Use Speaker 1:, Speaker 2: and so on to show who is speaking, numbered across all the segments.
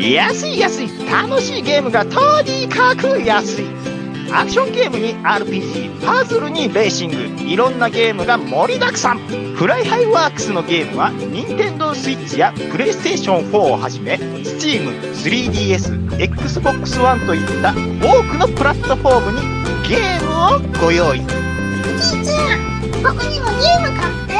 Speaker 1: 安い安い楽しいゲームがとにかく安いアクションゲームに RPG パズルにレーシングいろんなゲームが盛りだくさんフライハイワークスのゲームは NintendoSwitch や PlayStation4 をはじめ Steam3DSXbox One といった多くのプラットフォームにゲームをご用意
Speaker 2: じいちゃん、僕にもゲーム買って。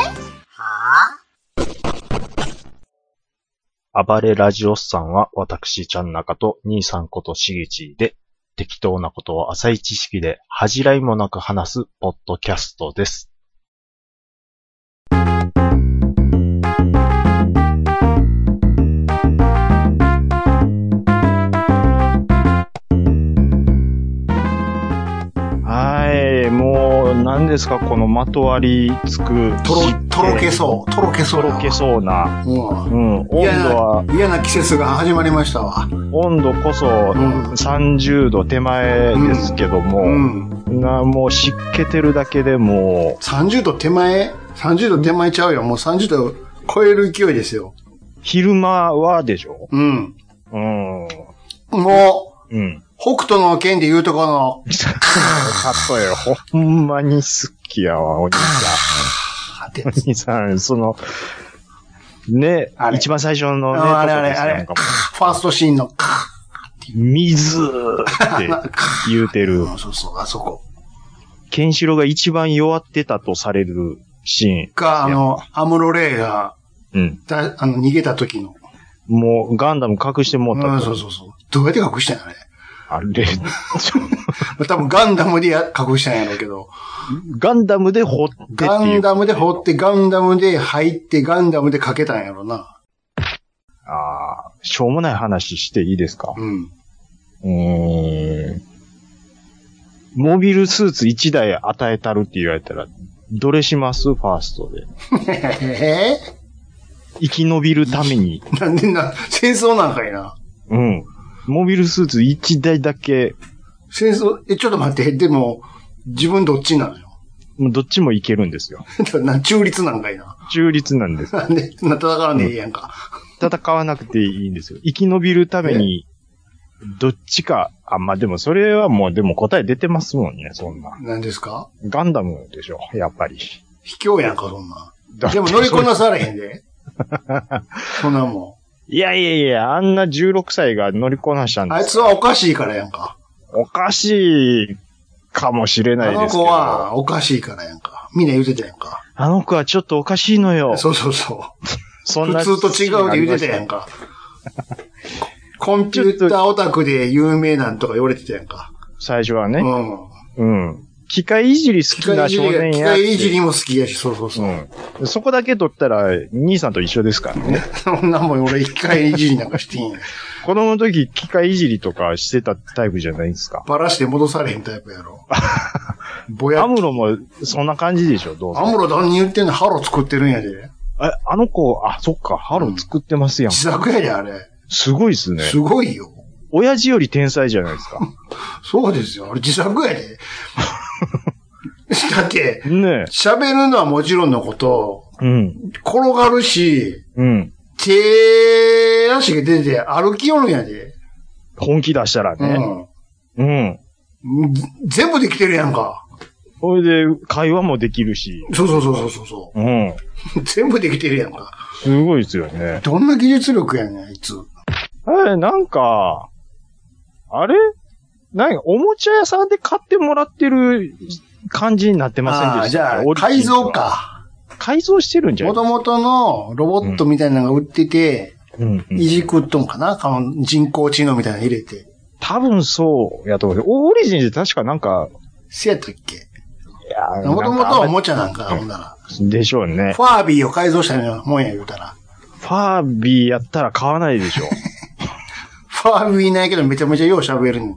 Speaker 3: 暴れラジオスさんは私、ちゃんなかと兄さんことしげちで、適当なことを浅い知識で恥じらいもなく話すポッドキャストです。はい、もう何ですか、このまとわりつく、
Speaker 4: とろ、とろけそう。とろけそう
Speaker 3: と
Speaker 4: な。
Speaker 3: ろけそうな、
Speaker 4: う
Speaker 3: うん、温
Speaker 4: ん。
Speaker 3: 度
Speaker 4: 嫌
Speaker 3: は
Speaker 4: な、嫌な季節が始まりましたわ。
Speaker 3: 温度こそ
Speaker 4: うん
Speaker 3: 30度手前ですけど
Speaker 4: う
Speaker 3: も、
Speaker 4: ん。
Speaker 3: なもう湿気てるだけでも
Speaker 4: 30度手前 ?30 度手前ちゃうよ。もう30度超える勢いですよ。
Speaker 3: う、昼間はでしょ
Speaker 4: うん。
Speaker 3: うん。
Speaker 4: もう、
Speaker 3: うん。
Speaker 4: 北斗の剣で言うとこ の、
Speaker 3: 例え、ほんまに好きやわ、お兄さ
Speaker 4: あて
Speaker 3: ん。お兄さん、その、ね
Speaker 4: あ、れ
Speaker 3: 一番最初のね、
Speaker 4: ああれあれ
Speaker 3: とこですね
Speaker 4: あれファーストシーンの、カ
Speaker 3: 水って言うてる
Speaker 4: ー。うんそうそう、あそこ。
Speaker 3: ケンシロウが一番弱ってたとされるシ
Speaker 4: か、あの、アムロレイが、
Speaker 3: ーン。うん。
Speaker 4: だあの、逃げた時の。
Speaker 3: もう、ガンダム隠しても
Speaker 4: う
Speaker 3: うた
Speaker 4: ん、
Speaker 3: と
Speaker 4: そうそうそう。どうやって隠したんや、あれ。
Speaker 3: あれ、
Speaker 4: 多分ガンダムでや隠したんやろうけど。
Speaker 3: ガンダムで掘ってっていう
Speaker 4: ガンダムで掘って、ガンダムで入って、ガンダムでかけたんやろな。
Speaker 3: ああ、しょうもない話していいですか
Speaker 4: うん。
Speaker 3: うーん。モビルスーツ1台与えたるって言われたら、どれしますファーストで。
Speaker 4: え
Speaker 3: 生き延びるために。
Speaker 4: ー、なんでな、戦争なんかいな。
Speaker 3: うん。モビルスーツ1台だけ、
Speaker 4: 戦争、え、ちょっと待って、でも、自分どっちなのよ。
Speaker 3: もうどっちもいけるんですよ。
Speaker 4: な、中立なんかいな。
Speaker 3: 中立なんです。
Speaker 4: なんで、な、戦わんでいいやんか。
Speaker 3: 戦わなくていいんですよ。生き延びるために、どっちか、あ、まあ、でもそれはもう、でも答え出てますもんね、そんな。
Speaker 4: なんですか
Speaker 3: ガンダムでしょ、やっぱり。
Speaker 4: 卑怯やんか、そんな。
Speaker 3: だって
Speaker 4: でも乗りこなされへ んで。そんなも
Speaker 3: いやいやいや、あんな16歳が乗りこなしたん
Speaker 4: ん。あ
Speaker 3: で
Speaker 4: い
Speaker 3: す。
Speaker 4: つはおかしいからやんか。
Speaker 3: おかしいかもしれな
Speaker 4: あ
Speaker 3: いです
Speaker 4: の
Speaker 3: けど。
Speaker 4: 子はおかしいからやんか。みんな言うてたやんか。
Speaker 3: あの子はちょっとおかしいのよ。
Speaker 4: そうそうそう。
Speaker 3: そ
Speaker 4: 普通と違うって言うてたやん
Speaker 3: か。
Speaker 4: か。コンピューターオタクで有名なんとか言われてたやんか。
Speaker 3: 最初は
Speaker 4: う
Speaker 3: ね。
Speaker 4: ん。
Speaker 3: うん。機械いじり好
Speaker 4: 機
Speaker 3: きな
Speaker 4: 械いじ
Speaker 3: 少
Speaker 4: り
Speaker 3: 年
Speaker 4: が、機
Speaker 3: やって。
Speaker 4: 械いじりも好きやし、そうそうそう。
Speaker 3: うん。そこだけ取ったら、兄さんと一緒ですからね。
Speaker 4: そんなもん俺機械いじりなんかしていいんや。
Speaker 3: 子供の時、機械いじりとかしてたタイプじゃないですか。
Speaker 4: バラして戻されへんタイプやろ。ぼや
Speaker 3: ア
Speaker 4: っ
Speaker 3: ムロも、そんな感じでしょ、どうせ
Speaker 4: アムロ何言ってんのハロ作ってるんやで。
Speaker 3: ああの子、あ、そっか、ハロー作ってますやん。
Speaker 4: 自作やで、あれ。
Speaker 3: すごいですね。
Speaker 4: すごいよ。
Speaker 3: 親父より天才じゃないですか。
Speaker 4: そうですよ。あれ自作やで。だって、
Speaker 3: ねえ。
Speaker 4: 喋るのはもちろんのこと、
Speaker 3: うん。
Speaker 4: 転がるし、
Speaker 3: うん。
Speaker 4: 手足が出て歩きよるんやで。
Speaker 3: 本気出したら
Speaker 4: う
Speaker 3: ね。
Speaker 4: ん。
Speaker 3: うん。
Speaker 4: ぜ全部できてるやんか。
Speaker 3: それで、会話もできるし。
Speaker 4: そうそうそうそうそ
Speaker 3: うん。
Speaker 4: う。 全部できてるやんか。
Speaker 3: すごいですよね。
Speaker 4: どんな技術力やねん、あいつ。
Speaker 3: え、なんか、あれなんか、おもちゃ屋さんで買ってもらってる感じになってませんでした
Speaker 4: ああ、じゃあ
Speaker 3: オ、リジン
Speaker 4: 改
Speaker 3: とは
Speaker 4: 造。か。
Speaker 3: 改造してるんじゃな
Speaker 4: も
Speaker 3: い
Speaker 4: ともとのロボットみたいなのが売ってて、
Speaker 3: うん、うん
Speaker 4: いじくっとんかなこの人工知能みたいなの入れて。
Speaker 3: 多分そうやと思う。オリジンで確かなんか、
Speaker 4: せやったっけ
Speaker 3: いや
Speaker 4: もともとはお
Speaker 3: も
Speaker 4: もちゃなんか、ほんなら。
Speaker 3: でしょうね。
Speaker 4: ファービーを改造したようなもんや言うたら。
Speaker 3: ファービーやったら買わないでしょ。
Speaker 4: ファービーないけどめちゃめちゃよう喋るん。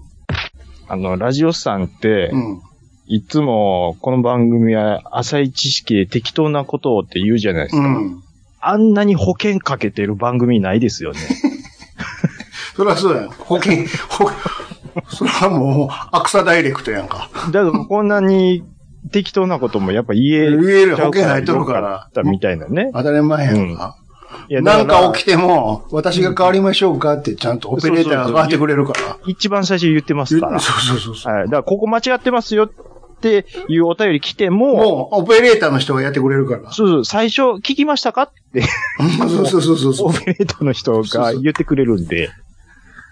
Speaker 3: あの、ラジオスさんって、
Speaker 4: うん。
Speaker 3: いつも、この番組は浅い知識で適当なことをって言うじゃないです
Speaker 4: う
Speaker 3: か。
Speaker 4: ん。
Speaker 3: あんなに保険かけてる番組ないです よね。
Speaker 4: それはそうやん。保険、保それはもう、アクサダイレクトやんか。
Speaker 3: だからこんなに適当なこともやっぱ言え、
Speaker 4: 言える保険入っとるから
Speaker 3: よったみたいなね。
Speaker 4: 当たり前やんか。
Speaker 3: いや
Speaker 4: なんか起
Speaker 3: き
Speaker 4: きても、私が変わりましょうかって、ちゃんとオペレーターが変わってくれるから。
Speaker 3: 一番最初言ってます
Speaker 4: 言
Speaker 3: から。
Speaker 4: う
Speaker 3: はい。
Speaker 4: そうそうそうそう。
Speaker 3: だから、ここ間違ってますよっていうお便り来ても、
Speaker 4: もう、オペレーターの人がやってくれるから。
Speaker 3: そうそう、最初聞きましたかって、
Speaker 4: そうそうそうそう そ
Speaker 3: オ
Speaker 4: う。
Speaker 3: ペレーターの人が言ってくれるんで、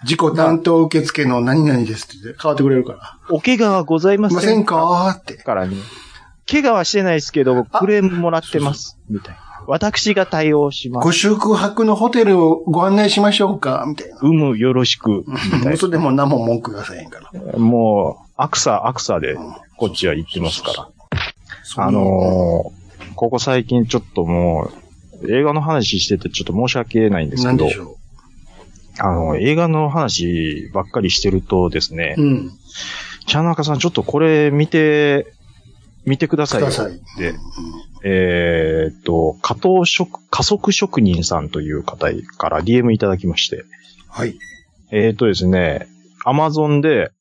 Speaker 4: 自己担当受付の何々ですって言って変わってくれるから。
Speaker 3: お怪我はございま
Speaker 4: いま
Speaker 3: せ
Speaker 4: せ
Speaker 3: ん
Speaker 4: んかって。
Speaker 3: からね。怪我はしてないですけど、
Speaker 4: あ
Speaker 3: クレームもらってます。みたいな。私が対応します。
Speaker 4: ご宿泊のホテルをご案内しましょうかみたいな。
Speaker 3: うむ、よろしく。みたい
Speaker 4: 嘘でも何も文句がせえへんから。
Speaker 3: な。もう、アクサ、アクサで、こっちは行ってますから。あのー、ここ最近ちょっともう、映画の話しててちょっと申し訳ないんです
Speaker 4: な
Speaker 3: け
Speaker 4: ん
Speaker 3: ど
Speaker 4: でし、ょ
Speaker 3: あの、映画の話ばっかりしてるとですね
Speaker 4: う。、うん。
Speaker 3: チャンナカさんちょっとこれ見て、見てくださ
Speaker 4: く
Speaker 3: いよ
Speaker 4: だ。さい。
Speaker 3: でえーっと、加藤職、加速職人さんという方から DM いただきまして、
Speaker 4: はい。
Speaker 3: えーっとですね、アマゾンで、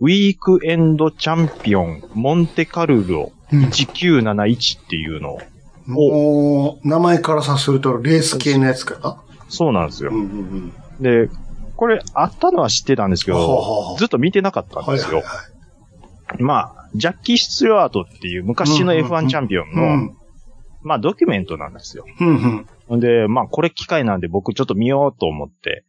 Speaker 3: ウィークエンドチャンピオン、モンテカルロ1971っていうのを、
Speaker 4: もう、名前からさするとレース系のやつか
Speaker 3: そうなんです
Speaker 4: な
Speaker 3: よ。
Speaker 4: んうんうん。
Speaker 3: で、これあったのは知ってたんですけ
Speaker 4: は
Speaker 3: ど、
Speaker 4: はは
Speaker 3: ずっと見てなかったん
Speaker 4: は
Speaker 3: で
Speaker 4: い
Speaker 3: す
Speaker 4: はい
Speaker 3: よ。
Speaker 4: は
Speaker 3: まあ、ジャッキー・スチュワートっていう昔の
Speaker 4: うんうんうん
Speaker 3: F1 チャンピオン
Speaker 4: い。う
Speaker 3: の、
Speaker 4: ん。
Speaker 3: まあドキュメントなんですよ。
Speaker 4: うんうん。
Speaker 3: ほんで、まあこれ機会なんで僕ちょっと見ようと思って、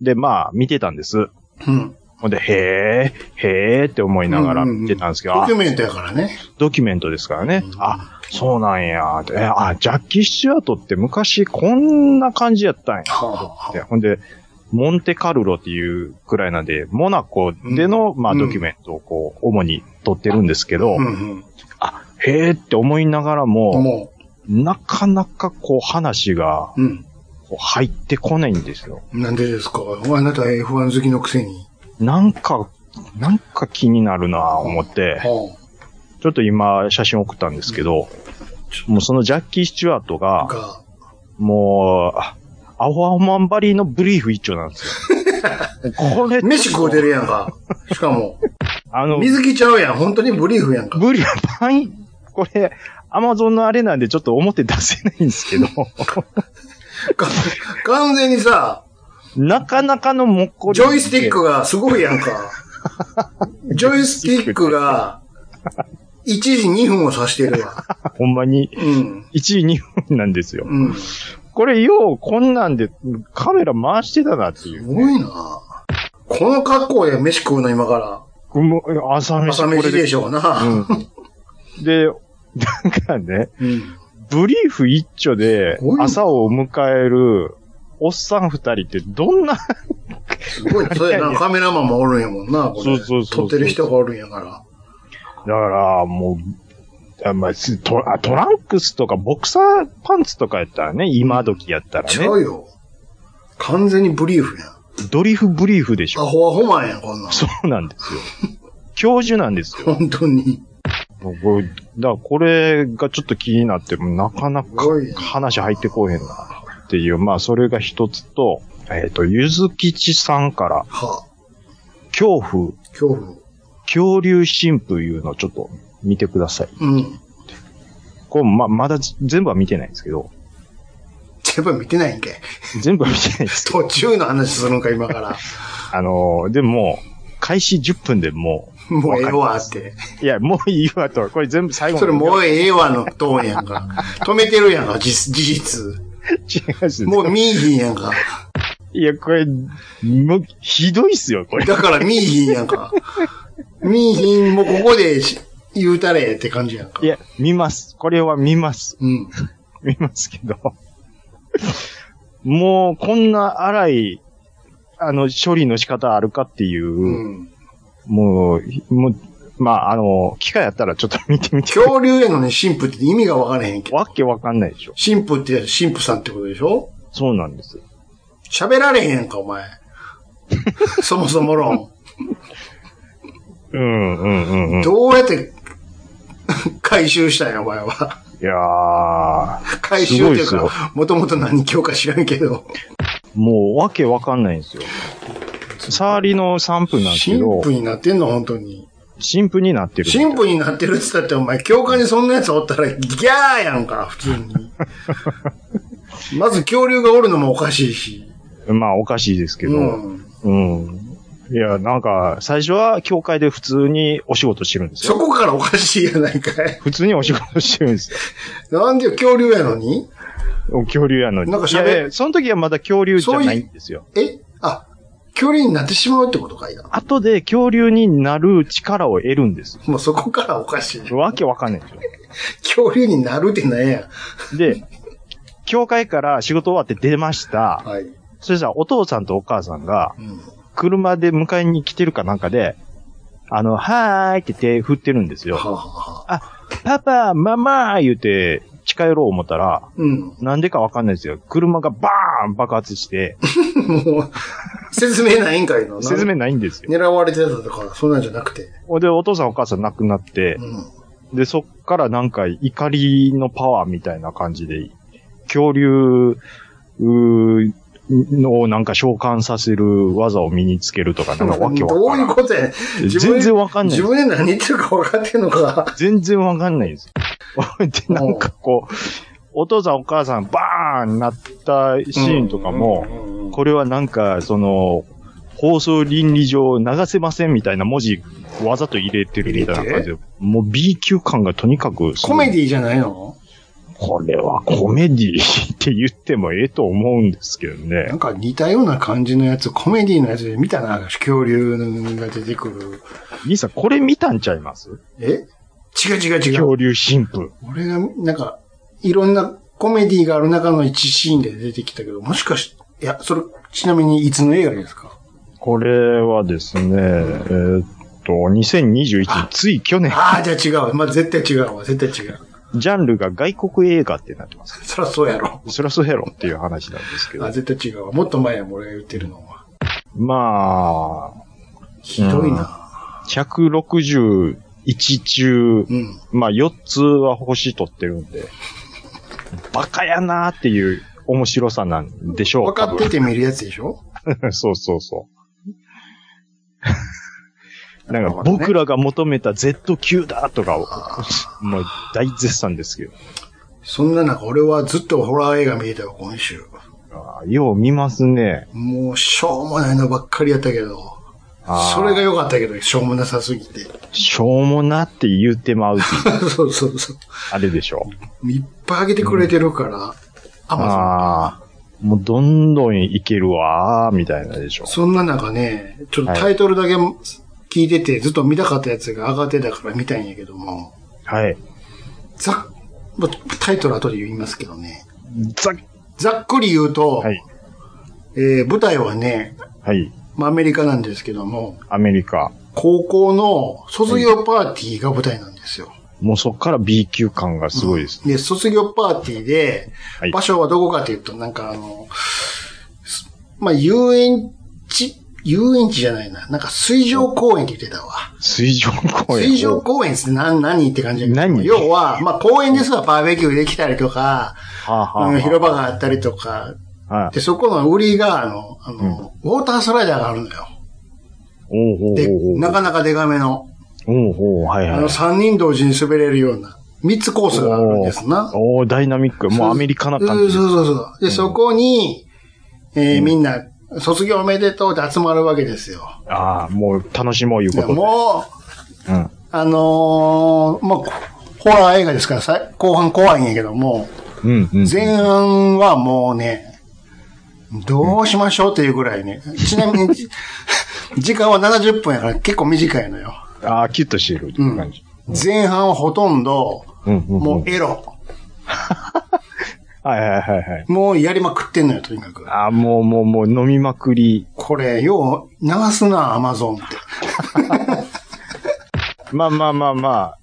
Speaker 3: で、まあ見てたんです。
Speaker 4: うん。
Speaker 3: ほんで、へえ、へえって思いながら見てたんですけど、
Speaker 4: ドキュ
Speaker 3: あ、
Speaker 4: メントやからね。
Speaker 3: ドキュメントですからね。あ、そうなんやって、えあ、ジャッキー・スチュワートって昔こんな感じやったんや。
Speaker 4: はあはあ
Speaker 3: で、ほんで、モンテカルロっていうくらいなんで、モナコでの、まあ、
Speaker 4: うん
Speaker 3: ドキュメントをこう、主に撮ってるんですけど、
Speaker 4: うんうん。
Speaker 3: へーって思いながらも、
Speaker 4: も
Speaker 3: なかなかこう、話が
Speaker 4: う、うん。
Speaker 3: こう入ってこないんですよ。
Speaker 4: なんでですかあなた F1 好きのくせに。
Speaker 3: なんか、なんか気になるなぁ思って、
Speaker 4: は
Speaker 3: ちょっと今、写真送ったんですけど、もうそのジャッキー・スチュワート
Speaker 4: あ
Speaker 3: が、
Speaker 4: が、
Speaker 3: もう、あアホアホマンバリーのブリーフ一丁なんですよ。これ、
Speaker 4: 飯食うてるやんか。しか も、
Speaker 3: あの、
Speaker 4: 水着ちゃうやん。本当にブリーフやんか。
Speaker 3: ブリはパン、これ、アマゾンのあれなんでちょっと表出せないんです けど、
Speaker 4: か完全にさ、
Speaker 3: なかなかのもっこり。
Speaker 4: ジョイスティック。がすごいや んか。ジョイスティックが、1時2分を指してるわ。
Speaker 3: ほんまに、
Speaker 4: うん。
Speaker 3: 1位2分なんですよ。
Speaker 4: うん。
Speaker 3: これ、ようこんなんでカメラ回してたなってい
Speaker 4: す
Speaker 3: う。
Speaker 4: ごいなこの格好で飯食うの今か
Speaker 3: もう朝
Speaker 4: ら。
Speaker 3: 飯
Speaker 4: 朝
Speaker 3: これ
Speaker 4: 飯でしょう
Speaker 3: う
Speaker 4: な。
Speaker 3: ん。で、なんかね、
Speaker 4: うん。
Speaker 3: ブリーフ一丁です
Speaker 4: ごいな
Speaker 3: 朝を迎えるおっさん二人ってどんな、
Speaker 4: すごい。そうやな。カメラマンもおるんやもんな。これ
Speaker 3: そうそうそうそ
Speaker 4: 撮
Speaker 3: う
Speaker 4: ってる人がおるんやから。
Speaker 3: だからもう、あまあすトラトランクスとかボクサーパンツとかやったらね、今時やったら
Speaker 4: ち
Speaker 3: ね
Speaker 4: ゃ。うよ。完全にブリーフやん。
Speaker 3: ドリフブリーフでし
Speaker 4: ア
Speaker 3: ょ。
Speaker 4: ホアホマンやん、こんなん。
Speaker 3: そうなんですよ。教授なんですよ。
Speaker 4: 本当に。
Speaker 3: 僕、だからこれがちょっと気になって、なかなか
Speaker 4: すごいな
Speaker 3: 話入ってこうへんなっていう、まあそれが一つと、えっ、と、ゆずきちさんから、
Speaker 4: はあ、
Speaker 3: 恐怖、
Speaker 4: 恐怖。
Speaker 3: 恐竜神父いうのをちょっと見てください。
Speaker 4: うん。
Speaker 3: これま、まだ全部は見てないんですけ ど、
Speaker 4: 全部見てないんかい。
Speaker 3: 全部は見てないですけど、
Speaker 4: 途中の話するんか、今から。
Speaker 3: あのーでも、開始10分でも
Speaker 4: もうええわって。
Speaker 3: う、いや、もういいわと、これ全部最後
Speaker 4: それも
Speaker 3: う
Speaker 4: うええわのトーンやんか。止めてるやんか、事事実。
Speaker 3: 違いますね
Speaker 4: もう見いひんやんか。
Speaker 3: いや、これ、もう、ひどいっすよ、これ。
Speaker 4: だから見いひんやんか。見いひん、もうここでし言うたれって感じやんか。
Speaker 3: いや、見ます。これは見ます。
Speaker 4: うん。
Speaker 3: 見ますけど。もう、こんな荒い、あの、処理の仕方あるかっていう、
Speaker 4: うん。
Speaker 3: もう、もう、まあ、あの、機会あったらちょっと見てみて。
Speaker 4: 恐竜やのに神父って意味がわからへんけど。
Speaker 3: わけわかんないでしょ。
Speaker 4: 神父って神父さんってことでしょ
Speaker 3: そうなんです。
Speaker 4: 喋られへんやんか、お前。そもそも論。
Speaker 3: うん、うん、うん、うん。い
Speaker 4: どうやって 回収したんや、お前は。
Speaker 3: やー、
Speaker 4: 回収っていう
Speaker 3: すごいっ
Speaker 4: か、もともと何教か知らんけど。
Speaker 3: もう、わけわかんないんですよ。サーリの3分なんですけ
Speaker 4: 神
Speaker 3: ど
Speaker 4: 父、になってんの、本当に。
Speaker 3: 新婦になってる。
Speaker 4: 神父になってるって言ったって、お前、教科にそんなやつおったら、ギャーやんか、普通に。 まず恐竜がおるのもおかしいし。
Speaker 3: まあ、おかしいですけど。
Speaker 4: うん。
Speaker 3: うん。いや、なんか、最初は教会で普通にお仕事してるんです
Speaker 4: そ
Speaker 3: よ。
Speaker 4: こからおかしいやないかい。
Speaker 3: 普通にお仕事してるんですよ。
Speaker 4: なんで恐竜やのに
Speaker 3: 恐竜やのに。
Speaker 4: なんか
Speaker 3: い
Speaker 4: 喋
Speaker 3: やいや、その時はまだ恐竜じゃないんですよ。
Speaker 4: えあ、恐竜になってしまうってことかいな。
Speaker 3: 後で恐竜になる力を得るんです。
Speaker 4: もうそこからおかしい。
Speaker 3: わけわかんないでし
Speaker 4: 恐竜になるってなんや。
Speaker 3: ょ。で、教会から仕事終わって出ました。
Speaker 4: はい。
Speaker 3: そしたらお父さんとお母さんが、
Speaker 4: うん。
Speaker 3: 車で迎えに来てるかなんかで、あの、はーいって手振ってるんです
Speaker 4: はあ、
Speaker 3: よ。
Speaker 4: はあはあ、
Speaker 3: パパ、ママ言うて近寄ろう思ったら、
Speaker 4: うん。も
Speaker 3: なんでかわかんないですよ。車がバーン爆発して、
Speaker 4: う、説明ないんかいの。
Speaker 3: 説明ないんですよ。
Speaker 4: 狙われてたとか、そんなんじゃなくて。
Speaker 3: ほんで、お父さんお母さん亡くなって
Speaker 4: う、ん。
Speaker 3: で、そっからなんか怒りのパワーみたいな感じで、恐竜うーのをなんか召喚させる技を身につけると か、なんかわけわ
Speaker 4: ど
Speaker 3: か
Speaker 4: うい
Speaker 3: ん
Speaker 4: う
Speaker 3: ない。
Speaker 4: ことやねん自分
Speaker 3: 全然わかんない
Speaker 4: 自。分で何言ってるか分かってんのか。
Speaker 3: 全然わかんないんですよ。ほんで、なんかこう、お父さんお母さんバーンなったシーンとかも、
Speaker 4: うんうんうん
Speaker 3: これはなんか、その、放送倫理上流せませんみたいな文字、わざと入れてるみたいな感じで、もう B 級感がとにかく、
Speaker 4: コメディじゃないの
Speaker 3: これはコメディって言ってもええと思うんですけど
Speaker 4: な
Speaker 3: ね。
Speaker 4: んか似たような感じのやつ、コメディのやつで見たな、恐竜が出てくる。
Speaker 3: 兄さん、これ見たんちゃいます
Speaker 4: え違う違う違う。
Speaker 3: 恐竜神父。
Speaker 4: 俺が、なんか、いろんなコメディがある中の一シーンで出てきたけど、もしかし、いや、それ、ちなみにいつの映画で すか
Speaker 3: これはですね、えーっと、2021、つい去年、
Speaker 4: ああ、じゃあ違う。まあ、絶対違うわ。絶対違う。
Speaker 3: ジャンルが外国映画ってなってます。
Speaker 4: そりゃそうやろ。
Speaker 3: そりゃそうやろっていう話なんですけ
Speaker 4: あ
Speaker 3: ど。
Speaker 4: 絶対違うわ。もっと前や、俺が言ってるのは。
Speaker 3: まあ、
Speaker 4: ひどいな。
Speaker 3: 161中、
Speaker 4: うん。
Speaker 3: まあ4つは星取ってるんで、バカやなーっていう面白さなんでしょう
Speaker 4: 分かって
Speaker 3: 多
Speaker 4: て見るやつでしょ
Speaker 3: 分そうそうそう。なんか
Speaker 4: なるほどね
Speaker 3: 僕らが求めた Z 級だとかを、もう大絶賛ですけど。
Speaker 4: そんな中、俺はずっとホラー映画見えたよ、今週。
Speaker 3: あーよう見ますね。
Speaker 4: もう、しょうもないのばっかりやったけど。
Speaker 3: あー
Speaker 4: それが良かったけど、しょうもなさすぎて。
Speaker 3: しょうもなって言ってまうっていう、
Speaker 4: そうそうそう。
Speaker 3: あれでしょ。
Speaker 4: いっぱいあげてくれてるから、アマ
Speaker 3: ああ、もうどんどんいけるわー、みたいなでしょ
Speaker 4: ゾン。。そんな中ね、ちょっとタイトルだけ聞いてて、ずっと見たかったやつが上がってたから見たんやけども、
Speaker 3: はい。
Speaker 4: ざっ、まタイトル後で言いますけどね。
Speaker 3: ざっ
Speaker 4: ざっくり言うと、
Speaker 3: はい。
Speaker 4: えー舞台はね、
Speaker 3: はい。
Speaker 4: まあ、アメリカなんですけども、
Speaker 3: アメリカ。
Speaker 4: 高校の卒業パーティーが舞台なんですよ。
Speaker 3: もうそっから B 級感がすごいです。
Speaker 4: で、卒業パーティーで
Speaker 3: はい、
Speaker 4: 場所はどこかというと、なんかあの、すまあ、遊園地、遊園地じゃないな。なんか水上公園って言ってたわ。
Speaker 3: 水上公園。
Speaker 4: 水上公園って何、何って感じだけど
Speaker 3: 何
Speaker 4: 要は、まあ公園ですわ、バーベキューできたりとか、
Speaker 3: はあ、はあはあ
Speaker 4: うん広場があったりとか、
Speaker 3: はい。
Speaker 4: で、そこの売りが、あの、あの、ウォータースライダーがあるのよ。
Speaker 3: おうほう
Speaker 4: で
Speaker 3: ほう、ほう。
Speaker 4: なかなかデカめの、
Speaker 3: おうほう、はい
Speaker 4: あ
Speaker 3: はい
Speaker 4: の、。3人同時に滑れるような、3つコースがあるんですな。
Speaker 3: おおダイナミック。もうアメリカな感じ。
Speaker 4: そうそうそうそう。で、そこに、えーみんな、卒業おめでとうって集まるわけですよ。
Speaker 3: ああ、もう楽しもういうことで。
Speaker 4: も
Speaker 3: うん。
Speaker 4: う、あのーもう、ホラー映画ですから、さ後半怖いんやけども、
Speaker 3: うん、うん。
Speaker 4: 前半はもうね、どうしましょうっていうぐらいね。ちなみに、 じ時間は70分やから結構短いのよ。
Speaker 3: ああ、キュッとしてるっていう感じ。
Speaker 4: 前半はほとんど、
Speaker 3: うん、うん。
Speaker 4: も
Speaker 3: も
Speaker 4: うエロ。
Speaker 3: うん。はいはいはいはい。
Speaker 4: もうやりまくってんのよ、とにかく。
Speaker 3: ああ、もうもうもう飲みまくり。
Speaker 4: これ、よう流すな、アマゾンって。
Speaker 3: まあまあまあまあ。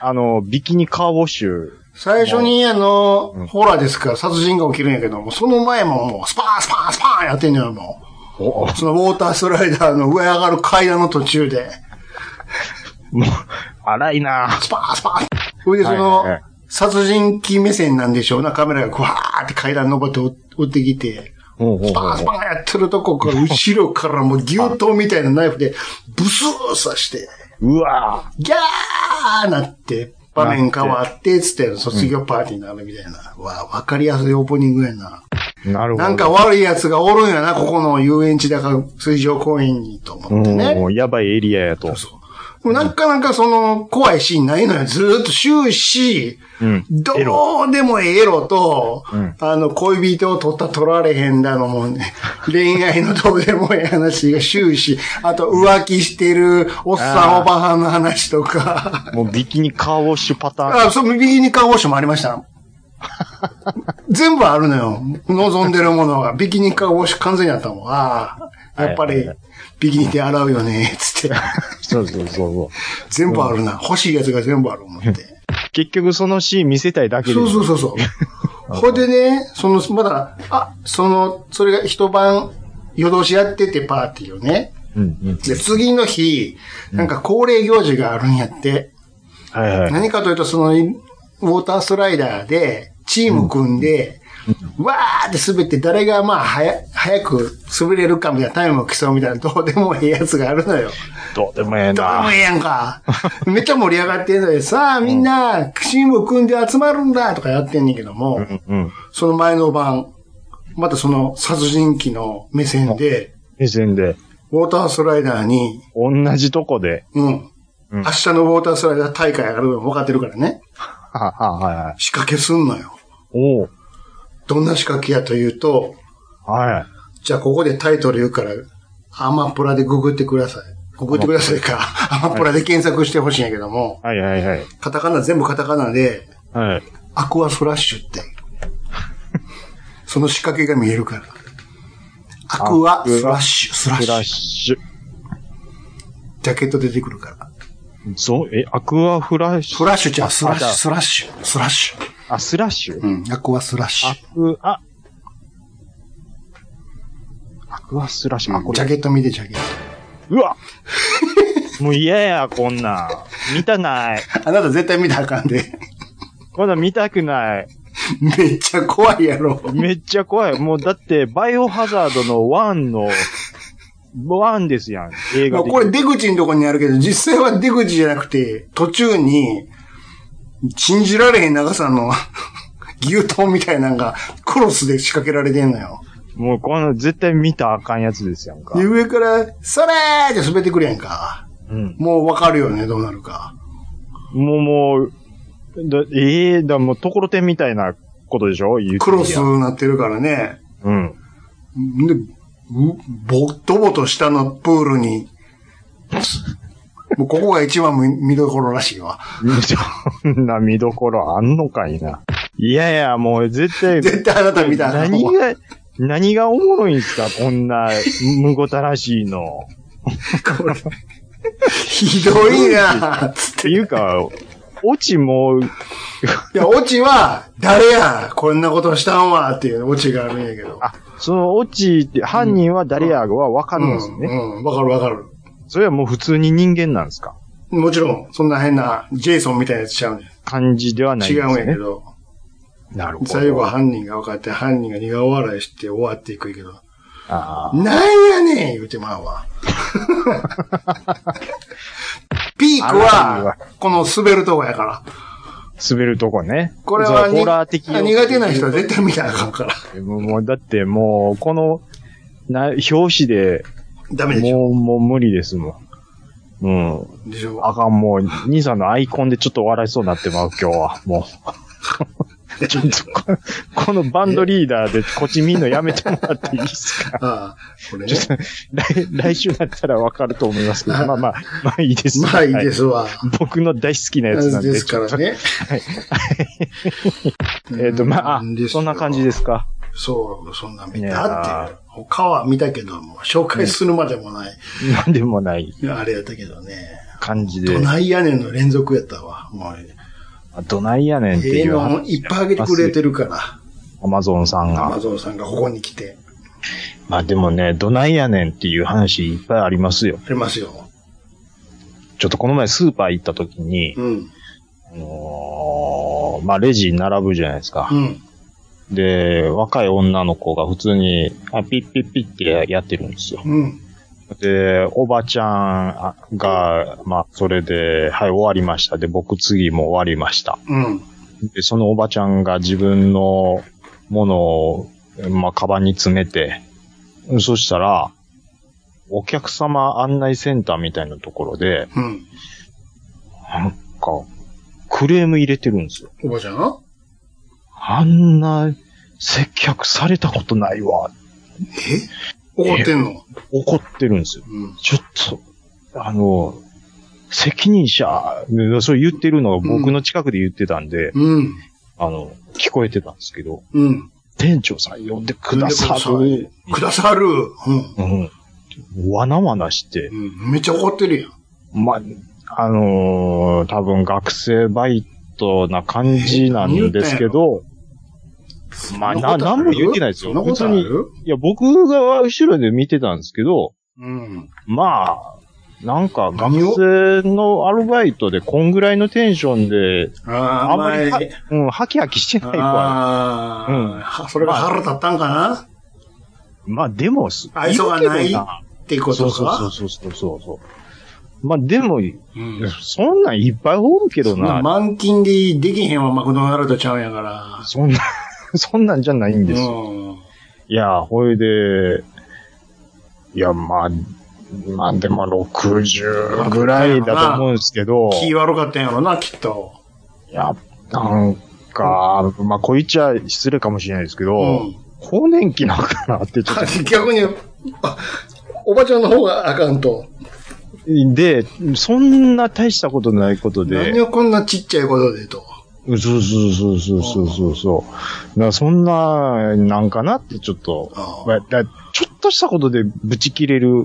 Speaker 3: あの、ビキニカーウォッシュ。
Speaker 4: 最初に、あの、ホラーですから殺人が起きるんやけども、その前ももう、スパーンスパーンスパーンやってんのよ、も
Speaker 3: お
Speaker 4: う。そのウォータースライダーの上上がる階段の途中で、
Speaker 3: もう、荒いな
Speaker 4: スパーンスパーンそれでそ
Speaker 3: は
Speaker 4: の
Speaker 3: いはいはい、
Speaker 4: 殺人鬼目線なんでしょうな、カメラがグワーって階段登って追ってきて、
Speaker 3: ほうほう
Speaker 4: スパーンスパーンやってるとこから、後ろからもう牛刀みたいなナイフで、ブスー刺して、
Speaker 3: うわ
Speaker 4: ギャーなって、場面変わって、つって卒業パーティーになるみたいな。わ、わかりやすいオープニングやな。
Speaker 3: なるほど。
Speaker 4: なんか悪い奴がおるんやな、ここの遊園地だか水上公園にと思ってね。
Speaker 3: もうやばいエリアやと。
Speaker 4: でもなかなかその怖いシーンないのよ。ずーっと終始、
Speaker 3: うん。
Speaker 4: ど
Speaker 3: エロ。
Speaker 4: うでもええエロと、
Speaker 3: うん
Speaker 4: あの、恋人を取った取られへんだのもね、 恋愛のどうでもええ話が終始、あと浮気してるおっさん
Speaker 3: あー
Speaker 4: おばはんの話とか、
Speaker 3: もうビキニカーウォッシュパターン。
Speaker 4: あ、その右に看護師もあり ました。全部あるのよ。望んでるものが。ビキニ看護師完全にあったもん。ああ、やっぱ
Speaker 3: はいはい
Speaker 4: り
Speaker 3: はい、
Speaker 4: ビキニ手洗うよね、つって。
Speaker 3: そうそうそうそう。
Speaker 4: 全部あるな。欲しいやつが全部ある 思って。
Speaker 3: 結局そのシーン見せたいだけで。
Speaker 4: そうそうそ うそう。ほいでね、その、まだ、あ、その、それが一晩、夜通しやっててパーティーをね。
Speaker 3: う。うんうん。
Speaker 4: で、次の日、なんか恒例行事があるんやって。
Speaker 3: はい はい。
Speaker 4: 何かというと、その、ウォータースライダーで、チーム組んで、わーって滑って、誰がまあ、はや、早く滑れるかみたいなタイムを競うみたいな、どうでもええやつがあるのよ。
Speaker 3: どうでもええ
Speaker 4: どうでも
Speaker 3: な。
Speaker 4: ええやんか。めっちゃ盛り上がってんのに、さあみんな、チーム組んで集まるんだとかやってんねんけども、
Speaker 3: うんうん。
Speaker 4: その前の晩、またその殺人鬼の目線で、
Speaker 3: 目線で。
Speaker 4: ウォータースライダーに、
Speaker 3: 同じとこで。
Speaker 4: うん、
Speaker 3: うん
Speaker 4: 明日のウォータースライダー大会あるの分かってるからね、
Speaker 3: はははいはい。
Speaker 4: 仕掛けすんのよ。
Speaker 3: おう。
Speaker 4: どんな仕掛けやというと、
Speaker 3: はい。
Speaker 4: じゃあここでタイトル言うから、アマプラでググってください。ググってくださいか。アマプラで検索してほしいんやけども、
Speaker 3: はいはいはい。
Speaker 4: カタカナ、全部カタカナで、
Speaker 3: はい。
Speaker 4: アクアフラッシュって。その仕掛けが見えるから。アクアスラッシュ、スラ
Speaker 3: フラ
Speaker 4: ッ
Speaker 3: ッ
Speaker 4: シ
Speaker 3: シ
Speaker 4: ュ。
Speaker 3: ュ。
Speaker 4: ジャケット出てくるから。
Speaker 3: ゾ、え、アクアフラッシ
Speaker 4: フ
Speaker 3: ュ。
Speaker 4: ラッシュじゃん、スラッシュ、
Speaker 3: あ
Speaker 4: スラッシュ、スラッシュ。
Speaker 3: あ、スラッシュ。
Speaker 4: うん、アクアスラッシ
Speaker 3: ア
Speaker 4: ュ。
Speaker 3: クア。アクアスラッシュ。あ、こ
Speaker 4: ジャ
Speaker 3: れ。
Speaker 4: ケット見て、ジャケッ
Speaker 3: うわもう嫌や、こんなん。見たない。
Speaker 4: ト。あなた絶対見たらあかんで。
Speaker 3: こんなん見たくない。
Speaker 4: めっちゃ怖いやろ。
Speaker 3: めっちゃ怖い。もうだって、バイオハザードの1の、1ですやん。映
Speaker 4: ま
Speaker 3: 画
Speaker 4: あ
Speaker 3: で。
Speaker 4: これ出口のとこにあるけど、実際は出口じゃなくて、途中に、信じられへん長さの 牛刀みたいなのがクロスで仕掛けられてんのよ。
Speaker 3: もうこの絶対見たらあかんやつですやんか
Speaker 4: で、。上から、それーって滑ってくるやんか。
Speaker 3: うん。
Speaker 4: もうわかるよね、どうなるか。
Speaker 3: もうもう、だええだからもうところてんみたいなことでしょ言ってみりゃ
Speaker 4: クロスになってるからね。
Speaker 3: うん。
Speaker 4: で、うぼっとぼと下のプールに、 もうここが一番見見どころらしいわ。
Speaker 3: そんな見どころあんのかいな。いやいや、もう絶対、
Speaker 4: 絶対あなた見たらあかんわ
Speaker 3: 何が、何がおもろいんすかこんな、むごたらしいの。
Speaker 4: ひどいなつって
Speaker 3: っていうか、オチも、
Speaker 4: いや、オチは、誰や、こんなことしたんわ、っていうオチがあるんやけど。
Speaker 3: あ、そのオチって、犯人は誰やはわか
Speaker 4: う
Speaker 3: るん
Speaker 4: ん、
Speaker 3: ですね。
Speaker 4: うん、わかるわかる。
Speaker 3: それはもう普通に人間なんですか
Speaker 4: もちろん、そんな変な、ジェイソンみたいなやつちゃうんや
Speaker 3: 感じではないん
Speaker 4: 違
Speaker 3: です
Speaker 4: うんや
Speaker 3: ね。
Speaker 4: けど、
Speaker 3: なるほど。
Speaker 4: 最後は犯人が分かって、犯人が苦笑いして終わっていくんやけど、
Speaker 3: あ
Speaker 4: なんやねん言うてまう わ。ピーク
Speaker 3: あら
Speaker 4: は、この滑るとこやから。
Speaker 3: ー滑るとこね。
Speaker 4: これは
Speaker 3: そう
Speaker 4: に
Speaker 3: ホラー的要素
Speaker 4: 苦手な人は絶対見たらあかんから。
Speaker 3: もうもうだってもう、この、な、表紙で、
Speaker 4: ダメでしょ。
Speaker 3: もう、もう無理ですもん。うん。
Speaker 4: でしょ。
Speaker 3: あかん、もう、兄さんのアイコンでちょっと笑いそうになってまう、今日は。もう。 ちょっとこ、このバンドリーダーでこっち見んのやめてもらっていいですか
Speaker 4: ああ、これね
Speaker 3: ちょ。っと、来、来週だったらわかると思いますけど、まあまあ、まあいいです。。
Speaker 4: まあいいですすわ。
Speaker 3: 僕の大好きなやつなんで。
Speaker 4: ですからね。
Speaker 3: ちょっと。えっ、と、まあ、あ
Speaker 4: うですよ
Speaker 3: そんな感じですか。
Speaker 4: そう、そんなん見
Speaker 3: い
Speaker 4: た
Speaker 3: や
Speaker 4: っていう。他は見たけども、紹介するまでもない、
Speaker 3: なんでもない
Speaker 4: あれやったけどね。
Speaker 3: 感じで
Speaker 4: ど。ないやねんの連続やったわ。もう、
Speaker 3: あどないやねんって
Speaker 4: ええ
Speaker 3: いう
Speaker 4: のいっぱいあげてくれてるから、
Speaker 3: アマゾンさん
Speaker 4: アマ
Speaker 3: が。
Speaker 4: ゾンさんがここに来て、
Speaker 3: まあでもね、どないやねんっていう話いっぱいありますよ。
Speaker 4: ありますよ。
Speaker 3: ちょっとこの前スーパー行った時に、
Speaker 4: うん。
Speaker 3: あのーまあ、レジに並ぶじゃないですか
Speaker 4: う。ん。
Speaker 3: で、若い女の子が普通に、あピッピッピッってやってるんですよ。
Speaker 4: うん。
Speaker 3: で、おばちゃんが、まあ、それで、はい、終わりました。で、僕次も終わりました。
Speaker 4: うん。
Speaker 3: で、そのおばちゃんが自分のものを、まあ、カバンに詰めて、そしたら、お客様案内センターみたいなところで、
Speaker 4: うん。
Speaker 3: なんか、クレーム入れてるんですよ。
Speaker 4: おばちゃん
Speaker 3: あんな、接客されたことないわ。
Speaker 4: え怒ってんの
Speaker 3: 怒ってるんですよ。
Speaker 4: うん。
Speaker 3: ちょっと、あの、責任者、そう言ってるのが僕の近くで言ってたんで、
Speaker 4: うん。
Speaker 3: あの、聞こえてたんですけど、
Speaker 4: うん。
Speaker 3: 店長さん呼んでくださる。
Speaker 4: くださる。うん。
Speaker 3: うん。わなわなして、
Speaker 4: うん。めっちゃ怒ってるやん。
Speaker 3: ま、あのー多分学生バイトな感じなんですけど、まあ、な、何も言ってないですよ。
Speaker 4: そんなこ
Speaker 3: 別
Speaker 4: とあ
Speaker 3: に、い
Speaker 4: る
Speaker 3: や、僕が後ろで見てたんですけど、
Speaker 4: うん。
Speaker 3: まあ、なんか
Speaker 4: 何を
Speaker 3: 学生のアルバイトでこんぐらいのテンションで、
Speaker 4: ああ、
Speaker 3: あんまりは
Speaker 4: 前、
Speaker 3: うん、ハキハキしてない子は、
Speaker 4: ああ、
Speaker 3: うん
Speaker 4: はそれが腹立ったんかな
Speaker 3: まあでも、す
Speaker 4: 愛想がな
Speaker 3: る
Speaker 4: い
Speaker 3: けど
Speaker 4: っていうこと
Speaker 3: そう
Speaker 4: か。
Speaker 3: そうそうそうそうそう。まあでも、
Speaker 4: うん
Speaker 3: そんなんいっぱいおるけど
Speaker 4: そんな
Speaker 3: な。
Speaker 4: 満勤でできへんわ、マクドナルドちゃうんやから。
Speaker 3: そんな、そんなんじゃないんですよ。
Speaker 4: うん。
Speaker 3: いや、ほいで、いや、まあ、まあでも60ぐらいだと思うんですけど、
Speaker 4: 気悪かったんやろな、きっと。
Speaker 3: いや、なんか、まあこいちゃ失礼かもしれないですけど、
Speaker 4: うん。
Speaker 3: 更年期なのかなってちょっと
Speaker 4: 逆に、あおばちゃんの方があかんと。
Speaker 3: で、そんな大したことないこと
Speaker 4: 何
Speaker 3: で、
Speaker 4: をこんなちっちゃいことでと。
Speaker 3: そうそうそうそうそうそうそう。だからそんな、なんかなってちょっと、
Speaker 4: あ
Speaker 3: まあだちょっとしたことでブチ切れる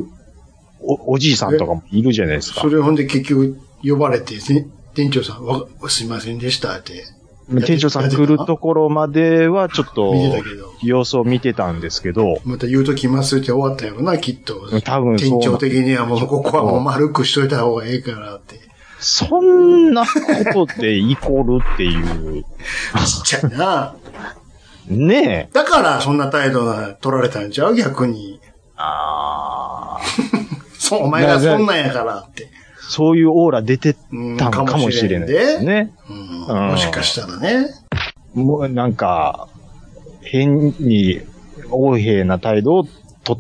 Speaker 3: おおじいさんとかもいるじゃないです
Speaker 4: そ
Speaker 3: か。
Speaker 4: れほんで結局呼ばれて、せ店長さん、わすいませんでしたってれ
Speaker 3: 店長さん来るところまではちょっと
Speaker 4: 見てたけど、
Speaker 3: 様子を見てたんですけど、
Speaker 4: また言うときますって終わったんやろな、きっと。
Speaker 3: 多分そう
Speaker 4: 店長的にはもうここはもう丸くしといた方がええからって。
Speaker 3: そんなことでイコールっていう、
Speaker 4: ちっちゃいな。
Speaker 3: ねえ。
Speaker 4: だからそんな態度が取られたんちゃう逆に。
Speaker 3: あー
Speaker 4: そう、お前がそんなんやからって。
Speaker 3: そういうオーラ出てたんかもしれないです
Speaker 4: うん
Speaker 3: ね。
Speaker 4: うん
Speaker 3: うん
Speaker 4: もしかしたらね。
Speaker 3: もうなんか、変に、横柄な態度をとっ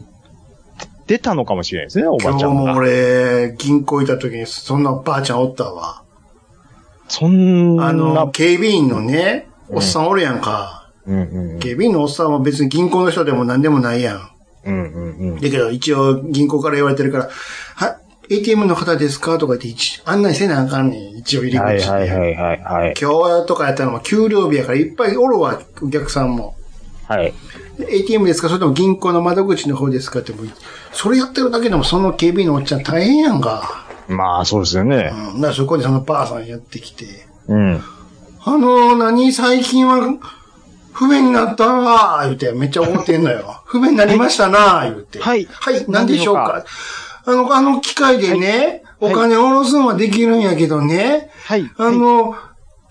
Speaker 3: てたのかもしれないですね、おばち
Speaker 4: 今日
Speaker 3: ゃん
Speaker 4: も
Speaker 3: が。
Speaker 4: 俺、銀行行った時にそんなばあちゃんおったわ。
Speaker 3: そんな、
Speaker 4: あの、警備員のね、
Speaker 3: うん
Speaker 4: おっさんおるやんか。
Speaker 3: うんうん
Speaker 4: 警備員のおっさんは別に銀行の人でも何でもないやん。
Speaker 3: うんうんうん。
Speaker 4: だけど一応銀行から言われてるから、は、ATM の方ですかとか言って一、案内せなあかんねん。一応入り口
Speaker 3: はい
Speaker 4: で。
Speaker 3: はいはいはいはい。
Speaker 4: 今日とかやったのも給料日やからいっぱいおるわ、お客さんも。
Speaker 3: はい。
Speaker 4: で ATM ですかそれとも銀行の窓口の方ですかってもう、それやってるだけでもその警備員のおっちゃん大変やんか。
Speaker 3: まあそうですよね。
Speaker 4: うん。だからそこでそのばあさんやってきて。
Speaker 3: うん。
Speaker 4: あのー、何最近は、不便になったわー、言うて、めっちゃ怒ってんのよ。 不便になりましたなー、言うて。
Speaker 3: はい
Speaker 4: はい、何でしょうか。あの、あの機械でね、
Speaker 3: はい
Speaker 4: お金下ろすのはできるんやけどね、
Speaker 3: はい。
Speaker 4: あの、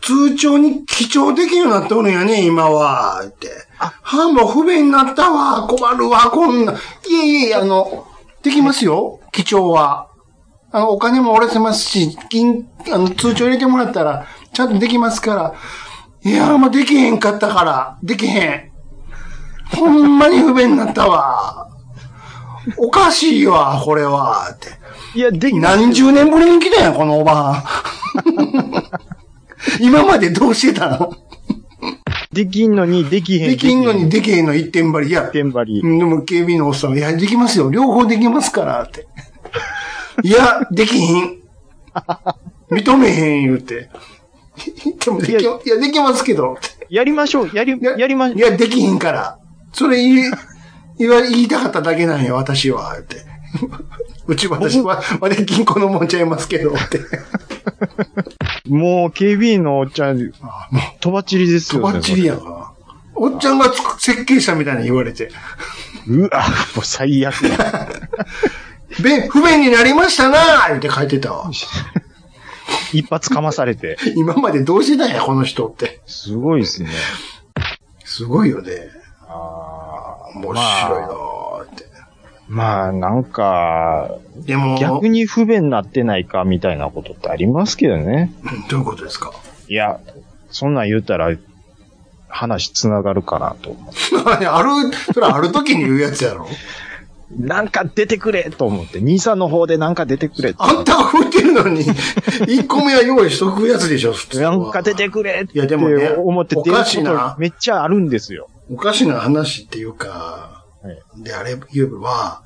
Speaker 4: 通帳に記帳できるようになっとるんやね、今は、言うて。
Speaker 3: あ
Speaker 4: はあ、もう不便になったわー、困るわー、こんな。いえいえ、あの、できますよ、記帳は。あの、お金も折れてますし、銀、あの、通帳入れてもらったら、ちゃんとできますから。いやー、もうできへんかったから、できへん。ほんまに不便になったわ。おかしいわ、これは。って。
Speaker 3: いや、できない。
Speaker 4: 何十年ぶりに来たんや、この おばん。今までどうしてたの
Speaker 3: できんのに、できへん。
Speaker 4: できんのに
Speaker 3: で
Speaker 4: できへんの一点張り。いや、
Speaker 3: きへん。現場に。
Speaker 4: うんでも警備員のおっさんは、いや、できますよ。両方できますか ら、って。いや、できひん。認めへん、言うて。でもでき、い
Speaker 3: いや
Speaker 4: や、できますけど、って
Speaker 3: やりましょう。やり、
Speaker 4: いや
Speaker 3: やりま、
Speaker 4: いや、できひんから。それ言い、言わ、言いたかっただけなんよ、私は、って。 うち私は、まだ銀行のもんちゃいますけど、って。
Speaker 3: もう警備員のおっちゃん、
Speaker 4: あもう、
Speaker 3: とばっちりです
Speaker 4: と
Speaker 3: よね。
Speaker 4: ばっちりやんか。おっちゃんがつく設計したみたいに言われて。
Speaker 3: うわ、もう最悪や。
Speaker 4: べ、不便になりましたなーって書いてたわ。
Speaker 3: 一発かまされて。
Speaker 4: 今までどうしてたんや、この人って。
Speaker 3: すごいですね。
Speaker 4: すごいよね。
Speaker 3: あー
Speaker 4: 面白いなーって。
Speaker 3: ままあ、なんか、
Speaker 4: でも、
Speaker 3: 逆に不便になってないかみたいなことってありますけどね。
Speaker 4: どういうことですか
Speaker 3: いや、そんなん言うたら、話つながるかなと思う。
Speaker 4: ある、それある時に言うやつやろ
Speaker 3: なんか出てくれと思って、兄さんの方でなんか出てくれって
Speaker 4: あんたが吹いてる のに、1個目は用意しとくやつでしょ、普通
Speaker 3: な
Speaker 4: は
Speaker 3: んか出てくれって
Speaker 4: いやでもね
Speaker 3: 思って出る
Speaker 4: お
Speaker 3: こ
Speaker 4: かしいな
Speaker 3: とめっちゃあるんですよ。
Speaker 4: おかしな話っていうか、
Speaker 3: はい
Speaker 4: で、あれ、言えば、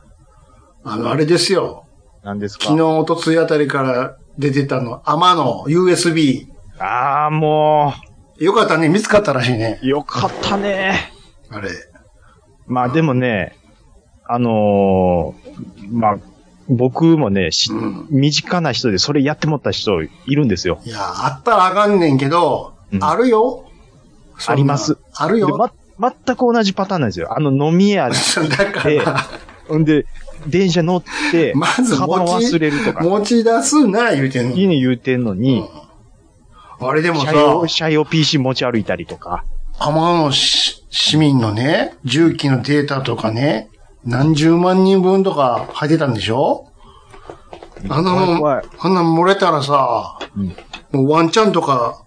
Speaker 4: あの、あれですよ。
Speaker 3: なんですか
Speaker 4: 昨日、おとついあたりから出てたの、アマの USB。
Speaker 3: ああ、も
Speaker 4: よかったね、見つかったらしいね。
Speaker 3: う、よかったね。
Speaker 4: あれ。
Speaker 3: まあでもね、あのーまあ、僕もね、し
Speaker 4: うん。
Speaker 3: 身近な人でそれやってもった人いるんですよ。
Speaker 4: いや、あったらあかんねんけど、
Speaker 3: うん
Speaker 4: あるよ。そ
Speaker 3: あ
Speaker 4: んな
Speaker 3: ります。
Speaker 4: ある
Speaker 3: で、
Speaker 4: よ。
Speaker 3: ま、全く同じパターンなんですよ。あの飲み屋
Speaker 4: だか
Speaker 3: で
Speaker 4: ら、
Speaker 3: ほんで、電車乗って、
Speaker 4: まず
Speaker 3: カバン忘れるとか、
Speaker 4: 持ち出すな、言うてんの。
Speaker 3: 家に言うてんのに、
Speaker 4: あれでも
Speaker 3: 車用、
Speaker 4: さ、
Speaker 3: 車用 PC 持ち歩いたりとか。
Speaker 4: 浜のし市民のね、重機のデータとかね、何十万人分とか入ってたんでしょあんなもん、
Speaker 3: 怖い怖い
Speaker 4: あんなもん漏れたらさ、
Speaker 3: うん
Speaker 4: もうワンチャンとか、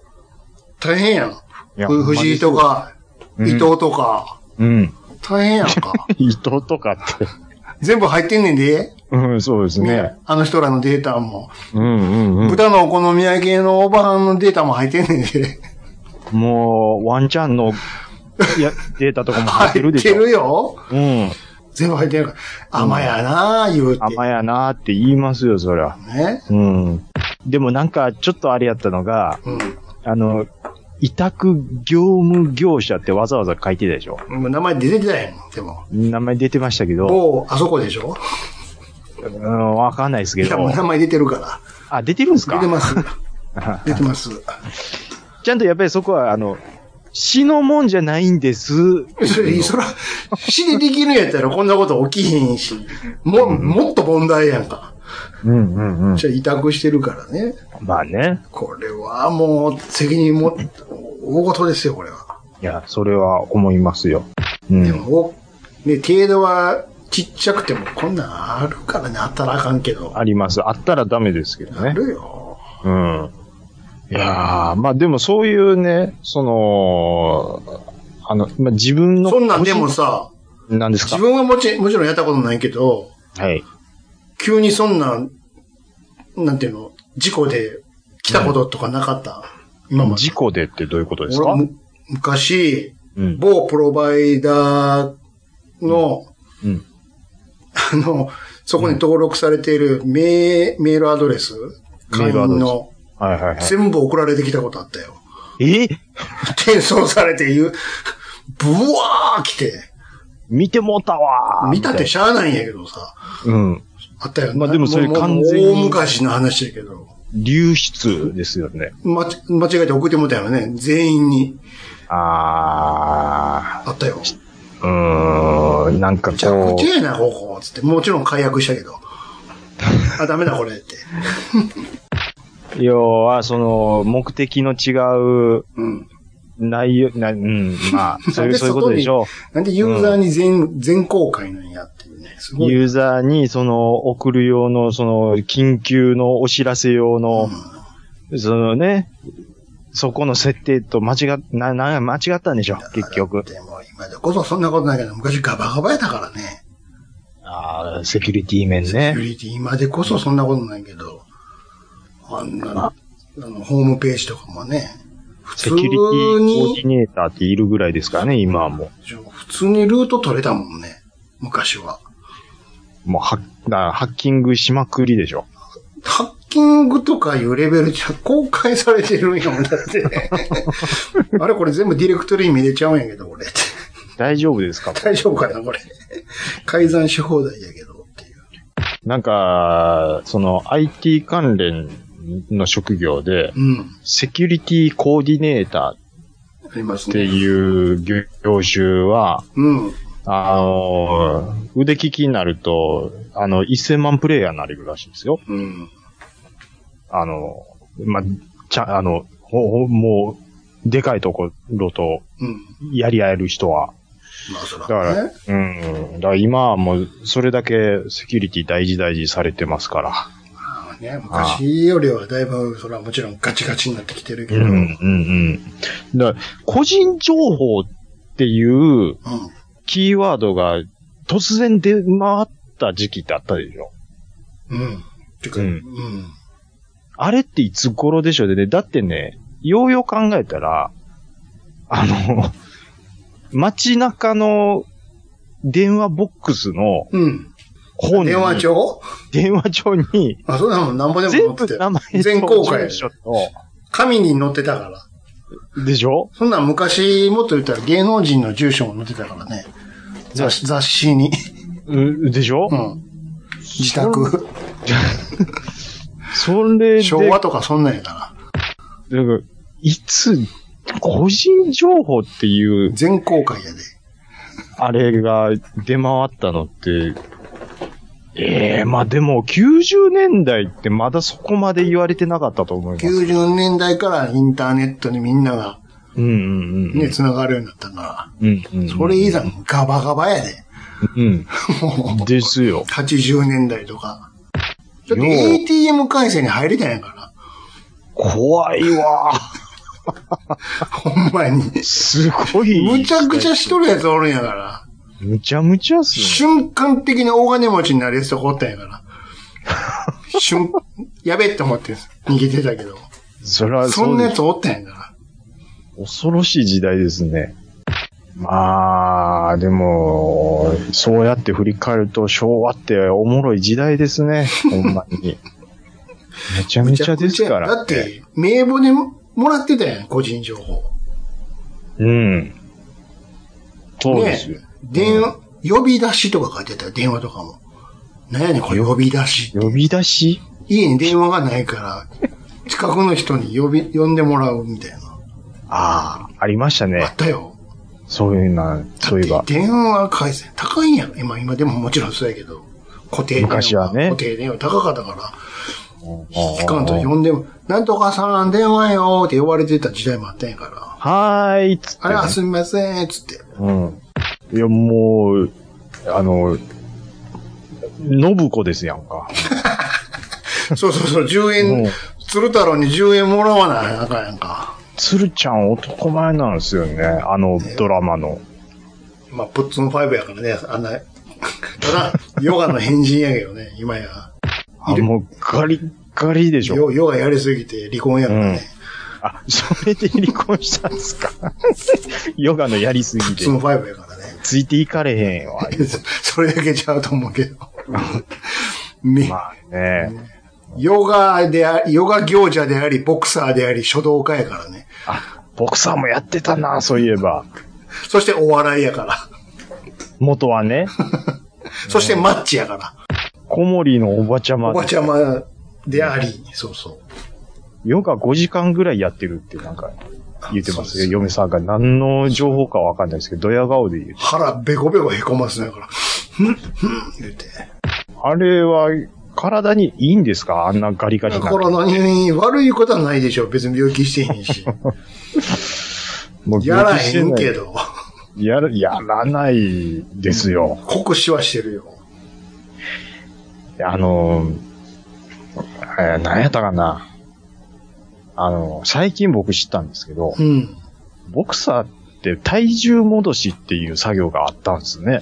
Speaker 4: 大変やん。
Speaker 3: いや
Speaker 4: ふ藤井と。か、
Speaker 3: うん
Speaker 4: 伊藤とか、
Speaker 3: うん。
Speaker 4: 大変やんか。
Speaker 3: 伊藤とかって。
Speaker 4: 全部入ってんねんで、
Speaker 3: うん、そうですね
Speaker 4: ね。、あの人らのデータも。
Speaker 3: うんうんうん。
Speaker 4: 豚のお好み焼きのおばはんのデータも入ってんねんで。
Speaker 3: もう、ワンチャンの、いや、データとかも入って
Speaker 4: 入
Speaker 3: るで
Speaker 4: っ
Speaker 3: してょ。
Speaker 4: るよ。
Speaker 3: うん。
Speaker 4: 全部入ってるから。甘やなあ言うて。
Speaker 3: 甘やなーって言いますよ、そりゃ。
Speaker 4: ね。
Speaker 3: うん。でもなんか、ちょっとあれやったのが、
Speaker 4: う
Speaker 3: あの、委託業務業者ってわざわざ書いてたでしょ
Speaker 4: ん。もう名前出てたやん、でも。
Speaker 3: 名前出てましたけど、
Speaker 4: 某、あそこでしょ
Speaker 3: うん、わかんないです
Speaker 4: い
Speaker 3: け
Speaker 4: や、
Speaker 3: ど
Speaker 4: もう、名前出てるか
Speaker 3: あ、出てるんですか
Speaker 4: ら。出て ます。出てます。
Speaker 3: ちゃんとやっぱりそこは、あの、死のもんじゃないんです。
Speaker 4: それ、そら、死でできるんやったらこんなこと起きひんし、も、もっと問題やんか。
Speaker 3: うんうんうん。
Speaker 4: じゃあ委託してるからね。
Speaker 3: まあね。
Speaker 4: これはもう、責任も、大事ですよ、これは。
Speaker 3: いや、それは思いますよ。うん。
Speaker 4: でも、おね、程度はちっちゃくても、こんなんあるからね、あったらあかんけど。
Speaker 3: あります。あったらダメですけど
Speaker 4: あ
Speaker 3: ね。
Speaker 4: るよ。
Speaker 3: うん。いやー、まあでもそういうね、その、あの、まあ自分の。
Speaker 4: そんなんでもさ、
Speaker 3: なんですか
Speaker 4: 自分はもちもちろんやったことないけど、
Speaker 3: はい。
Speaker 4: 急にそんな、なんていうの、事故で来たこととかなかった。今まで。
Speaker 3: 事故でってどういうことですか
Speaker 4: 俺む昔、
Speaker 3: うん。
Speaker 4: 某プロバイダーの、
Speaker 3: うん。
Speaker 4: あの、そこに登録されているメ,、メールアドレス、
Speaker 3: メー
Speaker 4: 会
Speaker 3: ルアドレス
Speaker 4: 員の、
Speaker 3: はいはいはい。
Speaker 4: 全部送られてきたことあったよ。
Speaker 3: え
Speaker 4: 転送されて言う、ブワー来て、
Speaker 3: 見てもうたわー
Speaker 4: 見たってしゃあないんやけどさ、
Speaker 3: うん。
Speaker 4: あったよ
Speaker 3: まあでもそれ
Speaker 4: うう
Speaker 3: 完全に
Speaker 4: 大昔の話やけど、
Speaker 3: 流出ですよね。
Speaker 4: まち、間違えて送ってもうたよね。全員に。
Speaker 3: あ
Speaker 4: あったよ。
Speaker 3: ー。うーん。なんか
Speaker 4: じゃあ、
Speaker 3: こ
Speaker 4: こっちやな、ここ。つって。もちろん解約したけど。あ、ダメだ、これって。
Speaker 3: う、要はその目的の違う
Speaker 4: うん。
Speaker 3: 内容、なうん、まあ、そういう、
Speaker 4: なんで
Speaker 3: そういうことでしょ
Speaker 4: なんでユーザーに全、全公開なんやっていうね。す
Speaker 3: う。
Speaker 4: ごい。
Speaker 3: ユーザーにその送る用の、その緊急のお知らせ用の、そのね、そこの設定と間違っ、な、な、間違ったんでしょ、結局。
Speaker 4: でも、今でこそそんなことないけど、昔ガバガバやったからね。
Speaker 3: ああ、セキュリティ面
Speaker 4: セキュ
Speaker 3: ね。
Speaker 4: リティ、今でこそそんなことないけど、あんなの、あの、ホームページとかもね、普
Speaker 3: セ
Speaker 4: 通
Speaker 3: キュリティコーデ
Speaker 4: に、
Speaker 3: ィネーターっているぐらいですからね、今はも
Speaker 4: 普通にルート取れたもんね、昔は。
Speaker 3: う。もう、は、だハッキングしまくりでしょ。
Speaker 4: ハッキングとかいうレベルじゃ公開されてるんやもん、だって。あれこれ全部ディレクトリー見れちゃうんやけど、俺って。
Speaker 3: 大丈夫ですか
Speaker 4: 大丈夫かな、これ。改ざんし放題やけど、っていう。
Speaker 3: なんか、その IT 関連の職業で、
Speaker 4: うん。
Speaker 3: セキュリティコーディネーター
Speaker 4: あります
Speaker 3: って
Speaker 4: ね。
Speaker 3: いう業業種は、
Speaker 4: うん。
Speaker 3: あの、腕利きになると、あの、1000万プレイヤーになれるらしいですよ。
Speaker 4: うん。
Speaker 3: あの、ま、ちゃ、あの、ほほもう、でかいところと
Speaker 4: うん。
Speaker 3: やり合える人は。
Speaker 4: まあ、そ
Speaker 3: だ
Speaker 4: ら、
Speaker 3: から、
Speaker 4: ね。
Speaker 3: うん。だから今はもう、それだけセキュリティ大事大事されてますか
Speaker 4: まあね、昔よりはだいぶ、それはもちろんガチガチになってきてるけ
Speaker 3: ら。
Speaker 4: ど。うん。
Speaker 3: うん。だから、個人情報っていうキーワードが突然出回った時期ってあったでしょ。
Speaker 4: うん。てか、
Speaker 3: う
Speaker 4: うんん。
Speaker 3: あれっていつ頃でしょうね。だってね、ようよう考えたら、あの、街中の電話ボックスの
Speaker 4: うん。
Speaker 3: 方に、
Speaker 4: 電話帳
Speaker 3: 電話帳に、
Speaker 4: あ、そうなの、なんぼで
Speaker 3: 全
Speaker 4: も載
Speaker 3: 部
Speaker 4: ってて
Speaker 3: 名。前と
Speaker 4: 全公開
Speaker 3: 住所と
Speaker 4: 紙に載ってたから。
Speaker 3: でしょ
Speaker 4: そんなん昔、もっと言ったら芸能人の住所も載ってたからね。雑誌雑誌に。
Speaker 3: うでしょ、
Speaker 4: うん。自宅。
Speaker 3: それで、
Speaker 4: 昭和とかそんなんやか
Speaker 3: だからいつ、個人情報ってい
Speaker 4: ら。
Speaker 3: う、
Speaker 4: 全公開やで。
Speaker 3: あれが出回ったのって、ええまあでも90年代ってまだそこまで言われてなかったと思います。
Speaker 4: 90年代からインターネットにみんなが
Speaker 3: うんうんうん。
Speaker 4: ね、繋がるようになったから。
Speaker 3: うんうんうん
Speaker 4: それ以前ガバガバやで。
Speaker 3: うん。
Speaker 4: もう、
Speaker 3: ですよ。
Speaker 4: 80年代とか。
Speaker 3: よ
Speaker 4: だっ
Speaker 3: う
Speaker 4: て ATM 回線に入れたんやか
Speaker 3: 怖いわ。
Speaker 4: ら。ほん まに。
Speaker 3: すごい。
Speaker 4: むちゃくちゃし
Speaker 3: 人
Speaker 4: とるやつおるんやから。
Speaker 3: むちゃむちゃっすね。
Speaker 4: 瞬間的に大金持ちになるやつとかおったんやから。瞬、 やべえって思って逃げてたけど。
Speaker 3: それは
Speaker 4: そん
Speaker 3: う
Speaker 4: な
Speaker 3: で
Speaker 4: や
Speaker 3: す
Speaker 4: つおったんやか
Speaker 3: 恐ろしい時代ですね。まあ、でも、そうやって振り返ると昭和っておもろい時代ですね。ほんまに。めちゃ
Speaker 4: ら。
Speaker 3: めちゃですから、
Speaker 4: だっ。て、名簿でもらってたやん、個人情報。
Speaker 3: うん。そうですよ
Speaker 4: ね。電話、呼び出しとか書いてたよ、電話とかも。なんやねん、これ呼び出し。
Speaker 3: 呼び出し
Speaker 4: 家に電話がないから、近くの人に呼び、呼んでもらうみたいな。
Speaker 3: ああ、ありました
Speaker 4: あ
Speaker 3: ね
Speaker 4: っ。たよ。
Speaker 3: そういうな、そういえ
Speaker 4: だっ
Speaker 3: ば。
Speaker 4: て電話回線高いんやろ今、今でももちろんそうやけど。固定電話。
Speaker 3: 昔はね
Speaker 4: 固定電話高かったから。
Speaker 3: うん
Speaker 4: 聞かんと呼んでも、なんとかさん電話よーって呼ばれてた時代もあったんやから。
Speaker 3: はーい、つって
Speaker 4: あ
Speaker 3: ね、
Speaker 4: れはすみません、つって。
Speaker 3: うん。いや、もう、あの、信子ですやんか。
Speaker 4: そうそうそう、10
Speaker 3: う
Speaker 4: 円
Speaker 3: ん、
Speaker 4: 鶴太郎に10円もらわないあかんやんか。
Speaker 3: 鶴ちゃん男前なんですよね。あのドラマの。
Speaker 4: まあ、プッツンファイブやからね、あんな、 ただ、ヨガの変人やけどね、今や。
Speaker 3: あ、もうガリッガリでしょ。
Speaker 4: ヨヨガやりすぎて離婚やからね。
Speaker 3: あ、それで離婚したんですか ヨガのやりすぎ
Speaker 4: プッ
Speaker 3: て
Speaker 4: ツ。ンファイブやからね。
Speaker 3: ついていかれへんわ。
Speaker 4: それだけちゃうと思う けど。み
Speaker 3: まあね。
Speaker 4: ヨガであり、ヨガ行者であり、ボクサーであり、書道家やからね。
Speaker 3: あ、ボクサーもやってたな、そういえば。
Speaker 4: そしてお笑いやから。
Speaker 3: 元はね、
Speaker 4: そしてマッチやから。
Speaker 3: 小森のおばちゃま
Speaker 4: おばちゃまであり、そうそう。
Speaker 3: ヨガ5時間ぐらいやってるってなんか言ってます
Speaker 4: そう
Speaker 3: よ。
Speaker 4: そう
Speaker 3: 嫁さんが何の情報かわかんないですけど、ドヤ顔で言う。
Speaker 4: 腹ベコベコへこますねやから。ふん、ふん、言うて。
Speaker 3: あれは体にいいんですかあんなガリガリな。
Speaker 4: 心のに悪いことはないでしょ。別に病気してへ んし。
Speaker 3: もう
Speaker 4: やら
Speaker 3: 病気して
Speaker 4: へん
Speaker 3: ない
Speaker 4: けど。
Speaker 3: やら、やらないですよ。
Speaker 4: 酷使はしてるよ。
Speaker 3: あの、えー何やったかな。あの、最近僕知ったんですけど、
Speaker 4: うん。
Speaker 3: ボクサーって体重戻しっていう作業があったんですね。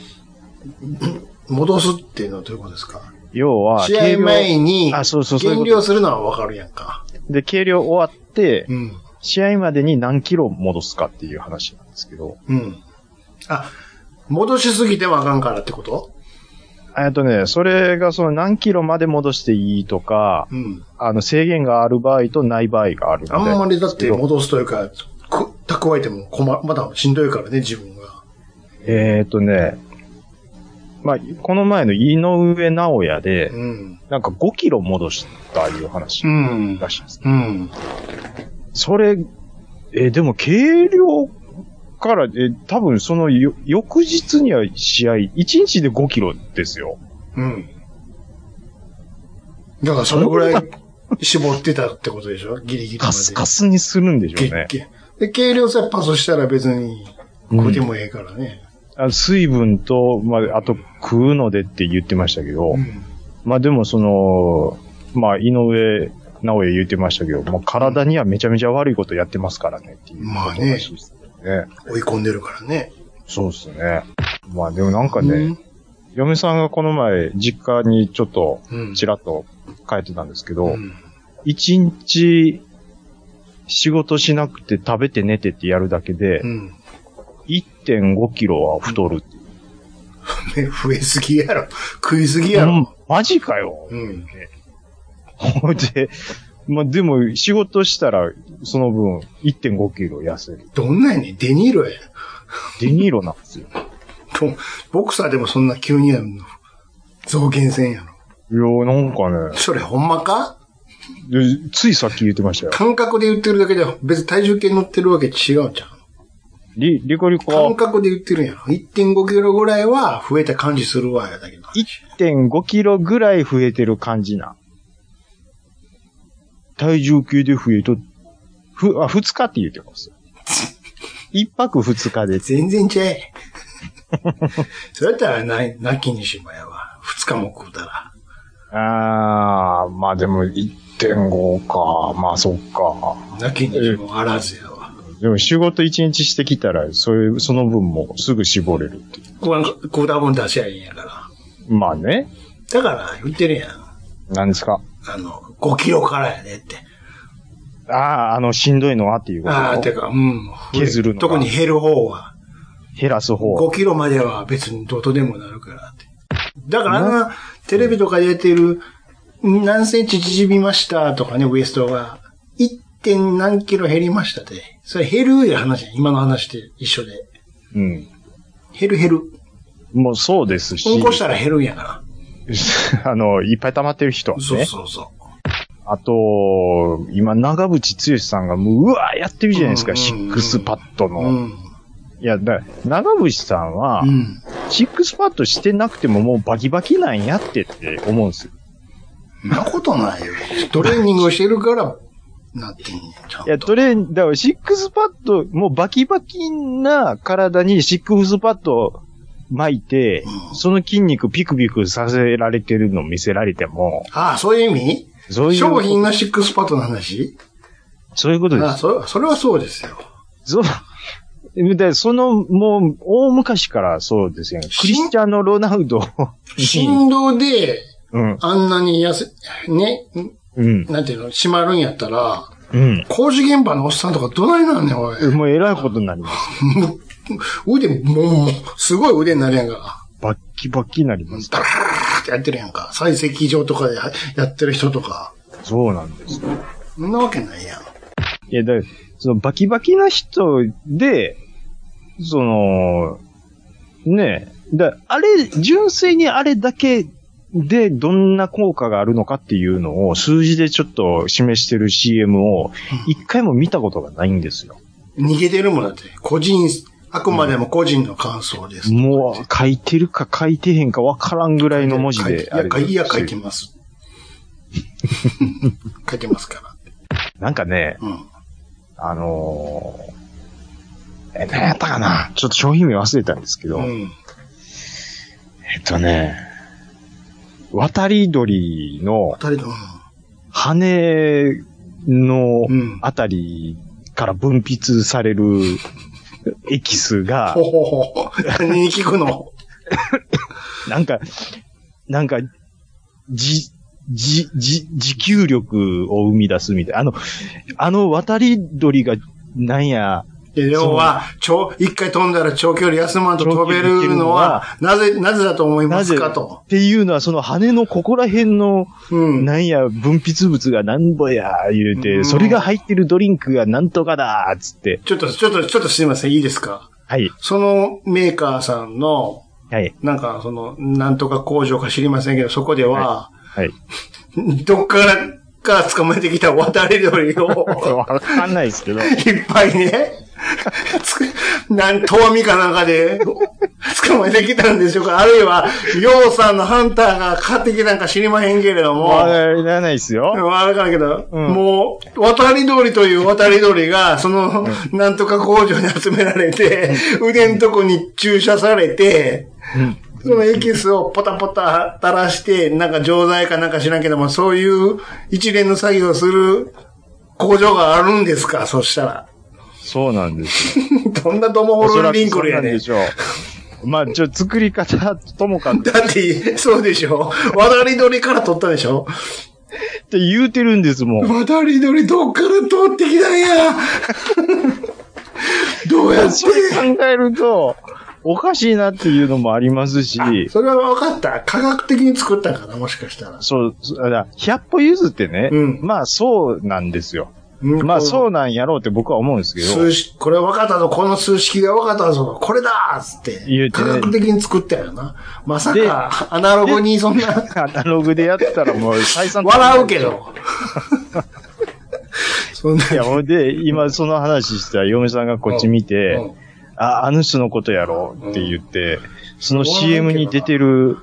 Speaker 4: 戻すっていうのはどういうことですか
Speaker 3: 要は、
Speaker 4: 試合前に
Speaker 3: あ、そうそう、そういう
Speaker 4: 減
Speaker 3: こ
Speaker 4: 量
Speaker 3: と。
Speaker 4: するのはわかるやんか。
Speaker 3: で、計量終わって、
Speaker 4: うん。
Speaker 3: 試合までに何キロ戻すかっていう話なんですけど、
Speaker 4: うん。あ、戻しすぎてもあかんからってこと
Speaker 3: えっとね、それがその何キロまで戻していいとか、
Speaker 4: うん。
Speaker 3: あの制限がある場合とない場合があるので。
Speaker 4: あんまりだって戻すというか、く蓄えても困、まだしんどいからね、自分が。
Speaker 3: えっ、とね、まあ、この前の井上直也で、
Speaker 4: うん。
Speaker 3: なんか5キロ戻したいう話
Speaker 4: うん
Speaker 3: らしいです。
Speaker 4: うん。
Speaker 3: それ、えーでも軽量から、えー多分そのよ翌日には試合、1日で5キロですよ。
Speaker 4: うん。だからそれぐらい絞ってたってことで しょギリギリまで。
Speaker 3: カスカスにするんでしょうね。
Speaker 4: げっげで、軽量さえパスしたら別に食うてもええからね。
Speaker 3: あ水分と、まあ、あと食うのでって言ってましたけど、
Speaker 4: うん
Speaker 3: まあでもその、まあ井上直江言ってましたけど、まあ体にはめちゃめちゃ悪いことやってますからねっていう
Speaker 4: まあ
Speaker 3: こと
Speaker 4: ね
Speaker 3: らしいですね。
Speaker 4: 追い込んでるからね。
Speaker 3: そうですね。まあでもなんかね、
Speaker 4: うん
Speaker 3: 嫁さんがこの前実家にちょっと
Speaker 4: うん
Speaker 3: ちらっと帰ってたんですけど
Speaker 4: う、ん
Speaker 3: 一、日仕事しなくて食べて寝てってやるだけで、
Speaker 4: うん。
Speaker 3: 1.5キロは太るっていう。
Speaker 4: ね増えすぎやろ。食いすぎや
Speaker 3: う
Speaker 4: ろ。
Speaker 3: んマジかよ。
Speaker 4: うん。
Speaker 3: ほい で、まあでも仕事したらその分1.5キロ痩せる。
Speaker 4: どんなんやねんデニーロや。
Speaker 3: デニーロなんですよ。
Speaker 4: とボクサーでもそんな急にやんの。増減戦やろ。
Speaker 3: いやーなんかね
Speaker 4: それほんまか
Speaker 3: で、ついさっき言ってましたよ。
Speaker 4: 感覚で言ってるだけじゃ、別に体重計乗ってるわけ違うじゃん。
Speaker 3: リ、リコリ
Speaker 4: 感
Speaker 3: コ、
Speaker 4: 覚で言ってるんやろ。1.5キロぐらいは増えた感じするわ、やだけど。
Speaker 3: 1.5キロぐらい増えてる感じな。体重計で増えと、ふ、あ、二日って言ってますよ。一泊二日で。
Speaker 4: 全然ちゃえ。 それやったらな、なきにしもやわ。二日も食うたら。
Speaker 3: あー、まあでも1.5か。まあそっか。
Speaker 4: なきにしもあらずやわ。
Speaker 3: でも仕事一日してきたら、そういう、その分もすぐ絞れるってい
Speaker 4: 食わん、食うた分出しゃいいんやから。
Speaker 3: う。まあね。
Speaker 4: だから、言ってるやん。
Speaker 3: なんですか。
Speaker 4: あの、5キロからやでって。
Speaker 3: ああ、あの、しんどいのはっていうこと。
Speaker 4: ああ、てか、うん。
Speaker 3: 削るのが
Speaker 4: 特に減る方は。
Speaker 3: 減らす方は。
Speaker 4: 5キロまでは別にどうとでもなるからって。だから、あんなテレビとかでやってる、何センチ縮みましたとかね、ウエストが、1. 点何キロ減りましたって。それ減るや話やん今の話で一緒で。
Speaker 3: うん。
Speaker 4: 減る減る。
Speaker 3: もうそうですし、
Speaker 4: うんこしたら減るんやか
Speaker 3: あの、いっぱい溜まってる人は
Speaker 4: ら。
Speaker 3: ね。
Speaker 4: そうそうそう。
Speaker 3: あと、今、長渕剛さんがもう、うわーやってるじゃないですか、
Speaker 4: うんうん
Speaker 3: シ
Speaker 4: うん
Speaker 3: ックスパッドの。
Speaker 4: うん。
Speaker 3: いや、だ長渕さんは、
Speaker 4: うん。
Speaker 3: シックスパッドしてなくてももうバキバキなんやってって思うんですよ。
Speaker 4: そんなことないよ。トレーニングをしてるから、なってんねんちゃん
Speaker 3: いや、
Speaker 4: と。
Speaker 3: とりあえず、だからシックスパッド、もうバキバキな体にシックスパッド巻いて、
Speaker 4: うん
Speaker 3: その筋肉ピクピクさせられてるの見せられても、
Speaker 4: ああ、そういう意
Speaker 3: そう
Speaker 4: 味
Speaker 3: いう
Speaker 4: 商、品のシックスパッドの話
Speaker 3: そういうことです
Speaker 4: ああ。そ、それはそうですよ。
Speaker 3: そう。で、その、もう、大昔からそうですよね。クリスチャーノ・ロナウドに、
Speaker 4: 振動で、
Speaker 3: うん、
Speaker 4: あんなに痩せ、ね、
Speaker 3: うん、
Speaker 4: なんていうの、閉まるんやったら、
Speaker 3: うん。
Speaker 4: 工事現場のおっさんとかどないなんねん、おい。
Speaker 3: もう偉いことになります。
Speaker 4: 腕、もう、すごい腕になるやんか。
Speaker 3: バッキバキになります。
Speaker 4: ダラーってやってるやんか。採石場とかでややってる人とか。
Speaker 3: そうなんです。
Speaker 4: そんなわけないやん。
Speaker 3: いや、だからそのバキバキな人で、その、ねえ、だあれ、純粋にあれだけでどんな効果があるのかっていうのを数字でちょっと示してる CM を一回も見たことがないんですよ。
Speaker 4: 逃げてるもんだって。個人、あくまでも個人の感想です。
Speaker 3: もう書いてるか書いてへんかわからんぐらいの文字で。
Speaker 4: 書いていや、書いいや書いて
Speaker 3: る。
Speaker 4: ます。 書いてますか
Speaker 3: なんかね、
Speaker 4: ら。うん。
Speaker 3: あのー、え、何やったかなちょっと商品名忘れたんですけど、
Speaker 4: うん。
Speaker 3: えっとね、渡り鳥の
Speaker 4: 二人と、
Speaker 3: 羽の
Speaker 4: うん。
Speaker 3: あたりから分泌されるエキスが
Speaker 4: ほ、ほほ。何に聞くの
Speaker 3: なんか、なんか、じ、じ、じ、持久力を生み出すみたいな。あの、あの渡り鳥が、なんや、
Speaker 4: いや要は、長、一回飛んだら長距離休まんと飛べるのは、なぜ、なぜだと思いま
Speaker 3: な
Speaker 4: す
Speaker 3: ぜ、
Speaker 4: かと。
Speaker 3: っていうのは、その羽のここら辺の、
Speaker 4: うん。
Speaker 3: なんや、分泌物がなんぼや、言う
Speaker 4: う
Speaker 3: て、
Speaker 4: ん
Speaker 3: それが入ってるドリンクがなんとかだ、つって。
Speaker 4: ちょっと、ちょっと、ちょっとすいません、いいですか
Speaker 3: はい、
Speaker 4: そのメーカーさんの、
Speaker 3: はい、
Speaker 4: なんか、その、なんとか工場か知りませんけど、そこでは、
Speaker 3: はい。
Speaker 4: どっからか捕まえてきた渡り鳥を、
Speaker 3: わかんないですけど。
Speaker 4: いっぱいね、つくなん、とわみかなんかで、捕まえてきたんでしょうかあるいは、ようさんのハンターが買ってきたんか知りまへんけれども。
Speaker 3: わからないですよ。
Speaker 4: わからんけど、
Speaker 3: うん
Speaker 4: もう、渡り鳥という渡り鳥が、その、なんとか工場に集められて、腕のとこに注射されて、そのエキスをポタポタ垂らして、なんか錠剤かなんか知らんけども、そういう一連の作業をする工場があるんですかそしたら。
Speaker 3: そうなんです。
Speaker 4: どんなドモ
Speaker 3: お
Speaker 4: ホ
Speaker 3: そ
Speaker 4: ル
Speaker 3: ら
Speaker 4: ンリ
Speaker 3: く
Speaker 4: ンク
Speaker 3: そう
Speaker 4: ル
Speaker 3: な
Speaker 4: や
Speaker 3: ん
Speaker 4: ね
Speaker 3: で
Speaker 4: ん
Speaker 3: しょう。まあ、ちょ、作り方ともかく
Speaker 4: だって、そうでしょ渡り鳥から取ったでしょ
Speaker 3: って言うてるんですもん。
Speaker 4: 渡り鳥どっから通ってきたん やどうやって
Speaker 3: それ考えると、おかしいなっていうのもありますし、
Speaker 4: それは分かった。科学的に作ったんかな、もしかしたら。
Speaker 3: そう、そうだから百歩譲ってね、
Speaker 4: うん
Speaker 3: まあそうなんですよ。まあ
Speaker 4: う
Speaker 3: そ
Speaker 4: ん。
Speaker 3: うなんやろうって僕は思うんですけど、
Speaker 4: 数式、これ分かったぞ、この数式が分かったぞ、これだーっつって。
Speaker 3: 言うて
Speaker 4: 科
Speaker 3: ね
Speaker 4: 学的に作ったんやな。まさ
Speaker 3: で
Speaker 4: か、アナログにそんな、
Speaker 3: アナログでやったらもう再三
Speaker 4: 笑うけ。ど。 そんな。
Speaker 3: いや、ほんで、今その話した嫁さんがこっち見て、
Speaker 4: うん
Speaker 3: あ、あの人のことやろって言って、その
Speaker 4: すごい
Speaker 3: CM に出てる、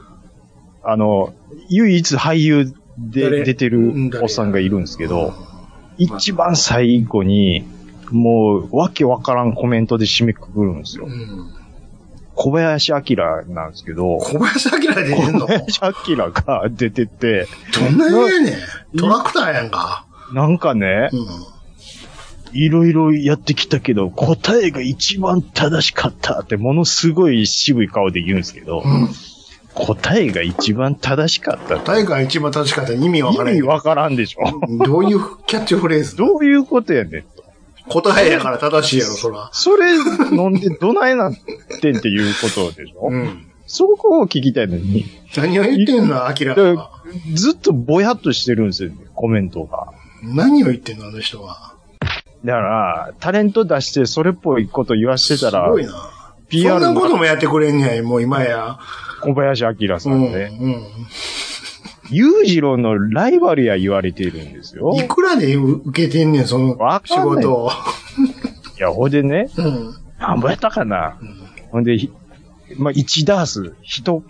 Speaker 3: あの、唯一俳優で
Speaker 4: 誰
Speaker 3: 出て
Speaker 4: うん
Speaker 3: る
Speaker 4: 誰
Speaker 3: おっさんがいるんですけど、一番最後に、もう、わけわからんコメントで締めくくるんですよ
Speaker 4: う。ん
Speaker 3: 小林明なんですけど、
Speaker 4: 小林明出てん
Speaker 3: 小
Speaker 4: の
Speaker 3: 林明が出てて、
Speaker 4: どんな夢やねん。トラクターやんか。
Speaker 3: なんかね
Speaker 4: う、ん。
Speaker 3: いろいろやってきたけど、答えが一番正しかったって、ものすごい渋い顔で言うんですけど、
Speaker 4: うん。
Speaker 3: 答えが一番正しかったって
Speaker 4: 大会一番確かった意味分から
Speaker 3: 意味。
Speaker 4: ん
Speaker 3: わからんでしょ
Speaker 4: どういうキャッチフレー ズ
Speaker 3: どういうことやねん。
Speaker 4: 答えやから正しいやろ、そら。
Speaker 3: それ飲んでどないなってんっていうことでしょ、
Speaker 4: うん。
Speaker 3: そこを聞きたいのに、
Speaker 4: 何を言ってんの、アキラ
Speaker 3: だ
Speaker 4: が
Speaker 3: か。らずっとぼやっとしてるんですよね、コメントが。
Speaker 4: 何を言ってんの、あの人は。
Speaker 3: だから、タレント出してそれっぽいこと言わしてたら
Speaker 4: す、ごいな。そん
Speaker 3: PR
Speaker 4: なこと
Speaker 3: の
Speaker 4: もやってくれんねや、もう今や。
Speaker 3: 小林明
Speaker 4: う
Speaker 3: さ
Speaker 4: ん。
Speaker 3: ん
Speaker 4: う
Speaker 3: で、
Speaker 4: ん。
Speaker 3: 裕次郎のライバルや言われているんですよ。
Speaker 4: い
Speaker 3: い
Speaker 4: くらで受けてんねん、その
Speaker 3: わ
Speaker 4: 仕
Speaker 3: かんない
Speaker 4: 事を。
Speaker 3: や、ほんでね、
Speaker 4: うん。
Speaker 3: なんぼやったかな。ほんで、ひまあ、1ダース、1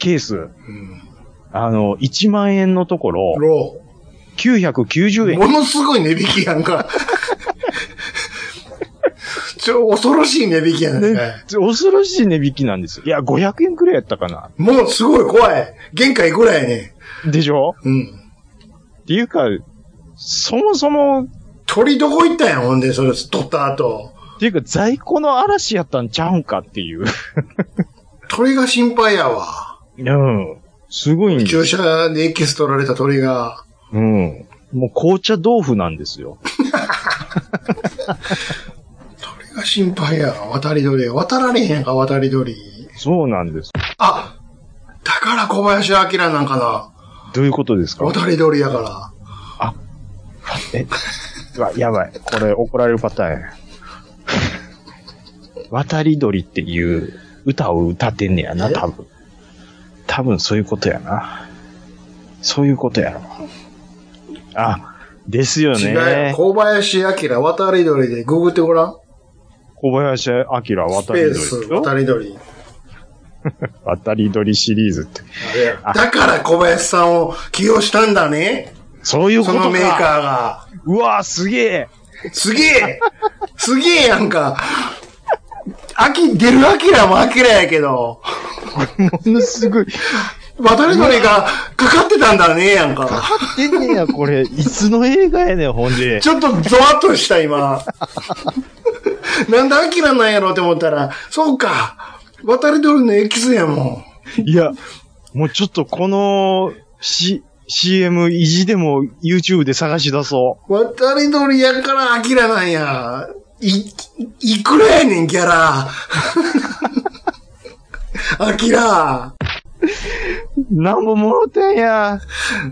Speaker 3: ケース、
Speaker 4: うん。
Speaker 3: あの、1万円のところ、
Speaker 4: ロ
Speaker 3: 990
Speaker 4: ー。
Speaker 3: 円。
Speaker 4: ものすごい値引きやん か。ちょ、恐ろしい値引きやんか。
Speaker 3: 恐ろしい値引きなんですよ。いや、500円くらいやったかな。
Speaker 4: もうすごい怖い。限界いくらやね
Speaker 3: でしょ
Speaker 4: ん。うん。
Speaker 3: っていうか、そもそも、っ
Speaker 4: 鳥どこ行ったんや、ほんで、それ取った後。
Speaker 3: ていうか在庫の嵐やったんちゃうんかっていう。
Speaker 4: 鳥が心配やわ。
Speaker 3: うん。すごいんです
Speaker 4: 注射でエキス取られた鳥が、
Speaker 3: うん。もう紅茶豆腐なんですよ。
Speaker 4: 鳥が心配や、渡り鳥。渡られへんか、渡り鳥。
Speaker 3: そうなんです。
Speaker 4: あだから小林明なんか
Speaker 3: どういうことです
Speaker 4: な。
Speaker 3: か
Speaker 4: 渡り鳥やから。
Speaker 3: え、うわ、やばい。これ怒られるパターンや。 渡り鳥っていう歌を歌ってんねやな、
Speaker 4: え
Speaker 3: 多分。多分そういうことやな。そういうことやろ。あ、ですよ
Speaker 4: 違う
Speaker 3: ね
Speaker 4: よ。。小林明、渡り鳥でググってごらん。
Speaker 3: 小林明渡り
Speaker 4: スペ
Speaker 3: 鳥
Speaker 4: ー
Speaker 3: で
Speaker 4: ス
Speaker 3: す、よ
Speaker 4: 渡。り鳥。
Speaker 3: 渡り鳥シリーズって。
Speaker 4: あれやだから小林さんを起用したんだね。
Speaker 3: そういうこ
Speaker 4: そ
Speaker 3: とか。
Speaker 4: のメーカーが。
Speaker 3: うわすげえ。
Speaker 4: すげえすげえやんか。秋、出る明も明やけど、
Speaker 3: ものすごい。
Speaker 4: 渡り鳥がかかってたんだね、やんか。
Speaker 3: でねや、これ。いつの映画やねん、ほんで。
Speaker 4: ちょっとゾワッとした、 今。なんでアキラなんやろうって思ったら、そうか、渡り鳥のエキスやも
Speaker 3: いや、もうちょっとこの、C、CM 意地でも YouTube で探し出そ
Speaker 4: ん。渡り鳥やからアキラなんや。い、いくらやねん、ギャラ。 アキラ。
Speaker 3: う。なんぼもろてんや。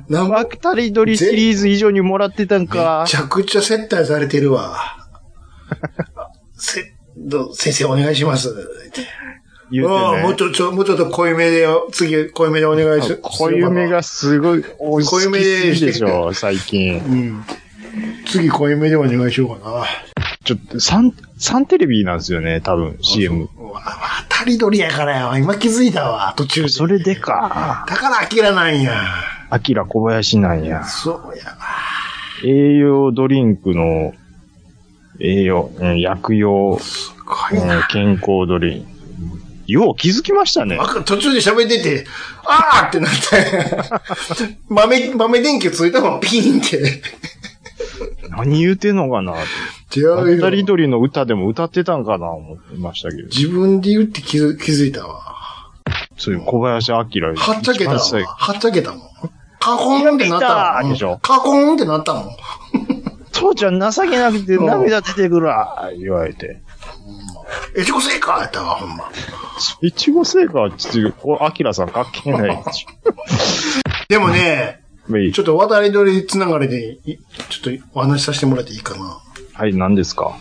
Speaker 4: なん
Speaker 3: ワ
Speaker 4: か
Speaker 3: クタリドリシリーズ以上にもらってたんか
Speaker 4: め。ちゃくちゃ接待されてる わ。せ、ど先生お願いします。
Speaker 3: 言う
Speaker 4: うんもう
Speaker 3: て
Speaker 4: ちょ、ちょ、もうちょっと濃いめでよ、次、濃いめでお願いし
Speaker 3: ね
Speaker 4: ます。。
Speaker 3: 濃いめがすごい、おいし
Speaker 4: 濃いめで
Speaker 3: いでしょ、最近。
Speaker 4: うん。次、濃いめでお願いしようかな。
Speaker 3: ちょっと、サン、サンテレビなんですよね、多分、CM。
Speaker 4: うわ当たり鳥やからやわ。今気づいたわ、途中で。
Speaker 3: それでか。
Speaker 4: だから、アキラなんや。
Speaker 3: アキラ小林なんや。
Speaker 4: そうやわ。
Speaker 3: 栄養ドリンクの、栄養、うん、薬用、
Speaker 4: すご
Speaker 3: う
Speaker 4: い
Speaker 3: ん
Speaker 4: な。
Speaker 3: 健康ドリンク。よう気づきましたね
Speaker 4: わ。か途中で喋ってて、あーってなって、 豆、豆電球ついたもん、ピーンって。
Speaker 3: 何言うてんのかな。
Speaker 4: 違う
Speaker 3: 二人
Speaker 4: よ。
Speaker 3: 鳥の歌でも歌ってたんかな、思ってましたけど。
Speaker 4: 自分で言って気づ気づいたわ。
Speaker 3: そういう小林明。
Speaker 4: はっちゃけたわ。
Speaker 3: 一番最後
Speaker 4: はっちゃけたもん。カコーンってなったもん。
Speaker 3: でしょ
Speaker 4: カコーンってなったもん。
Speaker 3: 父ちゃん情けなくて涙出てくるわ、言われて。
Speaker 4: えちこせいかやったわ、ほんま。
Speaker 3: いちご製菓はちょっと、こう、アキラさん関係ないでし
Speaker 4: でもね、
Speaker 3: ょいい
Speaker 4: ちょっと渡り鳥つながりで、いちょっとお話しさせてもらっていいかな。
Speaker 3: はい、何ですか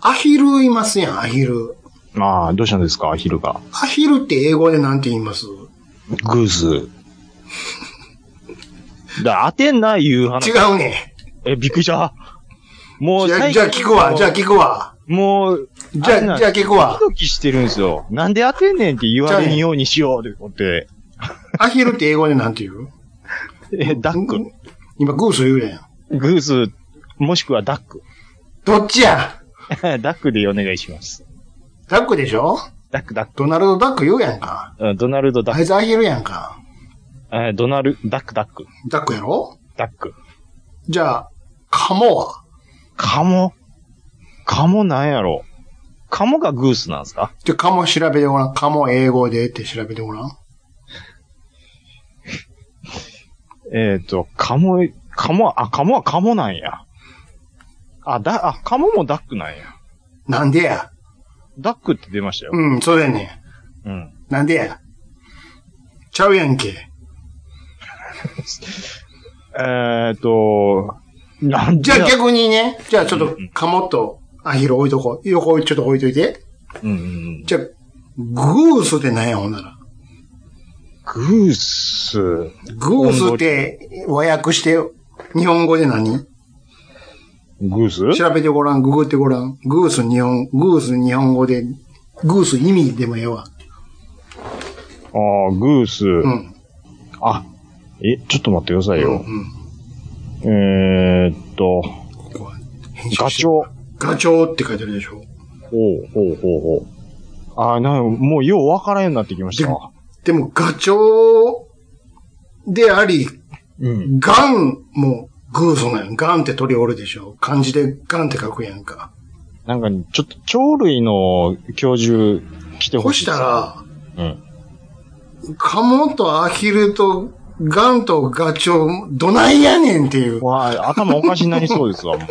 Speaker 4: アヒルいますやん、アヒル。
Speaker 3: まあ、どうしたんですかアヒルが。
Speaker 4: アヒルって英語でなんて言います
Speaker 3: グーズ。だ、当てんな、いう
Speaker 4: 違
Speaker 3: 話。
Speaker 4: うね。
Speaker 3: え、びっくりした。もう、
Speaker 4: じゃあ
Speaker 3: 最
Speaker 4: じゃ
Speaker 3: 近
Speaker 4: あ聞くわ、じゃあ聞くわ。
Speaker 3: もう、
Speaker 4: じゃ
Speaker 3: れな
Speaker 4: あ、じゃあ聞く
Speaker 3: ド
Speaker 4: わ
Speaker 3: キ。ドキしてるんですよ。なんで当てんねんって言われんようにしようって思って。
Speaker 4: アヒルって英語でなんて言う
Speaker 3: え、ダック。
Speaker 4: 今、グース言うやん。
Speaker 3: グーズ、もしくはダック。
Speaker 4: どっちや
Speaker 3: ダックでお願いします。
Speaker 4: ダックでしょ
Speaker 3: ダック、ダック
Speaker 4: ドナルド・ダック言うやんか。
Speaker 3: うん。ドナルド、ダッ
Speaker 4: あいつアヒルやんか。
Speaker 3: ク。えードナル、ダック、ダック。
Speaker 4: ダックやろ
Speaker 3: ダック。
Speaker 4: じゃあ、カモは
Speaker 3: カモ。カモなんやろ。カモがグースなんですか
Speaker 4: じゃあ、カモ調べてごらん。カモ英語でって調べてごらん。
Speaker 3: えっ、と、カモ、カモ、あ、カモはカモなんや。あ、だ、あ、カモもダックなんや。
Speaker 4: なんでや
Speaker 3: ダックって出ましたよ。
Speaker 4: うん、そうだよね。
Speaker 3: うん。
Speaker 4: なんでやちゃうやんけ。
Speaker 3: えっ、と、なん
Speaker 4: じ
Speaker 3: じ
Speaker 4: ゃ
Speaker 3: ゃ
Speaker 4: あ逆にね、じゃあちょっとカモとアヒル置いとこう。横ちょっと置いといて。
Speaker 3: うんうん、
Speaker 4: じゃあ、グースって何やほんなら。
Speaker 3: グース。
Speaker 4: グースって和訳して、日本語で何
Speaker 3: グース
Speaker 4: 調べてごらん、ググってごらん。グース日本、グース日本語で、グース意味でもええわ。
Speaker 3: ああ、グース、
Speaker 4: うん。
Speaker 3: あ、え、ちょっと待ってください
Speaker 4: うん。う
Speaker 3: よ。
Speaker 4: ん。
Speaker 3: えーっと、
Speaker 4: ここは編集
Speaker 3: ガ
Speaker 4: し
Speaker 3: チョウ。
Speaker 4: ガチョウって書いてあるでしょ。
Speaker 3: ほうほうほうほう。ああ、なんかもうようわからんようになってきましたわ。
Speaker 4: でも、ガチョウであり、
Speaker 3: うん。
Speaker 4: ガンもグースなんやガンって鳥おるでしょ。漢字でガンって書くやんか。
Speaker 3: なんか、ちょっと鳥類の教授来て
Speaker 4: そ
Speaker 3: ほしい。
Speaker 4: した、ら、
Speaker 3: うん。
Speaker 4: カモとアヒルとガンとガチョウ、どないやねんっていう。っ
Speaker 3: わあ、頭おかしになりそうですわ、もう。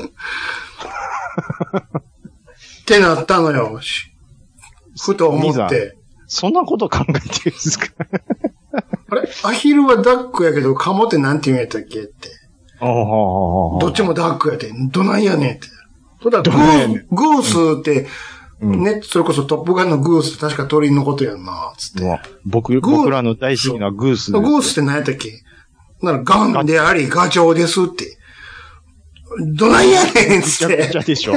Speaker 4: てなったのよ。しふと思
Speaker 3: 兄さ
Speaker 4: っ
Speaker 3: ん
Speaker 4: て。
Speaker 3: そんなこと考えてるんですか
Speaker 4: あれアヒルはダックやけど、カモってなんて言うんやったっけって。
Speaker 3: ああ、ああ、ああ
Speaker 4: どっちもダックやって、どないやねんって。そだ、グ
Speaker 3: どないやね
Speaker 4: ーグースって、
Speaker 3: うん
Speaker 4: ね、それこそトップガンのグースって確か鳥のことやんな、つって。
Speaker 3: もう僕、
Speaker 4: グー
Speaker 3: 僕らの大好きなグースです。
Speaker 4: グースって何やったっけなら、ガンであり、ガチョウですって。どないやねんっ
Speaker 3: ぐち
Speaker 4: つ
Speaker 3: ゃ
Speaker 4: っ
Speaker 3: ぐち
Speaker 4: て。
Speaker 3: ゃでしょ。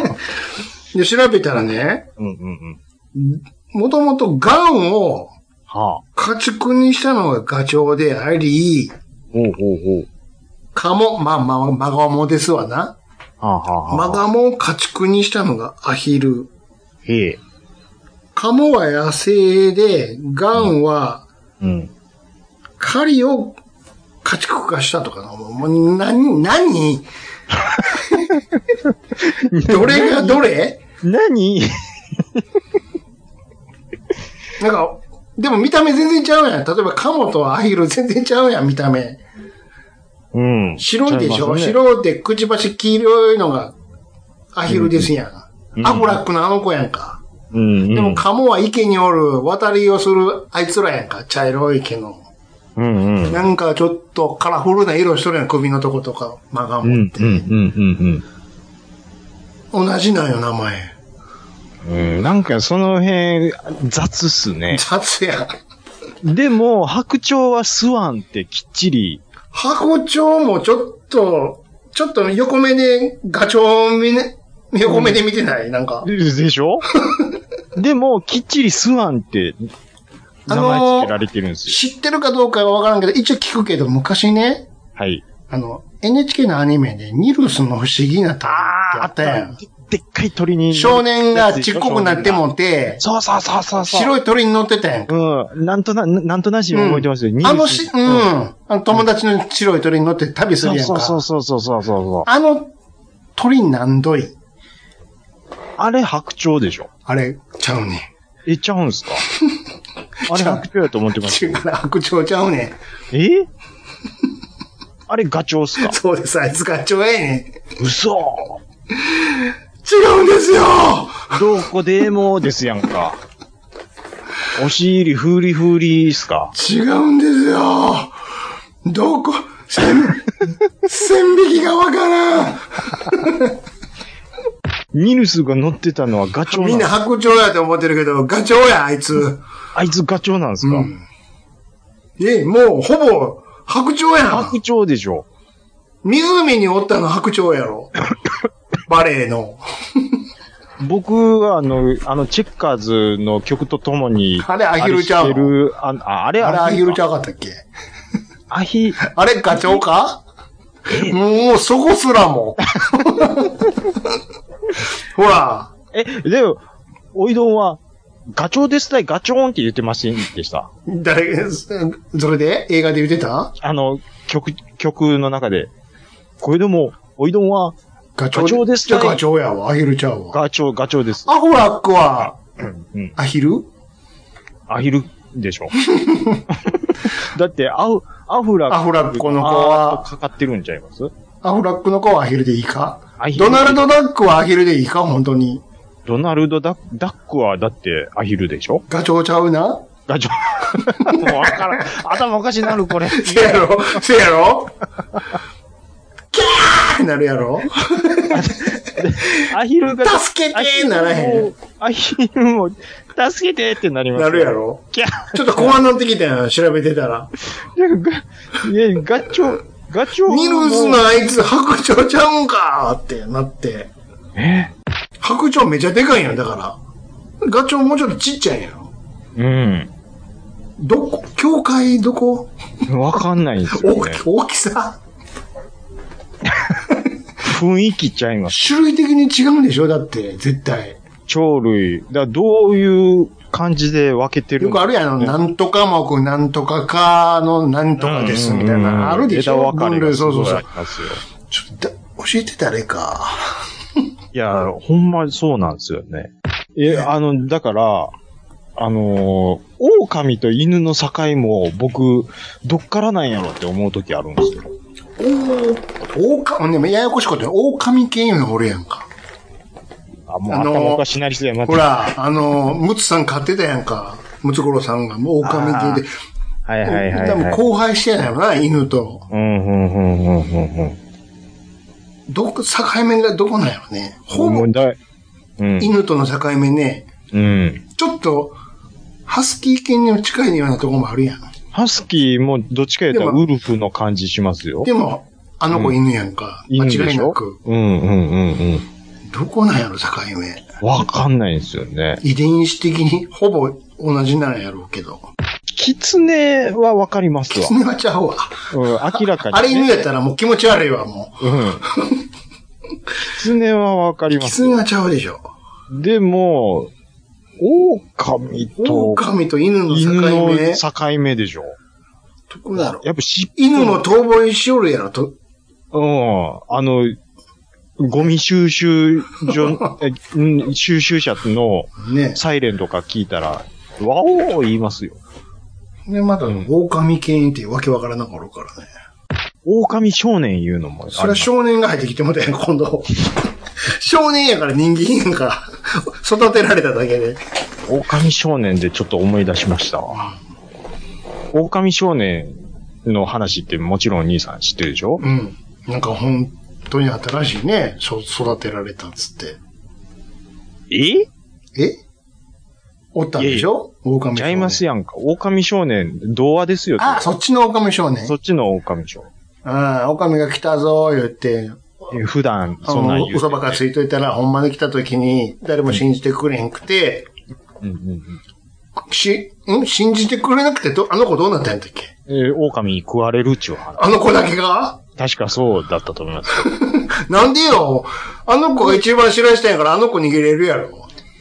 Speaker 4: で、調べたらね、
Speaker 3: うんうんうん。
Speaker 4: もともとガンを
Speaker 3: はあ。
Speaker 4: 家畜にしたのがガチョウであり、
Speaker 3: おうおうおう。
Speaker 4: カモ、まあまあ、マガモですわな。
Speaker 3: はあはあは
Speaker 4: マ
Speaker 3: あ。
Speaker 4: ガモを家畜にしたのがアヒル。
Speaker 3: へえ。
Speaker 4: カモは野生で、ガンは
Speaker 3: うん。
Speaker 4: 狩りを家畜化したとかな。もう、もう 何、何どれがどれ
Speaker 3: 何
Speaker 4: なんか、でも見た目全然ちゃうやん。例えばカモとアヒル全然ちゃうやん、見た目。
Speaker 3: うん。
Speaker 4: 白いでしょ、
Speaker 3: ちゃいますね。
Speaker 4: 白でくちばし黄色いのがアヒルですやん。
Speaker 3: うん
Speaker 4: アブラックのあの子やんか。
Speaker 3: うん、うん。
Speaker 4: でもカモは池におる、渡りをするあいつらやんか。茶色い毛の。
Speaker 3: うんうん。うん
Speaker 4: なんかちょっとカラフルな色しとるやん、首のとことか、マガ
Speaker 3: うんう
Speaker 4: モっ
Speaker 3: ん
Speaker 4: て。
Speaker 3: うん
Speaker 4: 同じなんよ、名前。
Speaker 3: うん。うん、なんかその辺、雑っすね。
Speaker 4: 雑やん。
Speaker 3: でも、白鳥はスワンってきっちり、
Speaker 4: 箱鳥もちょっと、ちょっと横目でガチョウ見ね、横目で見てない、なんか。
Speaker 3: ででし ょでも、きっちりスワンって、名前付けられてるんですよ。
Speaker 4: 知ってるかどうかはわからんけど、一応聞くけど、昔ね、
Speaker 3: はい。
Speaker 4: あの、NHK のアニメで、ニルスの不思議な旅ってあったやん。
Speaker 3: でっかい鳥に。
Speaker 4: 少年がちっこくなってもって、
Speaker 3: そうそうそうそうそう。
Speaker 4: 白い鳥に乗ってたやんか。
Speaker 3: うん。なんとな、なんとなし覚えてますよ。ニルス
Speaker 4: あのし、うん。あの友達の白い鳥に乗って旅す
Speaker 3: そ
Speaker 4: る
Speaker 3: う
Speaker 4: やん
Speaker 3: そうそ
Speaker 4: か
Speaker 3: う。そうそうそうそう。
Speaker 4: あの鳥何度い
Speaker 3: あれ白鳥でしょ。
Speaker 4: あれ、ちゃうね
Speaker 3: え、ちゃうんすか あれ白鳥やと思ってま
Speaker 4: ん。
Speaker 3: す
Speaker 4: 違う、白鳥ちゃうねん。
Speaker 3: えあれガチョウっすか
Speaker 4: そうです、あいつガチョウええねん。
Speaker 3: 嘘
Speaker 4: 違うんですよ
Speaker 3: どこでもですやんか。お尻ふりふりっすか
Speaker 4: 違うんですよどこ、線、線引きがわからん
Speaker 3: ニルスが乗ってたのはガチョウ
Speaker 4: みんな
Speaker 3: なん
Speaker 4: 白鳥やと思ってるけど、ガチョウや、あいつ。
Speaker 3: あいつガチョウなんですか、
Speaker 4: うんえ、もう、ほぼ、白鳥やん。
Speaker 3: 白鳥でしょ。
Speaker 4: 湖におったの白鳥やろ。バレエの。
Speaker 3: 僕は、あの、あの、チェッカーズの曲とともに、
Speaker 4: あれアヒルちゃう
Speaker 3: あれしてるあああれ、
Speaker 4: あれ、アヒルち
Speaker 3: ゃ
Speaker 4: ゃうかったっけ
Speaker 3: アヒ、
Speaker 4: あれ、ガチョウかもう、そこすらも。 ほら、
Speaker 3: え、でも、おいどんは、ガチョウですたい、ガチョーンって言ってませんでした。
Speaker 4: 誰、それで映画で言ってた
Speaker 3: あの、曲、曲の中で。これでも、おいどんは、
Speaker 4: ガ
Speaker 3: チョウガチョウです
Speaker 4: じゃ
Speaker 3: ね
Speaker 4: あガチョウやわ。アヒルちゃうわ。
Speaker 3: ガチョウ、ガチョウです。
Speaker 4: アホラックは、
Speaker 3: うん。
Speaker 4: アヒル
Speaker 3: アヒルで しょ。だって、アフ、アフラ
Speaker 4: アフラッコの子は
Speaker 3: あーっとかかってるんちゃいます
Speaker 4: アフラックの子はアヒルでいいか
Speaker 3: アヒル
Speaker 4: ドナルド・ダックはアヒルでいいか本当に。
Speaker 3: ドナルドダダックは、だって、アヒルでしょ
Speaker 4: ガチョウちゃうな
Speaker 3: ガチョウ。もうわからん。頭おかしになる、これ。
Speaker 4: せやろせやろキャーなるやろ
Speaker 3: アヒルが。
Speaker 4: 助けてーならへん。
Speaker 3: アヒルも、助けてってなります。
Speaker 4: なるや。ろ
Speaker 3: キャ
Speaker 4: ちょっと怖なってきたよ、調べてたら。
Speaker 3: ー。いや、ガガチョウ、ガチョウも。
Speaker 4: ニルスのあいつ白鳥ちゃうんかーってなって。
Speaker 3: え
Speaker 4: 白鳥めちゃでかいんやんだから。ガチョウもうちょっとちっちゃいんやん
Speaker 3: うん。
Speaker 4: どこ教会どこ
Speaker 3: わかんないんですよ、
Speaker 4: 大
Speaker 3: ね
Speaker 4: き。大きさ
Speaker 3: 雰囲気ちゃいます。
Speaker 4: 種類的に違うんでしょだって、絶対。
Speaker 3: 鳥類。だからどういう感じで分けてる
Speaker 4: よくあるやん、あのなんとか目、なんとかかのなんとかです、みたいな。あるでしょ
Speaker 3: 枝分かれ
Speaker 4: 分類
Speaker 3: がす
Speaker 4: そ
Speaker 3: ご
Speaker 4: う
Speaker 3: い
Speaker 4: そうそ
Speaker 3: あ
Speaker 4: う
Speaker 3: り。ますよ。
Speaker 4: ちょっと、教えて誰か。
Speaker 3: いや、ほんまそうなんですよね。え、あの、だから、あのー狼と犬の境も僕、どっからなんやろって思う時あるんですよ。
Speaker 4: おお、おか、ね、ややこしいこと言う、狼系いうの俺やんか。
Speaker 3: あ、もう
Speaker 4: あのー
Speaker 3: 頭おかしなりそうやなって
Speaker 4: ほ。ら、あの、ムツさん買ってたやんか。ムツゴロウさんが、もう狼系で。
Speaker 3: はいはいはい、
Speaker 4: 多分
Speaker 3: はい。
Speaker 4: 交配してんやろな、犬と。
Speaker 3: うん、うん、うん、うん、うんうん。
Speaker 4: どこ、境目がどこなんやろね。ほ
Speaker 3: も
Speaker 4: ぼ
Speaker 3: うだいうん。
Speaker 4: 犬との境目ね。
Speaker 3: うん。
Speaker 4: ちょっと、ハスキー犬にも近いようなとこもあるやん。
Speaker 3: ハスキーもどっちか言ったら
Speaker 4: でも
Speaker 3: ウルフの感じしますよ。
Speaker 4: でも、あの子犬やんか。
Speaker 3: 犬
Speaker 4: 間
Speaker 3: で
Speaker 4: 違い
Speaker 3: し
Speaker 4: な
Speaker 3: ょ
Speaker 4: く。
Speaker 3: うん、うん、うん、うん。
Speaker 4: どこなんやろ、境目。
Speaker 3: わかんないんですよね。
Speaker 4: 遺伝子的にほぼ同じなんやろうけど。
Speaker 3: キツネはわかりますわ。
Speaker 4: 爪はちゃうわ。
Speaker 3: うん、明らかに、ね。
Speaker 4: あれ犬やったらもう気持ち悪いわ、も
Speaker 3: うん。キツネはわかり
Speaker 4: う。
Speaker 3: ます。
Speaker 4: 爪はちゃうでしょ。
Speaker 3: でも、狼と
Speaker 4: 狼と犬の
Speaker 3: 犬
Speaker 4: 境
Speaker 3: の
Speaker 4: 目。
Speaker 3: 境目でしょ。
Speaker 4: どこだろう。
Speaker 3: やっぱし、
Speaker 4: 犬も遠吠えしよるやろ、と。
Speaker 3: うん、あの、ゴミ収集 所、えうん収集車の
Speaker 4: ね。
Speaker 3: サイレンとか聞いたら、ワオー言いますよ。
Speaker 4: で、まだ、
Speaker 3: うん
Speaker 4: 狼犬っていうわけわからなかろうからね。
Speaker 3: 狼少年言うのもあります。
Speaker 4: それは少年が入ってきてもたや ん、今度。少年やから人間やんか。育てられただけで。
Speaker 3: 狼少年でちょっと思い出しましたわ。狼少年の話ってもちろんお兄さん知ってるでしょ
Speaker 4: うん。なんか本当に新しいね。そ育てられたっつって。
Speaker 3: え
Speaker 4: えおったんでしょ狼
Speaker 3: ち
Speaker 4: 少
Speaker 3: ゃい
Speaker 4: 年。
Speaker 3: ますやんか。狼少年、童話ですよ。
Speaker 4: あ、そっちの狼少年
Speaker 3: そ。っちの狼少年。
Speaker 4: ああ、狼が来たぞー言って、
Speaker 3: え普段、
Speaker 4: あ
Speaker 3: そんなん
Speaker 4: の、
Speaker 3: 言う。
Speaker 4: 嘘ばっかついといたら、ほんまに来た時に、誰も信じてくれへんくて、
Speaker 3: うんうんうん
Speaker 4: し、ん信じてくれなくてど、あの子どうなったんやったっけ
Speaker 3: えー狼に食われるっちゅう話。
Speaker 4: あの子だけが
Speaker 3: 確かそうだったと思います。
Speaker 4: なんでよあの子が一番知らしたんやから、あの子逃げれるやろ。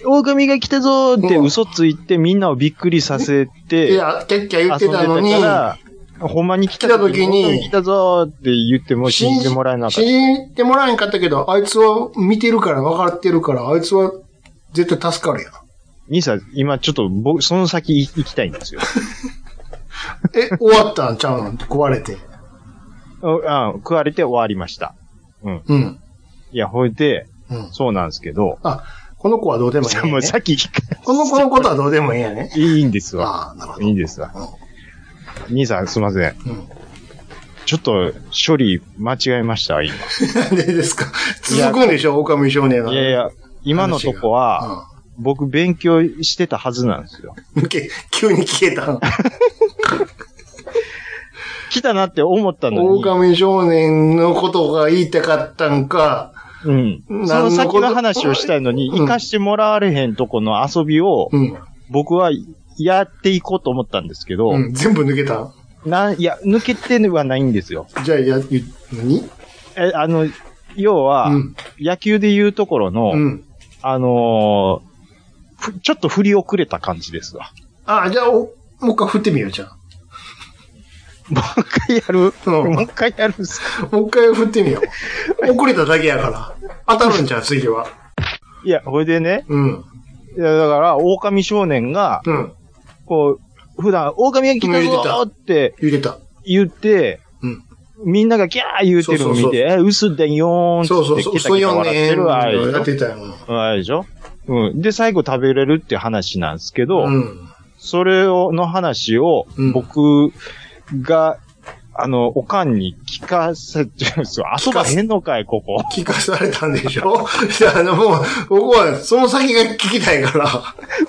Speaker 3: 狼が来たぞーって
Speaker 4: うん
Speaker 3: 嘘ついてみんなをびっくりさせ
Speaker 4: い
Speaker 3: て、
Speaker 4: や、キャッキャ言
Speaker 3: 遊
Speaker 4: っ
Speaker 3: んで
Speaker 4: て
Speaker 3: た
Speaker 4: たのに、
Speaker 3: から、ほんまに来た時
Speaker 4: 来た時
Speaker 3: に、
Speaker 4: に
Speaker 3: 来たぞーって言っても信じてもらえなかった。
Speaker 4: 信じてもらえんかったけど、あいつは見てるから、分かってるから、あいつは絶対助かるやん。
Speaker 3: 兄さん、今ちょっと僕、その先い行きたいん ですよ。
Speaker 4: え、終わったんちゃうの壊れて。
Speaker 3: ああ食われて終わりました。
Speaker 4: うん。
Speaker 3: いや、ほいで、
Speaker 4: うん。
Speaker 3: そうなんですけど、
Speaker 4: あ、この子はどうでもいい、
Speaker 3: もう
Speaker 4: ね。
Speaker 3: さっき、い
Speaker 4: この子のことはどうでもいいやね。
Speaker 3: いんですわ。
Speaker 4: ああ、なるほど。
Speaker 3: いいんですわ。兄さん、すいません。
Speaker 4: うん。
Speaker 3: ちょっと、処理間違えました、今。
Speaker 4: なんでですか続くんでしょ狼少年の。
Speaker 3: いやいや、今のとこは、僕勉強してたはずなんですよ。
Speaker 4: うん。 け急に消えた。
Speaker 3: 来たなって思ったのに、
Speaker 4: 狼少年のことが言いたかったんか。
Speaker 3: うん。その先の話をしたいのに、
Speaker 4: うん
Speaker 3: 生かしてもらわれへんとこの遊びを、
Speaker 4: うん。
Speaker 3: 僕はやっていこうと思ったんですけど、
Speaker 4: うん、全部抜けた。
Speaker 3: なん、いや、抜けてはないんですよ。
Speaker 4: じゃあ、や、ゆ何
Speaker 3: え、あの、要は、
Speaker 4: うん。
Speaker 3: 野球で言うところの、
Speaker 4: うん。
Speaker 3: あのーふちょっと振り遅れた感じですわ。
Speaker 4: あ、じゃあ、おもう一回振ってみよう、じゃあ。
Speaker 3: もう一回やる、
Speaker 4: うん
Speaker 3: もう一回やるっすか
Speaker 4: もう一回振ってみよう。遅れただけやから。当たるんじ ゃん、次は。
Speaker 3: いや、ほいでね、
Speaker 4: うん。
Speaker 3: いや、だから、狼少年が、
Speaker 4: うん。
Speaker 3: こう、普段、狼が来たぞーって
Speaker 4: 揺れた。
Speaker 3: 言って、
Speaker 4: うん。
Speaker 3: みんながキャー言うてるのを見て、え、嘘だよーん
Speaker 4: そうそ
Speaker 3: っ
Speaker 4: う
Speaker 3: て
Speaker 4: そう、
Speaker 3: ケタ
Speaker 4: そう
Speaker 3: ケタ
Speaker 4: よ
Speaker 3: 笑っ
Speaker 4: ね
Speaker 3: てるあれ
Speaker 4: やっ
Speaker 3: でして
Speaker 4: たよ。
Speaker 3: ょ。あれでしょうん。で、最後食べれるって話なんですけど、
Speaker 4: うん。
Speaker 3: それを、の話を
Speaker 4: うん、
Speaker 3: 僕が、あの、おかんに聞かせてるんですよ。遊ばへんのかい、ここ。
Speaker 4: 聞かされたんでしょ じゃあ、あの、もう、僕は、その先が聞きたいから。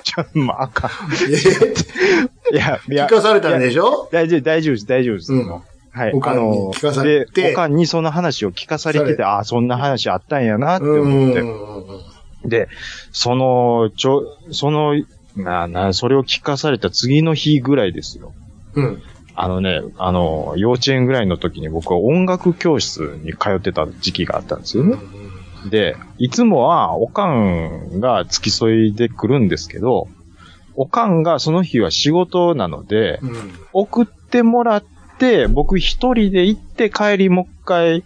Speaker 3: ちょ、まあ、あかん。
Speaker 4: え
Speaker 3: いや、いや
Speaker 4: 聞、かされたんでしょ
Speaker 3: 大丈夫、大丈夫です、大丈夫です。
Speaker 4: うん
Speaker 3: はい。
Speaker 4: おかんに
Speaker 3: あの
Speaker 4: 聞かされて
Speaker 3: で、おかんにその話を聞かされて
Speaker 4: され
Speaker 3: て、ああ、そんな話あったんやなって
Speaker 4: うん
Speaker 3: 思
Speaker 4: う
Speaker 3: っ
Speaker 4: んうん。
Speaker 3: て。で、その、ちょ、その、な、な、それを聞かされた次の日ぐらいですよ。
Speaker 4: うん。
Speaker 3: あのね、あの、幼稚園ぐらいの時に僕は音楽教室に通ってた時期があったんですよね。で、いつもはおかんが付き添いで来るんですけど、おかんがその日は仕事なので、
Speaker 4: うん。
Speaker 3: 送ってもらって、僕一人で行って帰りもう一回、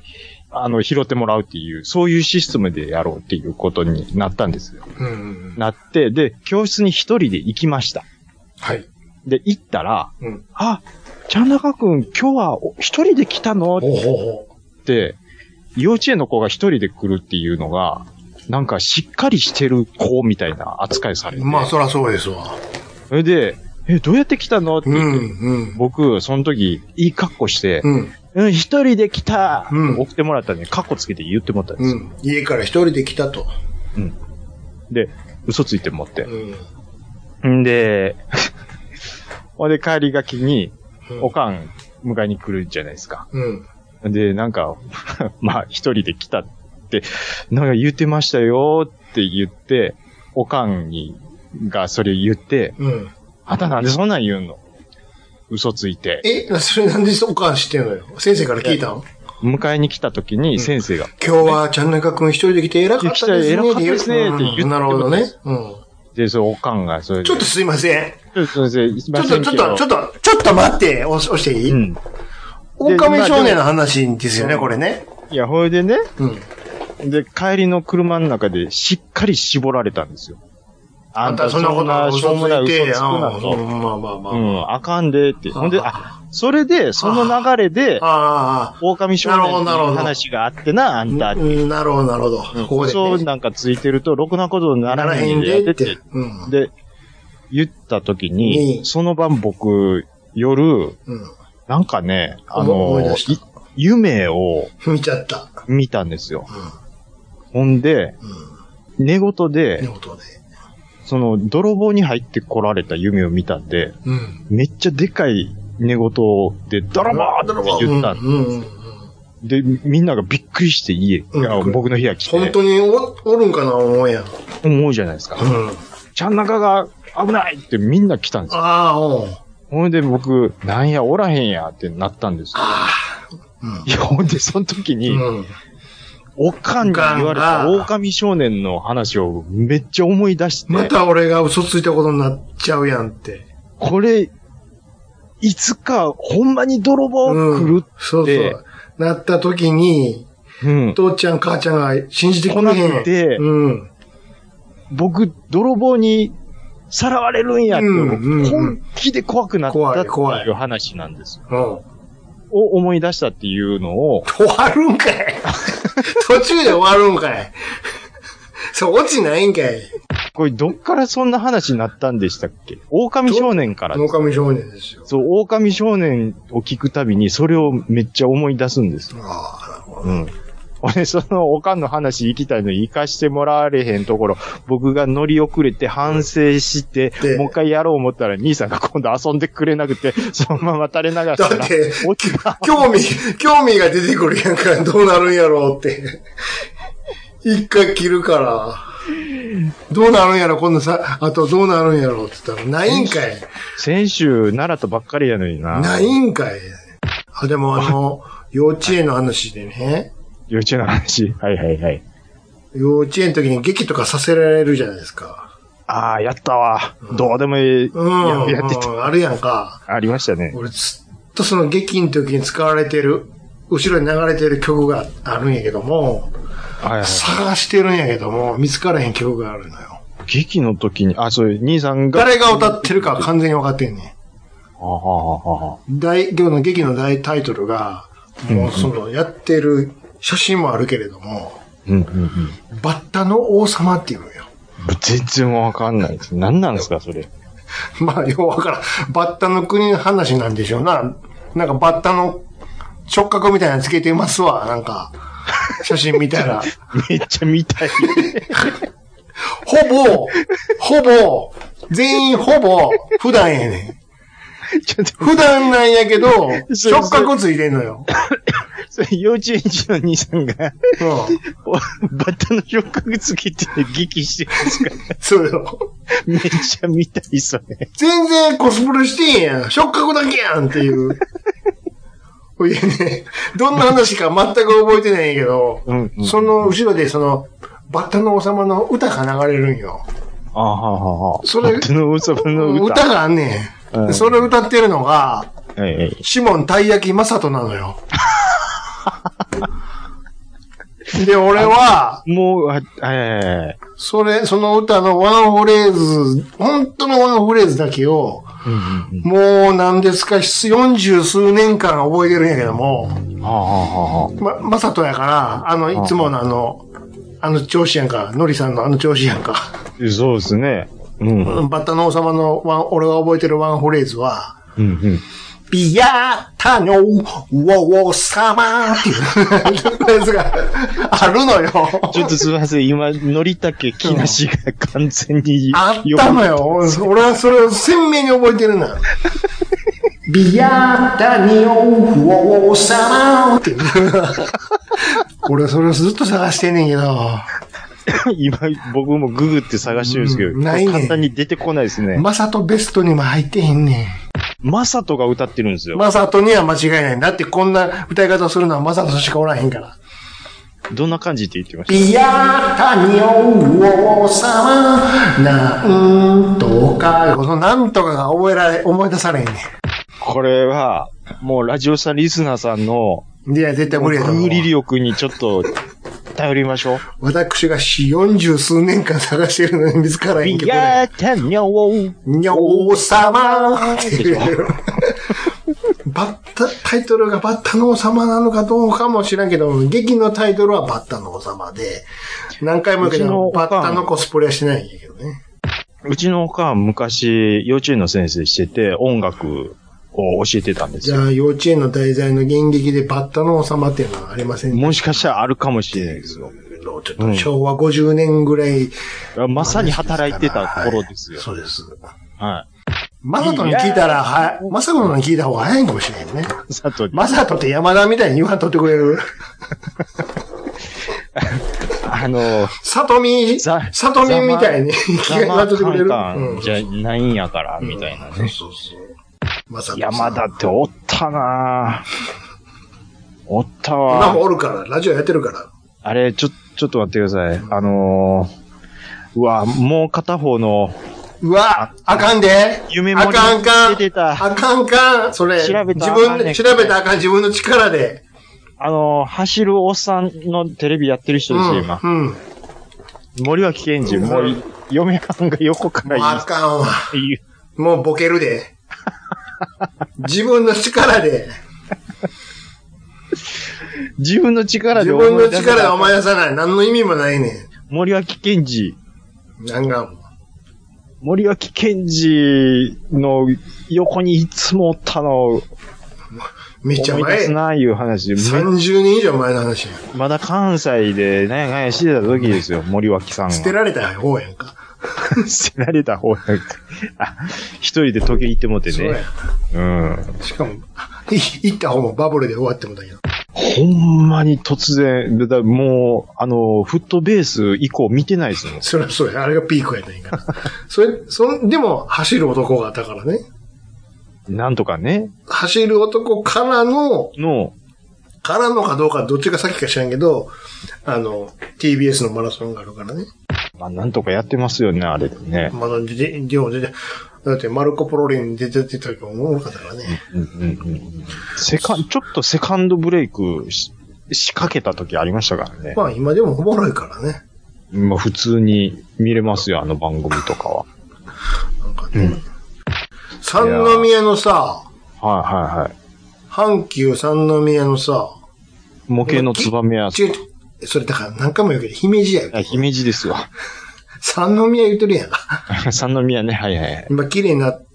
Speaker 3: あの、拾ってもらうっていう、そういうシステムでやろうっていうことになったんですよ。
Speaker 4: うん。
Speaker 3: なって、で、教室に一人で行きました。
Speaker 4: はい。
Speaker 3: で、行ったら、
Speaker 4: うん
Speaker 3: あ、ちゃんなかくん今日はお一人で来たのっ
Speaker 4: ほうほうほ
Speaker 3: って、幼稚園の子が一人で来るっていうのが、なんかしっかりしてる子みたいな扱いされ
Speaker 4: う。
Speaker 3: て。
Speaker 4: まあ、そらそうですわ。
Speaker 3: それで、え、どうやって来たのって
Speaker 4: うん、
Speaker 3: 言って、
Speaker 4: うん。
Speaker 3: 僕、その時、いい格好して、
Speaker 4: うん、
Speaker 3: うん、一人で来た、
Speaker 4: うん
Speaker 3: 送ってもらったんで、カッコつけて言ってもらったんです
Speaker 4: う
Speaker 3: よ。
Speaker 4: ん。家から一人で来たと。
Speaker 3: で、嘘ついてもらって
Speaker 4: う。ん。
Speaker 3: ん で、ほんで帰りがきに、
Speaker 4: うん
Speaker 3: おかん迎えに来るじゃないですか。
Speaker 4: うん。
Speaker 3: で、なんか、 まあ、一人で来たって、なんか言ってましたよって言って、おかんに、がそれ言って、
Speaker 4: うん。
Speaker 3: あんたなんでそんなん言うの嘘ついて。
Speaker 4: え、それなんでおかん知ってんのよ。先生から聞いたん
Speaker 3: 迎えに来た時に先生が、
Speaker 4: 今日は、ちゃんなかくん一人で来て偉かったですね。
Speaker 3: 来て偉かったですねって言って
Speaker 4: うんなるほどね。うん。
Speaker 3: で、それおかんが、それで、
Speaker 4: ちょっとすいません。
Speaker 3: ちょっと、先生すい
Speaker 4: ちょ
Speaker 3: ま
Speaker 4: っ
Speaker 3: せ
Speaker 4: と、
Speaker 3: ん
Speaker 4: ちょっ
Speaker 3: けど
Speaker 4: と、ちょっと、ちょっと待って、押し押していい、
Speaker 3: うん。
Speaker 4: 狼少年の話ですよね、これね。
Speaker 3: いや、ほいでね、
Speaker 4: うん。
Speaker 3: で、帰りの車の中でしっかり絞られたんですよ。
Speaker 4: あんたそんなことは
Speaker 3: しょ
Speaker 4: 嘘
Speaker 3: うもない
Speaker 4: つい
Speaker 3: 嘘
Speaker 4: て、
Speaker 3: つくな
Speaker 4: う
Speaker 3: と。
Speaker 4: ん、まあまあまあ。
Speaker 3: う
Speaker 4: あ
Speaker 3: ん、あかんでって。
Speaker 4: あ
Speaker 3: ほんで、あ、それで、その流れで、
Speaker 4: あ、
Speaker 3: 狼少
Speaker 4: なるほど
Speaker 3: 年
Speaker 4: なるほ
Speaker 3: の
Speaker 4: ど
Speaker 3: 話があってな、あんた。
Speaker 4: うんなるほど、なるほど。ここで、ね。
Speaker 3: そうなんかついてると、ろくなことになら
Speaker 4: なら
Speaker 3: へ
Speaker 4: へ
Speaker 3: ん
Speaker 4: ん
Speaker 3: で
Speaker 4: で
Speaker 3: っ
Speaker 4: ってて。。うん。
Speaker 3: で、言った時
Speaker 4: う
Speaker 3: に、
Speaker 4: ん
Speaker 3: その晩僕、夜、
Speaker 4: う
Speaker 3: なんかね、あ
Speaker 4: 思い
Speaker 3: の
Speaker 4: 出、し
Speaker 3: い夢を
Speaker 4: ん。見ちゃった。
Speaker 3: 見たんですよ。
Speaker 4: う
Speaker 3: ほんで、
Speaker 4: ん。
Speaker 3: 寝言
Speaker 4: うん。
Speaker 3: で
Speaker 4: 見、事で。
Speaker 3: その、泥棒に入ってこられた夢を見たんで、
Speaker 4: うん。
Speaker 3: めっちゃでかい寝言で、泥棒って言った
Speaker 4: うんん。うん。
Speaker 3: で、みんながびっくりして家、
Speaker 4: うん
Speaker 3: いや僕の部屋来て、
Speaker 4: 本当にお、おるんかな思うやん。うん。
Speaker 3: 思うじゃないですか。
Speaker 4: あ
Speaker 3: ちゃん中が危ないってみんな来たんですよ。
Speaker 4: あ、うん。
Speaker 3: ほんで僕、なんや、おらへんやってなったんですよ。
Speaker 4: あ
Speaker 3: いや、ほんで、その時
Speaker 4: あ。
Speaker 3: に、
Speaker 4: うん。
Speaker 3: おかんに言われた
Speaker 4: おかんが
Speaker 3: 狼少年の話をめっちゃ思い出して、
Speaker 4: また俺が嘘ついたことになっちゃうやんって。
Speaker 3: これ、いつか、ほんまに泥棒来る、
Speaker 4: そう
Speaker 3: で
Speaker 4: そう。なった時に、
Speaker 3: うん
Speaker 4: 父ちゃん、母ちゃんが信じてくれへ。
Speaker 3: 来なんくて
Speaker 4: うん。
Speaker 3: 僕、泥棒にさらわれるんやって、
Speaker 4: うんうんうん
Speaker 3: 僕本気で怖くなったって
Speaker 4: 怖い怖い
Speaker 3: いう話なんですよ。
Speaker 4: うん。
Speaker 3: を思い出したっていうのを、
Speaker 4: 終わるんか い途中で終わるんかいそう、落ちないんかい
Speaker 3: これどっからそんな話になったんでしたっけ狼少年からです。
Speaker 4: 狼少年ですよ。
Speaker 3: そう、狼少年を聞くたびにそれをめっちゃ思い出すんです。
Speaker 4: ああ、なるほ
Speaker 3: うん。俺、その、おかんの話行きたいのに行かしてもらわれへんところ、僕が乗り遅れて反省して
Speaker 4: で、
Speaker 3: もう一回やろう思ったら、兄さんが今度遊んでくれなくて、そのまま垂れ流したら、
Speaker 4: だって
Speaker 3: 落ちた。
Speaker 4: 興味、興味が出てくるやんか、どうなるんやろうって。一回切るから。どうなるんやろ、今度さ、あとどうなるんやろって言ったら、ないんかい。
Speaker 3: 先週、習ったばっかりやのにな。
Speaker 4: ないんかい。あ、でもあの、幼稚園の話でね、
Speaker 3: 幼稚園の話。はいはいはい。
Speaker 4: 幼稚園の時に劇とかさせられるじゃないですか。
Speaker 3: ああ、やったわ。どうでもいい。
Speaker 4: うん。
Speaker 3: ややってた
Speaker 4: うんあるやんか。
Speaker 3: ありましたね。
Speaker 4: 俺ずっとその劇の時に使われてる、後ろに流れてる曲があるんやけども、
Speaker 3: はいはい。
Speaker 4: 探してるんやけども、見つからへん曲があるのよ。
Speaker 3: 劇の時に、あ、そう、兄さんが。
Speaker 4: 誰が歌ってるかは完全に分かってんね
Speaker 3: あはははは。
Speaker 4: ん。大、今日の劇の大タイトルが、もうその、やってる写真もあるけれども、
Speaker 3: うんうんうん。
Speaker 4: バッタの王様っていうのよ。
Speaker 3: 全然わかんないです。何なんですか、それ。
Speaker 4: まあ、ようわからん。バッタの国の話なんでしょうな。なんかバッタの触覚みたいなのつけてますわ。なんか、写真見たら。
Speaker 3: めっ ちゃ見たい。
Speaker 4: ほぼ、ほぼ、全員ほぼ、普段やね
Speaker 3: ちょっと
Speaker 4: ん。普段なんやけど、
Speaker 3: そう
Speaker 4: 触覚ついてんのよ。
Speaker 3: それ幼稚園児の兄さんが、
Speaker 4: うん。
Speaker 3: バッタの触覚つけて激してるんですから、
Speaker 4: そうよ。
Speaker 3: めっちゃ見たい、それ。
Speaker 4: 全然コスプレしてんやん。触覚だけやんっていう。ほいでね、どんな話か全く覚えてないんやけど、
Speaker 3: うんうん
Speaker 4: その後ろでその、バッタの王様の歌が流れるんよ。
Speaker 3: あははは
Speaker 4: それ
Speaker 3: バッタの王様の歌。
Speaker 4: 歌があんねん。
Speaker 3: うん
Speaker 4: それ歌ってるのが、
Speaker 3: はいはい
Speaker 4: シモンたい焼きマサトなのよ。 で、俺は、
Speaker 3: もう、あはいはいはい。
Speaker 4: それ、その歌のワンフレーズ、本当のワンフレーズだけを、
Speaker 3: うんうんうん
Speaker 4: もう何ですか、40数年間覚えてるんやけども、
Speaker 3: はあはあは
Speaker 4: ま、まさとやから、あの、いつものあの、あの調子やんか、のりさんのあの調子やんか、
Speaker 3: あそうですね。うん。うん
Speaker 4: バッタの王様のワン、俺が覚えてるワンフレーズは、
Speaker 3: うん。
Speaker 4: ビアタの王様っていうやつがあるのよ。
Speaker 3: ちょっとすみません、今、のりたけ木梨が完全に。
Speaker 4: あったのよ。俺はそれを鮮明に覚えてるのよ。ビアタニオ王様っていう。俺はそれをずっと探してんねんけど。
Speaker 3: 今、僕もググって探してるんですけど、
Speaker 4: うんないね
Speaker 3: 簡単に出てこないですね。
Speaker 4: マサトベストにも入ってへんね
Speaker 3: マサトが歌ってるんです
Speaker 4: ん。
Speaker 3: よ。
Speaker 4: マサトには間違いない。だってこんな歌い方するのはマサトしかおらへんから。
Speaker 3: どんな感じって言ってました
Speaker 4: ビアタニオ王様、なんとか。このなんとかが覚えられ、思い出されへんね
Speaker 3: これは、もうラジオさんリスナーさんの、
Speaker 4: ん。いや、絶対無理やと思
Speaker 3: 無
Speaker 4: う。
Speaker 3: 理力にちょっと、頼りましょう。
Speaker 4: 私が四四十数年間探してるのに見つからへん曲だよ。
Speaker 3: ーたにゃおう。
Speaker 4: にょうさまっていう。 バッタ、タイトルがバッタの王様なのかどうかも知らんけど、劇のタイトルはバッタの王様で、何回も言うけ
Speaker 3: うちの
Speaker 4: ど、
Speaker 3: おか
Speaker 4: バ
Speaker 3: ん
Speaker 4: ッタのコスプレはしてないんやけどね。
Speaker 3: うちのおかん昔、幼稚園の先生してて、音楽を教えてたんです
Speaker 4: じ
Speaker 3: よ。
Speaker 4: ゃあ、幼稚園の題材の現劇でバッタの王様っていうのはありませんね
Speaker 3: もしかしたらあるかもしれないですよ。
Speaker 4: ちょっと昭和50年ぐらい。
Speaker 3: まさに働いてた頃ですよ。
Speaker 4: そうです。
Speaker 3: は
Speaker 4: マサトに聞いたら、はい。マサトに聞いた方が早いかもしれんね。
Speaker 3: さと、
Speaker 4: マサトって山田みたいに言わんとってくれる。
Speaker 3: あの、
Speaker 4: サトミ、
Speaker 3: ざ
Speaker 4: サトミみた いに言わんとってくれる。
Speaker 3: カンカ
Speaker 4: う
Speaker 3: ン
Speaker 4: ん
Speaker 3: じゃないんやから、みたいな
Speaker 4: そう
Speaker 3: ね。
Speaker 4: そうそう。まさか。
Speaker 3: 山田っておったなぁおった
Speaker 4: 今も
Speaker 3: わ。
Speaker 4: おるから、ラジオやってるから。
Speaker 3: あれ、ちょ、ちょっと待ってください。あのー、うわ、もう片方の
Speaker 4: うわ、あかんで。
Speaker 3: 夢
Speaker 4: あ
Speaker 3: 盛り
Speaker 4: かんかん。
Speaker 3: 出てた
Speaker 4: あかんかん。それ、
Speaker 3: 調べた
Speaker 4: 自
Speaker 3: らあか
Speaker 4: 分
Speaker 3: んね
Speaker 4: で、
Speaker 3: ん
Speaker 4: 調べたらあかん、自分の力で。
Speaker 3: あの、走るおっさんのテレビやってる人ですよ、今。
Speaker 4: うん。うん。
Speaker 3: 森脇健児、もう、嫁はんが横から
Speaker 4: あかんわ。
Speaker 3: 言う。
Speaker 4: もうボケ るで。自分の力で、
Speaker 3: 自分の力で
Speaker 4: 自
Speaker 3: 思い
Speaker 4: 分の
Speaker 3: 出せ
Speaker 4: 力で思い出さない。何の意味もないね
Speaker 3: 森脇健児、
Speaker 4: ん。なんか、
Speaker 3: 森脇健児の横にいつもおったのを
Speaker 4: めっちゃ
Speaker 3: 思い出
Speaker 4: 前
Speaker 3: す。な、いう話。め
Speaker 4: 30年以上前の話や。
Speaker 3: まだ関西で、なんやかんやしてた時ですよ、森脇さんが。
Speaker 4: 捨てられた方やんか。
Speaker 3: 捨てられた方やんかあ、一人で時計行ってもって
Speaker 4: そうや
Speaker 3: ね。。うん。
Speaker 4: しかも、 い行った方もバブルで終わってもだけど。
Speaker 3: ほんまに突然、だもう、あの、フットベース以降見てないですもん。
Speaker 4: そりゃそうや。あれがピークやったんやから。それ、そん、でも、走る男がだからね。
Speaker 3: なんとかね。
Speaker 4: 走る男からの、
Speaker 3: の、
Speaker 4: からのかどうか、どっちが先か知らんけど、あの、TBS のマラソンがあるからね。
Speaker 3: まあ、なんとかやってますよね、あれでね。
Speaker 4: まだ、で、でも出て、だって、マルコ・ポロリに出てた時も多かったからね。
Speaker 3: うんうんうん。セカン、ちょっとセカンドブレイクし仕掛けた時ありましたからね。
Speaker 4: まあ、今でもおもろいからね。
Speaker 3: まあ、普通に見れますよ、あの番組とかは。
Speaker 4: なんかね。三宮のさ、
Speaker 3: はいはいはい。
Speaker 4: 阪急三宮のさ、
Speaker 3: 模型のツバメや、
Speaker 4: 違う違う、それだから何回も言うけど、姫路やよ
Speaker 3: あ姫路ですわ。
Speaker 4: 三宮言うてるやん か。
Speaker 3: 三宮ね、はいはいはい。
Speaker 4: 今、綺麗になっ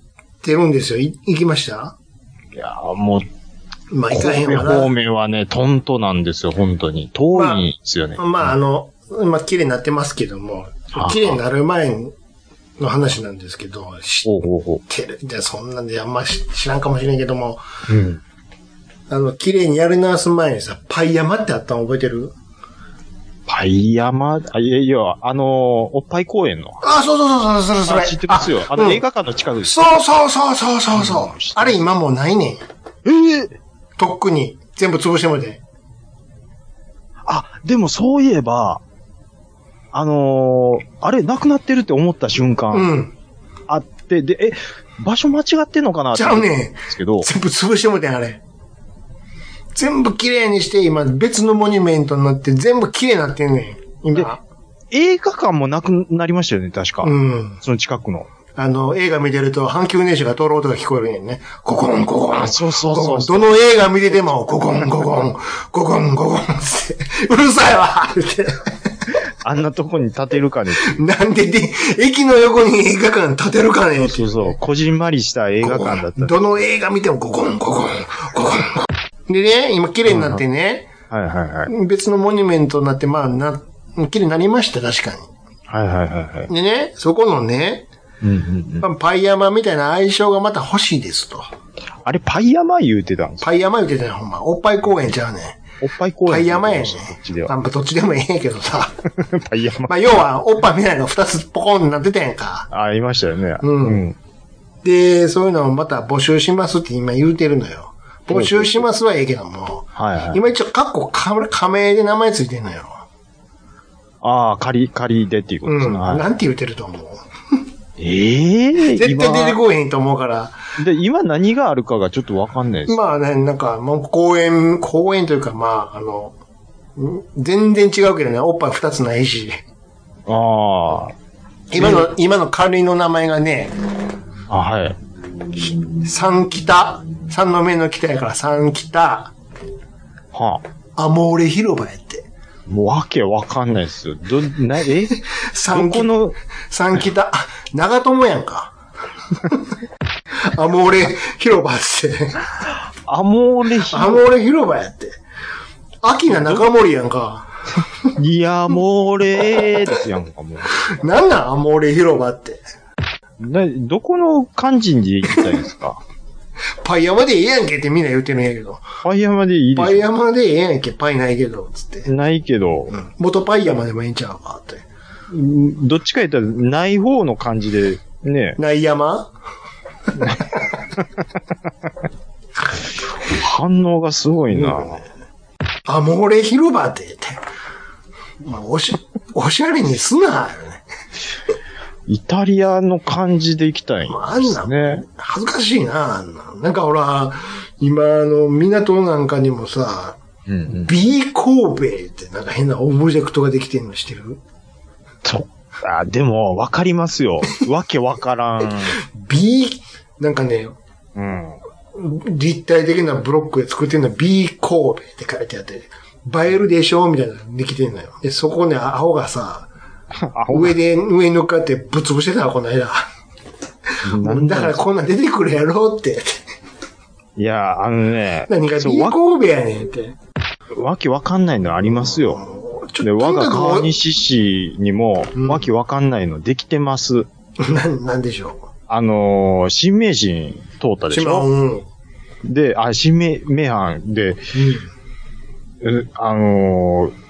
Speaker 4: てるんですよ。い行きました
Speaker 3: いやーもう、
Speaker 4: まあ、行かへん
Speaker 3: 神戸
Speaker 4: わ
Speaker 3: 方
Speaker 4: な。
Speaker 3: 面はね、トントなんですよ、本当に。遠いんですよね。
Speaker 4: まあ、あの、今、綺麗になってますけども
Speaker 3: あ、
Speaker 4: 綺麗になる前の話なんですけど、知っ
Speaker 3: ほうほうほ
Speaker 4: てる。で、そんなんであんまし知らんかもしれんけども、
Speaker 3: う。うん。
Speaker 4: あの、綺麗にやり直す前にさ、パイ山ってあったの覚えてる
Speaker 3: パイ山あ、いやいや、あのー、おっぱい公園の。
Speaker 4: あ、そうそうそう、そう、それそ
Speaker 3: あ
Speaker 4: れ。
Speaker 3: 知ってますよ。あの、
Speaker 4: うん
Speaker 3: 映画館の近くです。
Speaker 4: そうそうそうそうそうそう
Speaker 3: うん知って。る
Speaker 4: あれ今もうないねん。
Speaker 3: ええ
Speaker 4: とっくに。全部潰してもで。
Speaker 3: あ、でもそういえば、あのー、あれ、なくなってるって思った瞬間、
Speaker 4: うん。
Speaker 3: あって、で、え、場所間違ってんのかなって
Speaker 4: ち
Speaker 3: 思
Speaker 4: ゃ
Speaker 3: っ
Speaker 4: う
Speaker 3: たんで
Speaker 4: ねん。
Speaker 3: すけど、
Speaker 4: 全部潰してもで、あれ。全部綺麗にして、今別のモニュメントになって、全部綺麗になってんねん。今。
Speaker 3: 映画館もなくなりましたよね、確か。
Speaker 4: うん。
Speaker 3: その近くの。
Speaker 4: あの、映画見てると、阪急電車が通る音が聞こえるねんね。ココン、ココン。
Speaker 3: そうそうそう
Speaker 4: ココンどの映画見てても、ココン、ココン、ココン、コ コンって。うるさいわ って。
Speaker 3: あんなとこに建てるかね。
Speaker 4: なんでで、駅の横に映画館建てるかね
Speaker 3: そうそう そう。こじんまりした映画館だった。
Speaker 4: どの映画見てもココン、ココン、ココン。でね、今綺麗になってね、
Speaker 3: はいはいはい。
Speaker 4: 別のモニュメントになって、まあ、な、綺麗になりました、確か
Speaker 3: はいはいはいはい。
Speaker 4: に。でね、そこのね、
Speaker 3: うんうんうん、
Speaker 4: まあパイ山みたいな愛称がまた欲しいですと。
Speaker 3: あれ、パイ山言うてたんですか
Speaker 4: パイ山言ってたよ、ほんま。おっぱい公園ちゃうねん。
Speaker 3: おっぱい公園。
Speaker 4: パイ山やねん。
Speaker 3: こっちでは。
Speaker 4: まあどっちでもええんやけどさ。
Speaker 3: パイ山。
Speaker 4: まあ、要は、おっぱいみたいなのが2つポコンになってたやんか。
Speaker 3: あ、ありましたよね。
Speaker 4: うん
Speaker 3: うん。
Speaker 4: で、そういうのをまた募集しますって今言うてるのよ。募集しますはええけども、
Speaker 3: はいはい。
Speaker 4: 今一応、カッコ仮名で名前ついてんのよ。
Speaker 3: ああ、仮、仮でっていうことで
Speaker 4: う
Speaker 3: す
Speaker 4: ん。
Speaker 3: ね。はい
Speaker 4: なんて言ってると思う
Speaker 3: ええ
Speaker 4: 絶対出て
Speaker 3: 今
Speaker 4: こへんと思うから。
Speaker 3: で、今何があるかがちょっとわかんないです。
Speaker 4: まあね、なんか、もう公園、公園というか、まあ、あの、ん全然違うけどね、おっぱい二つないし。
Speaker 3: あ
Speaker 4: 今の、今の管理の名前がね、
Speaker 3: あ。あ、はい。
Speaker 4: 三北、三の目の北やから三北、
Speaker 3: はあ。
Speaker 4: アモーレ広場やって。
Speaker 3: もうわけわかんないですよ。ど、な、えど
Speaker 4: 三
Speaker 3: こ
Speaker 4: 北、
Speaker 3: の、
Speaker 4: 三北、あ長友やんか。アモーレ広場って。
Speaker 3: アモーレヒ
Speaker 4: アモーレ広場やって。秋名中森やんか。
Speaker 3: いや、モーレーですやんか、もう。
Speaker 4: なんなんアモーレ広場って。
Speaker 3: などこの肝心で行きたいですか
Speaker 4: パイ山でええやんけってみんな言ってるんやけど。
Speaker 3: パイ山でいいで
Speaker 4: パイ
Speaker 3: し
Speaker 4: 山でええやんけ、パイないけど、つって。
Speaker 3: ょないけど、
Speaker 4: うん。元パイ山でもええんちゃうかって。
Speaker 3: うんどっちか言ったらない方の感じで、ね、
Speaker 4: ない山
Speaker 3: 反応がすごいな。
Speaker 4: あ、もう俺広場で、って。まあ、おし、おしゃれにすな、ね。
Speaker 3: イタリアの感じで行きたいん
Speaker 4: まあ、あん
Speaker 3: で
Speaker 4: な
Speaker 3: す
Speaker 4: ん
Speaker 3: ね。
Speaker 4: 恥ずかしいな、あんな。なんかほら、今、あの、港なんかにもさ、
Speaker 3: うんうん。
Speaker 4: B 神戸ってなんか変なオブジェクトができてるのしてる
Speaker 3: とあ、でも、わかりますよ。わけわからん。
Speaker 4: ?B、なんかね、
Speaker 3: うん。
Speaker 4: 立体的なブロックで作ってるのは B 神戸って書いてあって、映えるでしょみたいなのできてんのよ。で、そこね、青がさ、
Speaker 3: あ、ほん
Speaker 4: 上で、上に乗っかってぶっ潰してたわこの間。
Speaker 3: なん
Speaker 4: だ
Speaker 3: だ
Speaker 4: からこんなん出てくるやろって。
Speaker 3: いや、あのね、
Speaker 4: 何が B
Speaker 3: そうわ
Speaker 4: 神戸やねんって。
Speaker 3: わけわかんないのありますよ。
Speaker 4: ち
Speaker 3: で、我が川
Speaker 4: に
Speaker 3: 西市にも
Speaker 4: う、ん
Speaker 3: わけわかんないのできてます。
Speaker 4: な、なんでしょ
Speaker 3: あのー新名神通った
Speaker 4: う。
Speaker 3: でし
Speaker 4: 島
Speaker 3: ょ
Speaker 4: うん。うん
Speaker 3: で、あ、新名、名阪で、えあのー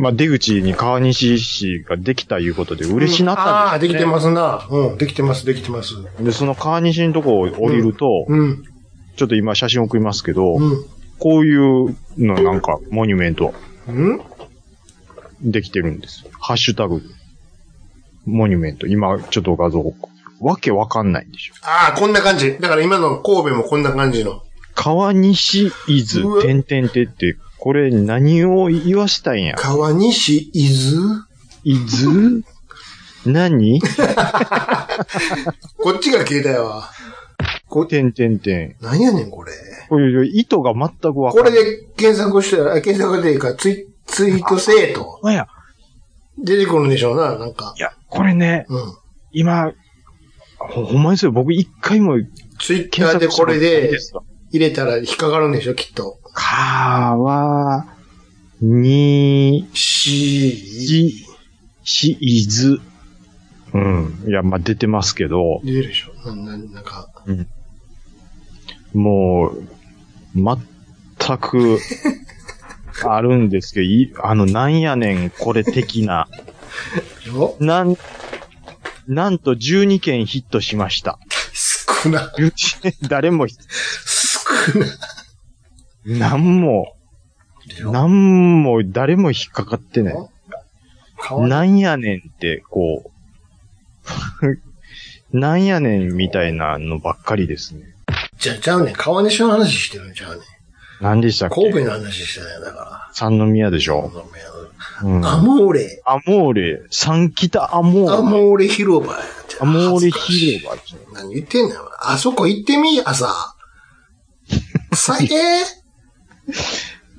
Speaker 3: まあ、出口に川西市ができたいうことで嬉しなったんですよ、ね
Speaker 4: ああ、できてますな。うん、できてます、できてます。
Speaker 3: で、その川西のとこを降りると、
Speaker 4: うん、
Speaker 3: ちょっと今写真送りますけど、
Speaker 4: うん。
Speaker 3: こういうのなんかモニュメント
Speaker 4: うん
Speaker 3: できてるんです。ハッシュタグ、モニュメント。今ちょっと画像送るわけわかんないんでしょ。
Speaker 4: ああ、こんな感じ。だから今の神戸もこんな感じの。
Speaker 3: 川西伊
Speaker 4: う
Speaker 3: 豆、
Speaker 4: わ
Speaker 3: てんてんてんって、これ何を言わしたいんや。
Speaker 4: 川西伊豆
Speaker 3: 伊豆何
Speaker 4: こっちが携帯は。こ
Speaker 3: てんてんてん。
Speaker 4: なんやねん、これ。
Speaker 3: これ、意図が全くわか
Speaker 4: こ
Speaker 3: んな
Speaker 4: れ
Speaker 3: い。
Speaker 4: で検索したら、あ検索でいいか、ツイ、ツイートせえと。
Speaker 3: あいや、
Speaker 4: 出てくるんでしょうな、なんか
Speaker 3: い。や、これね、
Speaker 4: うん。
Speaker 3: 今、ほほんまですよ。僕一回も
Speaker 4: ツイッタ
Speaker 3: 検
Speaker 4: ーで
Speaker 3: 索
Speaker 4: こ
Speaker 3: したことな
Speaker 4: れ
Speaker 3: い
Speaker 4: で
Speaker 3: ですわ
Speaker 4: 入れたら引っかかるんでしょ、きっと。
Speaker 3: かわ、に、
Speaker 4: し、
Speaker 3: じ、し、いず。うん。いや、まあ、出てますけど、
Speaker 4: 出るでしょ。な、ななんか、
Speaker 3: もう、全く、あるんですけど、いあの、なんやねん、これ的な。
Speaker 4: よ
Speaker 3: なん、なんと12件ヒットしました。
Speaker 4: 少な、
Speaker 3: 誰も、
Speaker 4: 少な。
Speaker 3: なんも、なんも、誰も引っかかってない。
Speaker 4: かわいい
Speaker 3: なんやねんって、こう、 なんやねんみたいなのばっかりですね。
Speaker 4: じゃあ、ちゃうねん。川西の話してるんちゃうねん。
Speaker 3: 何でしたっけ
Speaker 4: 神戸の話してたよ、だか
Speaker 3: 三宮でし
Speaker 4: ら。
Speaker 3: ょ、うん、
Speaker 4: ア
Speaker 3: ア
Speaker 4: モーレ、
Speaker 3: モーレ、三北アモ
Speaker 4: ア
Speaker 3: ーレ、
Speaker 4: モーレ広場やって。
Speaker 3: アモーレ
Speaker 4: 恥ず
Speaker 3: 広
Speaker 4: かし
Speaker 3: 場。
Speaker 4: い。何言ってんのよ。あそこ行ってみ、朝。最低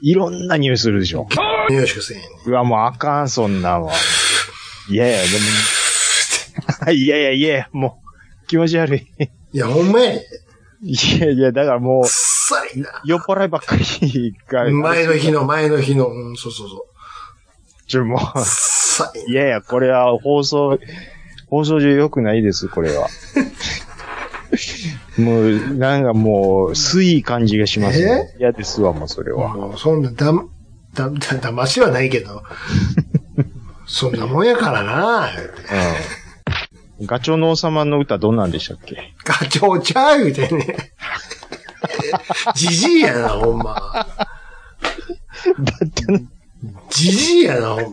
Speaker 3: いろんな匂いするでしょ
Speaker 4: 匂いしかせえへんねん。
Speaker 3: うわ、もうあかん、そんなんは。いやいや、でも、い やいやいや、もう、気持ち悪い。
Speaker 4: いや、ほんまやで。
Speaker 3: いやいや、だからもう
Speaker 4: くっ、さいな。
Speaker 3: 酔っ払いばっかりが、
Speaker 4: 前の日の前の日の、うん、そうそうそう。
Speaker 3: ちょ、もう
Speaker 4: くっさい
Speaker 3: いやいや、これは放送、放送上良くないです、これは。 もう、なんかもう、すい感じがします、ね。嫌ですわ、もうそれ
Speaker 4: な。
Speaker 3: は。
Speaker 4: もう、そんな、だ、だ、だ、だましはないけど。 そんなもんやからな。
Speaker 3: うん。ガチョウの王様の歌どんなんでしたっけ
Speaker 4: ガチョウちゃう言うてんね。 じじいやな、ほんま。
Speaker 3: だってな、
Speaker 4: じじいやな、ほん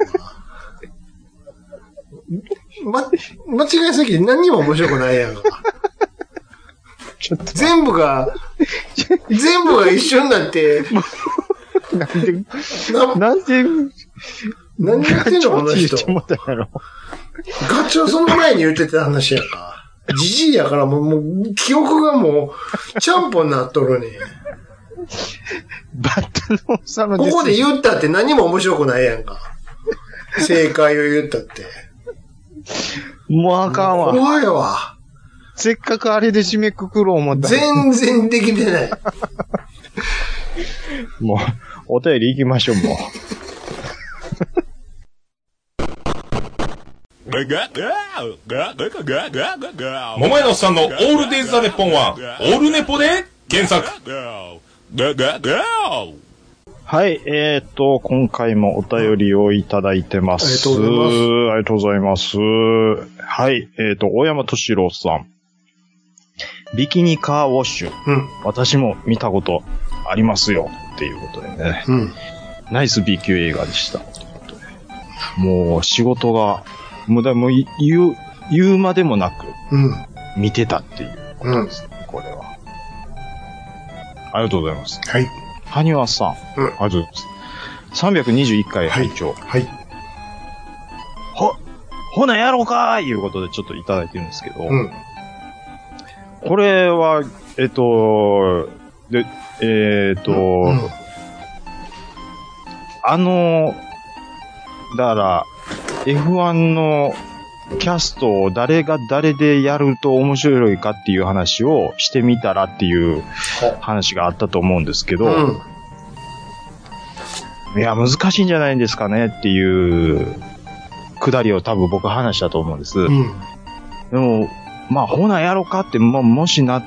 Speaker 4: ま。ま、間違いすぎて何にも面白くないやんか。
Speaker 3: ちょっと
Speaker 4: 全部が、全部が一緒になって、
Speaker 3: なんで、
Speaker 4: な
Speaker 3: なんで、
Speaker 4: 何や ってんのこの
Speaker 3: ガチョウって言
Speaker 4: 人
Speaker 3: っ。てもうたやろ。
Speaker 4: ガチョウその前に言ってた話やんか。じじいやからもう、もう、記憶がもう、ちゃんぽになっとるね。
Speaker 3: バッタの王様
Speaker 4: こ
Speaker 3: です。
Speaker 4: こで言ったって何も面白くないやんか。正解を言ったって。
Speaker 3: もうあかんわ。
Speaker 4: 怖いわ。
Speaker 3: せっかくあれで締めくくろう思ったのに。
Speaker 4: 全然できてない。
Speaker 3: もう、お便 り行きましょう、もう。
Speaker 5: 桃屋のおっさんのオールデイズ・ザ・ネッポンは、オールネポで検索。
Speaker 3: はい、えっ、と、今回もお便りをいただいてます。
Speaker 4: ありがとうございます
Speaker 3: ありがとうございます。はい、えっ、と、大山敏郎さん。ビキニカーウォッシュ。
Speaker 4: うん。
Speaker 3: 私も見たことありますよ。っていうことでね。
Speaker 4: うん。
Speaker 3: ナイス B 級映画でした。もう仕事が、無駄もうい言う、言うまでもなく
Speaker 4: うん。
Speaker 3: 見てたっていう
Speaker 4: うん。はい。
Speaker 3: ですね、これは。ありがとうございます。
Speaker 4: はい。
Speaker 3: 羽生さん。
Speaker 4: うん
Speaker 3: ありがとうございます。321回拝聴、
Speaker 4: はい。
Speaker 3: ほ、ほなやろうかーいうことでちょっといただいてるんですけど、
Speaker 4: うん。
Speaker 3: これは、えっと、で、えっと、
Speaker 4: うん
Speaker 3: あの、だから、F1 のキャストを誰が誰でやると面白いかっていう話をしてみたらっていう話があったと思うんですけど、
Speaker 4: うん。
Speaker 3: いや、難しいんじゃないんですかねっていう、くだりを多分僕話したと思うんです。
Speaker 4: うん。
Speaker 3: でも、まあ、ほなやろかって、まあ、もしなっ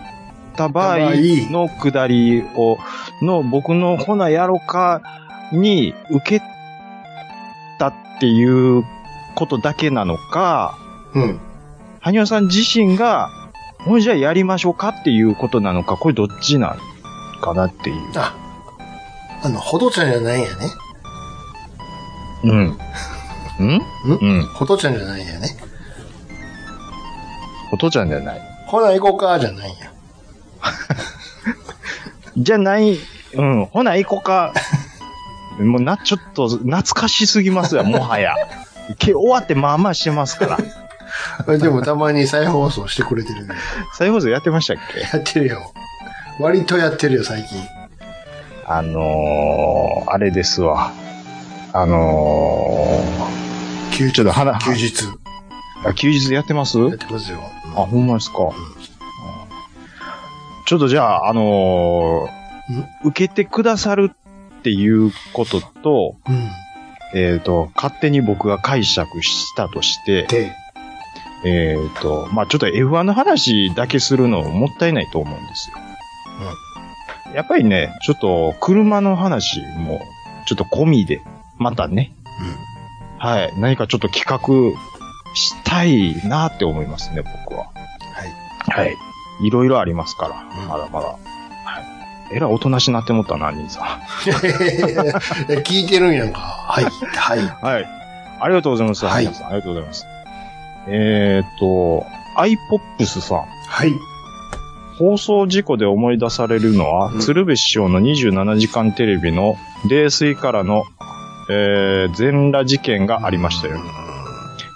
Speaker 3: た場合
Speaker 4: 場合
Speaker 3: のくだりを、の僕のほなやろかに受けたっていうことだけなのか、
Speaker 4: うん。
Speaker 3: 羽生さん自身が、ほんじゃやりましょうかっていうことなのか、これどっちなんかなっていう。
Speaker 4: あ、あの、ほどちゃんじゃないんやね。
Speaker 3: うん。うんうん。
Speaker 4: ほどちゃんじゃないんやね。
Speaker 3: お父ちゃんじゃない。
Speaker 4: ほな、行こうか、じゃないんや。
Speaker 3: じゃない、うん、ほな、行こうか。もうな、ちょっと、懐かしすぎますよ、もは や。け終わってまあまあしてますから。
Speaker 4: でも、たまに再放送してくれてるね。
Speaker 3: 再放送やってましたっけ
Speaker 4: やってるよ。割とやってるよ、最近。
Speaker 3: あのー、あれですわ。あの
Speaker 4: 休日。
Speaker 3: ちょっと花
Speaker 4: 休日。
Speaker 3: ー、あ休日やってます
Speaker 4: やってますよ。
Speaker 3: あ、ほんまですか。ちょっとじゃあ、あのー、受けてくださるっていうことと、
Speaker 4: うん。
Speaker 3: えっ、と、勝手に僕が解釈したとして、
Speaker 4: で、
Speaker 3: えっ、と、まあちょっと F1 の話だけするのもったいないと思うんですよ。やっぱりね、ちょっと車の話も、ちょっと込みで、またね、はい、何かちょっと企画したいなって思いますね、僕は。はい。はい。いろいろありますから、
Speaker 4: うん
Speaker 3: まだまだ。はい。えらいおとなしなって思ったな、兄さん。
Speaker 4: うん。 聞いてるんやんか。はい。はい。
Speaker 3: はい。ありがとうございます。
Speaker 4: はい
Speaker 3: 皆さんありがとうございます。えっ、と、iPops さん。
Speaker 4: はい。
Speaker 3: 放送事故で思い出されるのは、
Speaker 4: うん
Speaker 3: 鶴瓶師匠の27時間テレビの泥酔からの、えー、全裸事件がありましたよ、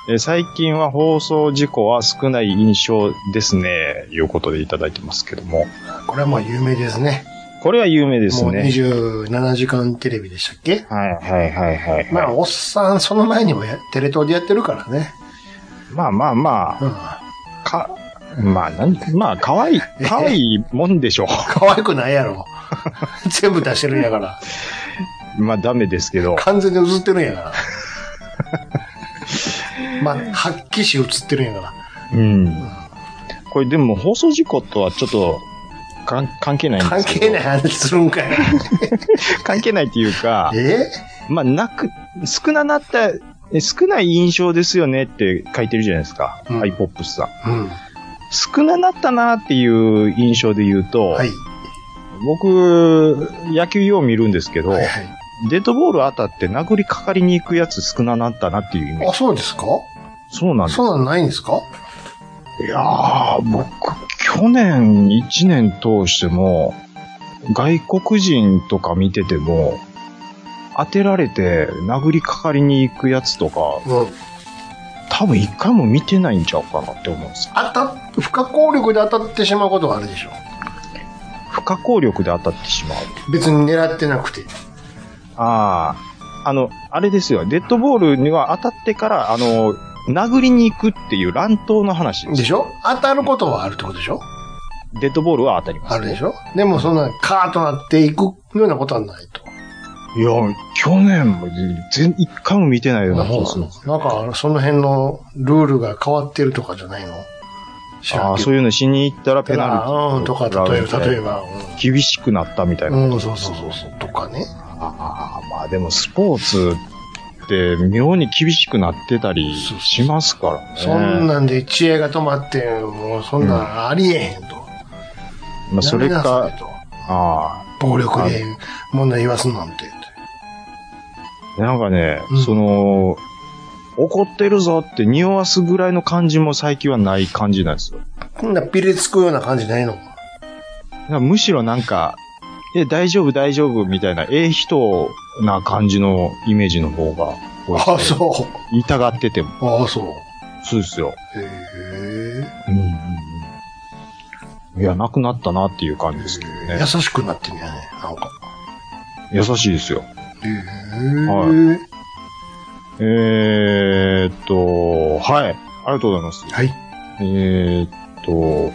Speaker 3: えー最近は放送事故は少ない印象ですね、いうことでいただいてますけども。
Speaker 4: これはもう有名ですね。
Speaker 3: これは有名です
Speaker 4: もう
Speaker 3: ね。
Speaker 4: 27時間テレビでしたっけ
Speaker 3: はいはいはいはい。
Speaker 4: まあ、おっさん、その前にもやテレ東でやってるからね。
Speaker 3: まあまあま
Speaker 4: うん。
Speaker 3: あ、か、まあ、なん、まあ、可愛い、可愛いもんでしょ
Speaker 4: 可愛くないや ろ。全部出してるんやから。
Speaker 3: う。 まあ、ダメですけど。
Speaker 4: 完全に映ってるんや から。まあ、発揮し映ってるんやから。
Speaker 3: うん。これでも放送事故とはちょっと、かん関係ないんで
Speaker 4: 関
Speaker 3: すけど。
Speaker 4: 係ない話するんかい。
Speaker 3: 関係ないっていうか、
Speaker 4: え
Speaker 3: まあ、なく、少ななった、え少ない印象ですよねって書いてるじゃないですか。
Speaker 4: うん
Speaker 3: ハイポップスさん。
Speaker 4: うん。
Speaker 3: 少ななったなっていう印象で言うと、
Speaker 4: はい。
Speaker 3: 僕、野球よう見るんですけど、
Speaker 4: はいはい。
Speaker 3: デッドボール当たって殴りかかりに行くやつ少ななったなっていうイメー
Speaker 4: あ、
Speaker 3: ジ。
Speaker 4: そうですか
Speaker 3: そうなんです
Speaker 4: そんなんないんですか
Speaker 3: いやー、僕、去年1年通しても、外国人とか見てても、当てられて殴りかかりに行くやつとか、
Speaker 4: うん。
Speaker 3: 多分一回も見てないんちゃうかなって思うんですよ。
Speaker 4: 当たっ、不可抗力で当たってしまうことがあるでしょ。
Speaker 3: 不可抗力で当たってしまう。
Speaker 4: 別に狙ってなくて。
Speaker 3: ああ、あの、あれですよ。デッドボールには当たってから、あの、殴りに行くっていう乱闘の話です
Speaker 4: でしょ当たることはあるってことでしょ
Speaker 3: デッドボールは当たります。
Speaker 4: あるでしょでもそんなカーッとなっていくようなことはないと。
Speaker 3: いや、去年、全、一回も見てないような気がする。
Speaker 4: なんか、その辺のルールが変わってるとかじゃないの知
Speaker 3: あ
Speaker 4: らん
Speaker 3: あ、
Speaker 4: けど
Speaker 3: そういうのしに行ったらペナルティ
Speaker 4: あうん、とか、例えば、例えば、
Speaker 3: 厳しくなったみたいな。
Speaker 4: うん、うん、そうそうそうそう、とかね。
Speaker 3: ああ、まあでもスポーツって妙に厳しくなってたりしますからね。
Speaker 4: そんなんで知恵が止まって、もうそんなんありえへんと。
Speaker 3: まあそれ
Speaker 4: やめな
Speaker 3: か
Speaker 4: さい、と
Speaker 3: あ
Speaker 4: 暴力で問題言わすなんて。
Speaker 3: あ、なんかね、
Speaker 4: うん
Speaker 3: その、怒ってるぞって匂わすぐらいの感じも最近はない感じなんですよ。
Speaker 4: こんなピリつくような感じないの
Speaker 3: だからむしろなんか、え、大丈夫大丈夫みたいな、ええ人な感じのイメージの方が多いですね、
Speaker 4: ああ、そ
Speaker 3: 痛がってても。
Speaker 4: う。ああ、そう。
Speaker 3: そうですよ。
Speaker 4: へえ。
Speaker 3: うんうんうん。いや、なくなったなっていう感じですけどね
Speaker 4: 優。しくなってんやね、なんか。
Speaker 3: 優しいですよ。
Speaker 4: へえ。
Speaker 3: はえー、っと、はい。ありがとうございます。
Speaker 4: はい。
Speaker 3: えー、っと、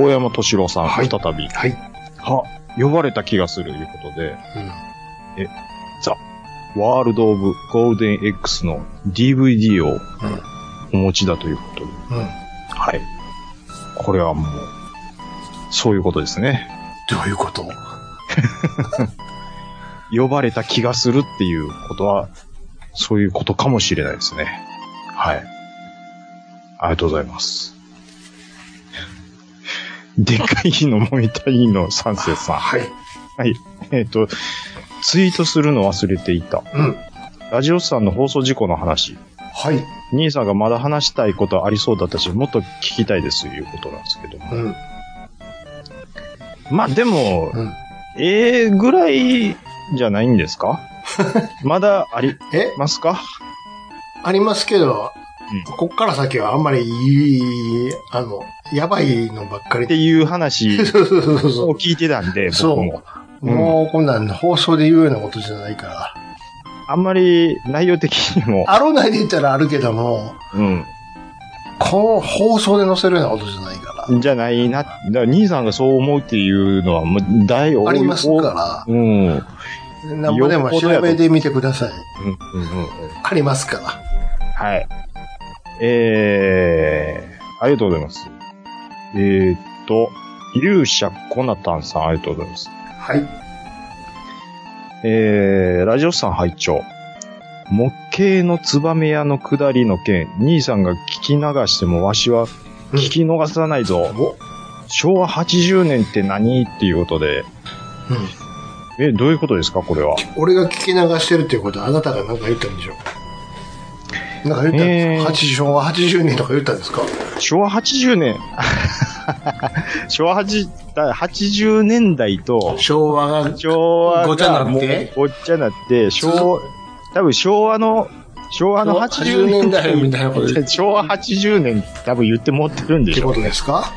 Speaker 3: 大山敏郎さん、
Speaker 4: はい
Speaker 3: 再び、
Speaker 4: はい。
Speaker 3: は、呼ばれた気がするということで、
Speaker 4: うん。
Speaker 3: ワールド・オブ・ゴールデン X の DVD をお持ちだということで、
Speaker 4: うん。
Speaker 3: はい。これはもう、そういうことですね。
Speaker 4: どういうこと
Speaker 3: 呼ばれた気がするっていうことは、そういうことかもしれないですね。はい。ありがとうございます。でかいの燃えたいの三世さん。
Speaker 4: はい。
Speaker 3: はい。えっ、と、ツイートするの忘れていた。
Speaker 4: うん。
Speaker 3: ラジオスさんの放送事故の話。
Speaker 4: はい。
Speaker 3: 兄さんがまだ話したいことありそうだったし、もっと聞きたいですということなんですけども。
Speaker 4: うん。
Speaker 3: まあでも、
Speaker 4: うん。
Speaker 3: ええぐらいじゃないんですかまだあり
Speaker 4: え
Speaker 3: ますか
Speaker 4: ありますけど、
Speaker 3: うん
Speaker 4: こっから先はあんまりいい、あの、やばいのばっかり
Speaker 3: って
Speaker 4: で。
Speaker 3: いう話
Speaker 4: そうそうそうそう
Speaker 3: を聞いてたんで、
Speaker 4: そう
Speaker 3: 僕も。うん
Speaker 4: もうこんなん放送で言うようなことじゃないから。
Speaker 3: あんまり内容的にも、
Speaker 4: あろないで言ったらあるけども、
Speaker 3: うん、
Speaker 4: この放送で載せるようなことじゃないか
Speaker 3: じゃないな。だから兄さんがそう思うっていうのは、もう、大
Speaker 4: ら。あります
Speaker 3: ら。
Speaker 4: か
Speaker 3: うん。うん、
Speaker 4: ら。なんぼでも調べてみてください。
Speaker 3: うん、うん。
Speaker 4: ありますから。
Speaker 3: はい。えー、ありがとうございます。えー、っと、勇者コナタンさん、ありがとうございます。
Speaker 4: はい。
Speaker 3: えー、ラジオさん拝聴。模型のツバメ屋の下りの件、兄さんが聞き流してもわしは聞き逃さないぞ。
Speaker 4: お、
Speaker 3: 昭和80年って何っていうことで、
Speaker 4: うん。
Speaker 3: え、どういうことですかこれは。
Speaker 4: 俺が聞き流してるっていうことはあなたが何か言ったんでしょなんか言ったんですか、
Speaker 3: えー
Speaker 4: ?80 昭和80年とか言ったんですか
Speaker 3: 昭和80年。昭和80だ80年代と、
Speaker 4: 昭和が、
Speaker 3: 昭和が
Speaker 6: ごっちゃになって
Speaker 3: もうごっちゃになって、昭和、多分昭和の、昭和の80
Speaker 6: 80
Speaker 3: 年
Speaker 6: 年
Speaker 3: 代
Speaker 6: 代みたいなこと言 っ
Speaker 3: 昭和80年多分言って持ってるんで
Speaker 4: っ
Speaker 3: してょ
Speaker 4: こ。とですか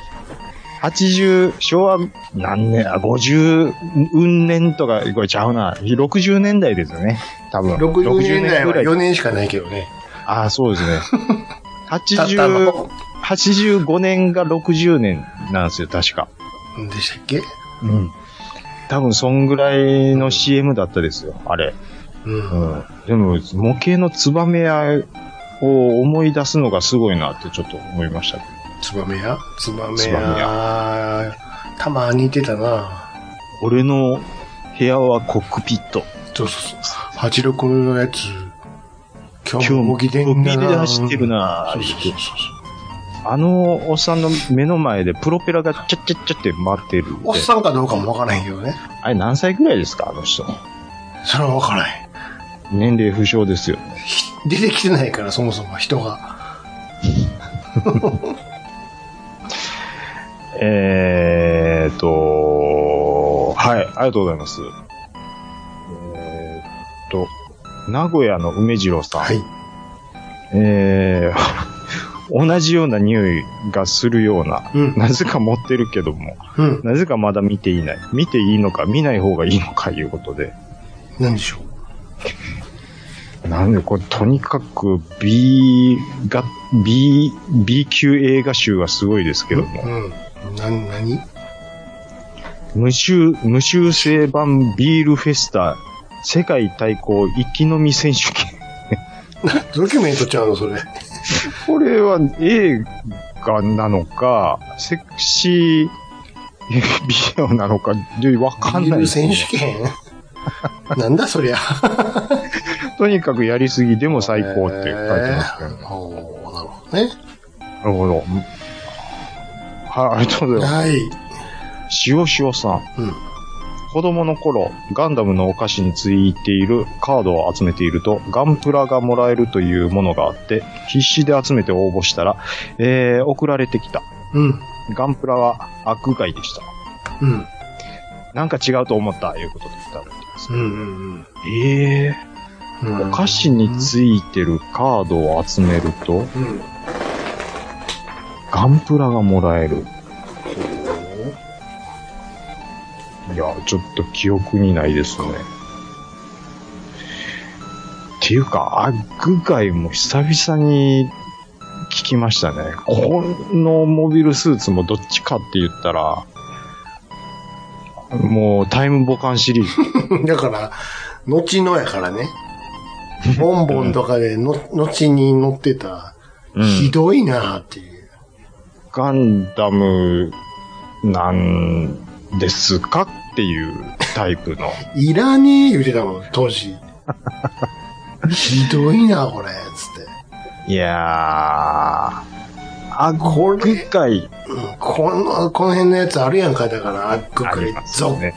Speaker 3: 80、昭和何年、あ、50、うん年とか、これちゃうな。60年代ですよね。多分。
Speaker 4: ?60 年代は
Speaker 3: 60
Speaker 4: 4年しかないけどね。
Speaker 3: ああ、そう ですね。
Speaker 4: たった
Speaker 3: 80、
Speaker 4: の、
Speaker 3: 85年が60年なんですよ、確か。
Speaker 4: んでしたっけ
Speaker 3: うん。多分、そんぐらいの CM だったですよ、あれ。
Speaker 4: うん。
Speaker 3: うん。でも、模型のツバメ屋を思い出すのがすごいなってちょっと思いましたけど。
Speaker 4: ツバメやツバメ
Speaker 3: ツバメ
Speaker 4: やたまに似てたな
Speaker 3: 俺の部屋はコックピット。
Speaker 4: そうそうそう。86のやつ、今
Speaker 3: 今
Speaker 4: 日
Speaker 3: 日
Speaker 4: も
Speaker 3: も
Speaker 4: ご機嫌
Speaker 3: ご機嫌で走ってるな
Speaker 4: そうそうそうそう。
Speaker 3: あのおっさんの目の前でプロペラがチャッチャッチャって回ってるんで。
Speaker 4: おっさんかどうかもわからへんけどね。
Speaker 3: あれ何歳ぐらいですかあの人。
Speaker 4: それはわからへん。
Speaker 3: 年齢不詳ですよ。
Speaker 4: 出てきてないから、そもそも人が。
Speaker 3: えーっと、はい、ありがとうございます。えーっと、名古屋の梅次郎さん。
Speaker 4: はい。
Speaker 3: えー、 同じような匂いがするような。
Speaker 4: うん。
Speaker 3: なぜか持ってるけども、
Speaker 4: うん。
Speaker 3: なぜかまだ見ていない。見ていいのか、見ない方がいいのかいうことで。
Speaker 4: なんでしょ
Speaker 3: なんで、これ、とにかく B が、B、B 級映画集はすごいですけ
Speaker 4: う。
Speaker 3: ど
Speaker 4: う
Speaker 3: も、
Speaker 4: ん。な、なに
Speaker 3: 無修、無修正版ビールフェスタ世界対抗生きのみ選手権。
Speaker 4: ドキュメントちゃうの、それ。
Speaker 3: これは映画なのか、セクシー ビデオなのか、でわかんない
Speaker 4: ビール
Speaker 3: です
Speaker 4: 選
Speaker 3: ね。
Speaker 4: 手 権なんだそりゃ。
Speaker 3: とにかくやりすぎでも最高って書いてますけど、
Speaker 4: えーおーなるほどね。
Speaker 3: なるほど。はい、ありがとうございま
Speaker 4: はい。
Speaker 3: す。塩塩さん。
Speaker 4: うん
Speaker 3: 子供の頃、ガンダムのお菓子についているカードを集めていると、ガンプラがもらえるというものがあって、必死で集めて応募したら、えー、送られてきた。
Speaker 4: うん。
Speaker 3: ガンプラは悪外でした。
Speaker 4: うん。
Speaker 3: なんか違うと思った、いうことで言ってます
Speaker 4: う。ん。
Speaker 3: ええ
Speaker 4: うん。うん
Speaker 3: お菓子についてるカードを集めると、
Speaker 4: うん。
Speaker 3: ガンプラがもらえる。いや、ちょっと記憶にないですね。っていうか、アッグガイも久々に聞きましたね。このモビルスーツもどっちかって言ったら、もうタイムボカンシリーズ。
Speaker 4: だから、後のやからね。ボンボンとかでの、後に乗ってた、ひどいなーっていう。
Speaker 3: ガンダムなんですかっていうタイプの。
Speaker 4: いらねえ言うてたもん、当時。ひどいな、これ、つって。
Speaker 3: いやー、あ、
Speaker 4: こ
Speaker 3: こ
Speaker 4: れ
Speaker 3: れ界
Speaker 4: うんこの、この辺のやつあるやんか、だから、アック
Speaker 3: あ
Speaker 4: ク
Speaker 3: り
Speaker 4: リ
Speaker 3: ます
Speaker 4: ゾ、
Speaker 3: ね。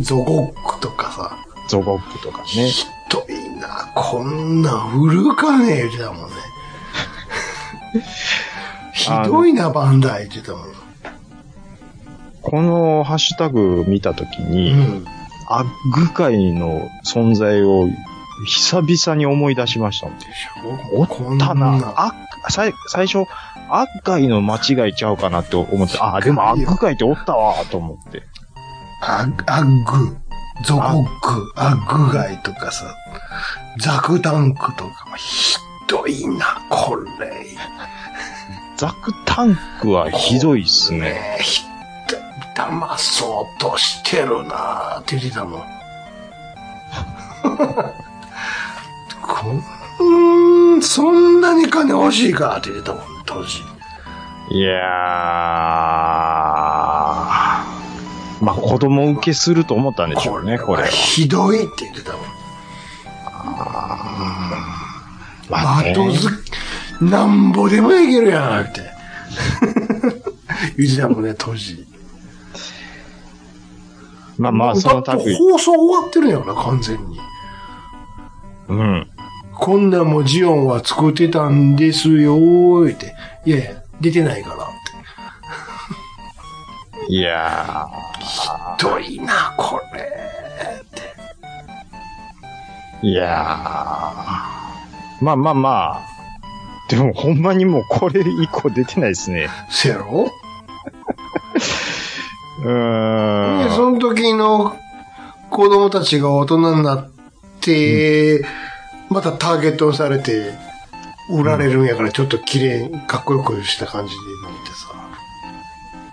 Speaker 4: ゾゴックとかさ。
Speaker 3: ゾゴックとかね。
Speaker 4: ひどいな、こんなん売るかね言ってた もんね。ひどいな、バンダイ言ってたもん。
Speaker 3: このハッシュタグ見たとき
Speaker 4: う
Speaker 3: に、
Speaker 4: ん。
Speaker 3: アッグ界の存在を久々に思い出しましたもん。おったな。あ最最初、アッガイの間違いちゃうかなって思って、あ、でもアッグ界っておったわーと思って。
Speaker 4: アッアッグ、ゾコック、アッグガイとかさ、ザクタンクとか、ひどいな、これ。
Speaker 3: ザクタンクはひどいっすね。
Speaker 4: ねえひどい騙そうとしてるなって言ってたもん。こん、そんなに金欲しいかって言ってたもん、当時。
Speaker 3: いやー。まあ、子供受けすると思ったんでしょうね、これは。
Speaker 4: ひどいって言ってたもん。
Speaker 3: まあね
Speaker 4: 後付け、なんぼでもいけるやん、って。 言ってたもんね、当時。
Speaker 3: まあまあ、その
Speaker 4: だって
Speaker 3: 類。
Speaker 4: 放送終わってるんやから、完全に。
Speaker 3: うん。
Speaker 4: こんなんもジオンは作ってたんですよーって。いやいや、出てないからって。
Speaker 3: いや
Speaker 4: ひどいな、これ。
Speaker 3: ー。いやー。まあまあまあ。でも、ほんまにもうこれ以降出てないですね。
Speaker 4: せやろ
Speaker 3: う
Speaker 4: で、
Speaker 3: ーん。
Speaker 4: その時の子供たちが大人になって、またターゲットされて、売られるんやから、ちょっと綺麗に、かっこよくした感じになってさ。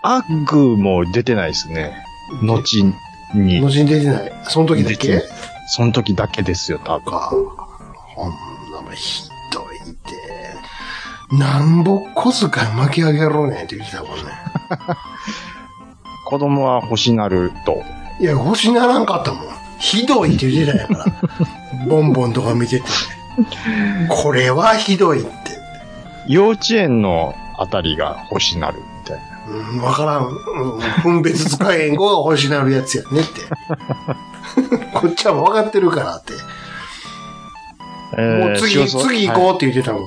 Speaker 3: アッグも出てないですね。後に。
Speaker 4: 後に出てない。その時だけ
Speaker 3: 出てその時だけですよ、多分。
Speaker 4: か。ほんなのひどいて。なんぼ小遣い巻き上げろねんって言ってたもんね。
Speaker 3: 子供は欲しなると。
Speaker 4: いや、欲しならんかったもん。ひどいって言ってたん やから。ボンボンとか見てて。これはひどいって。
Speaker 3: 幼稚園のあたりが欲しなるみたいな。
Speaker 4: うん、わからん。うん分別使えん子が欲しなるやつやねって。 こっちは分かってるからって。もう次、次行こうって言ってたもん。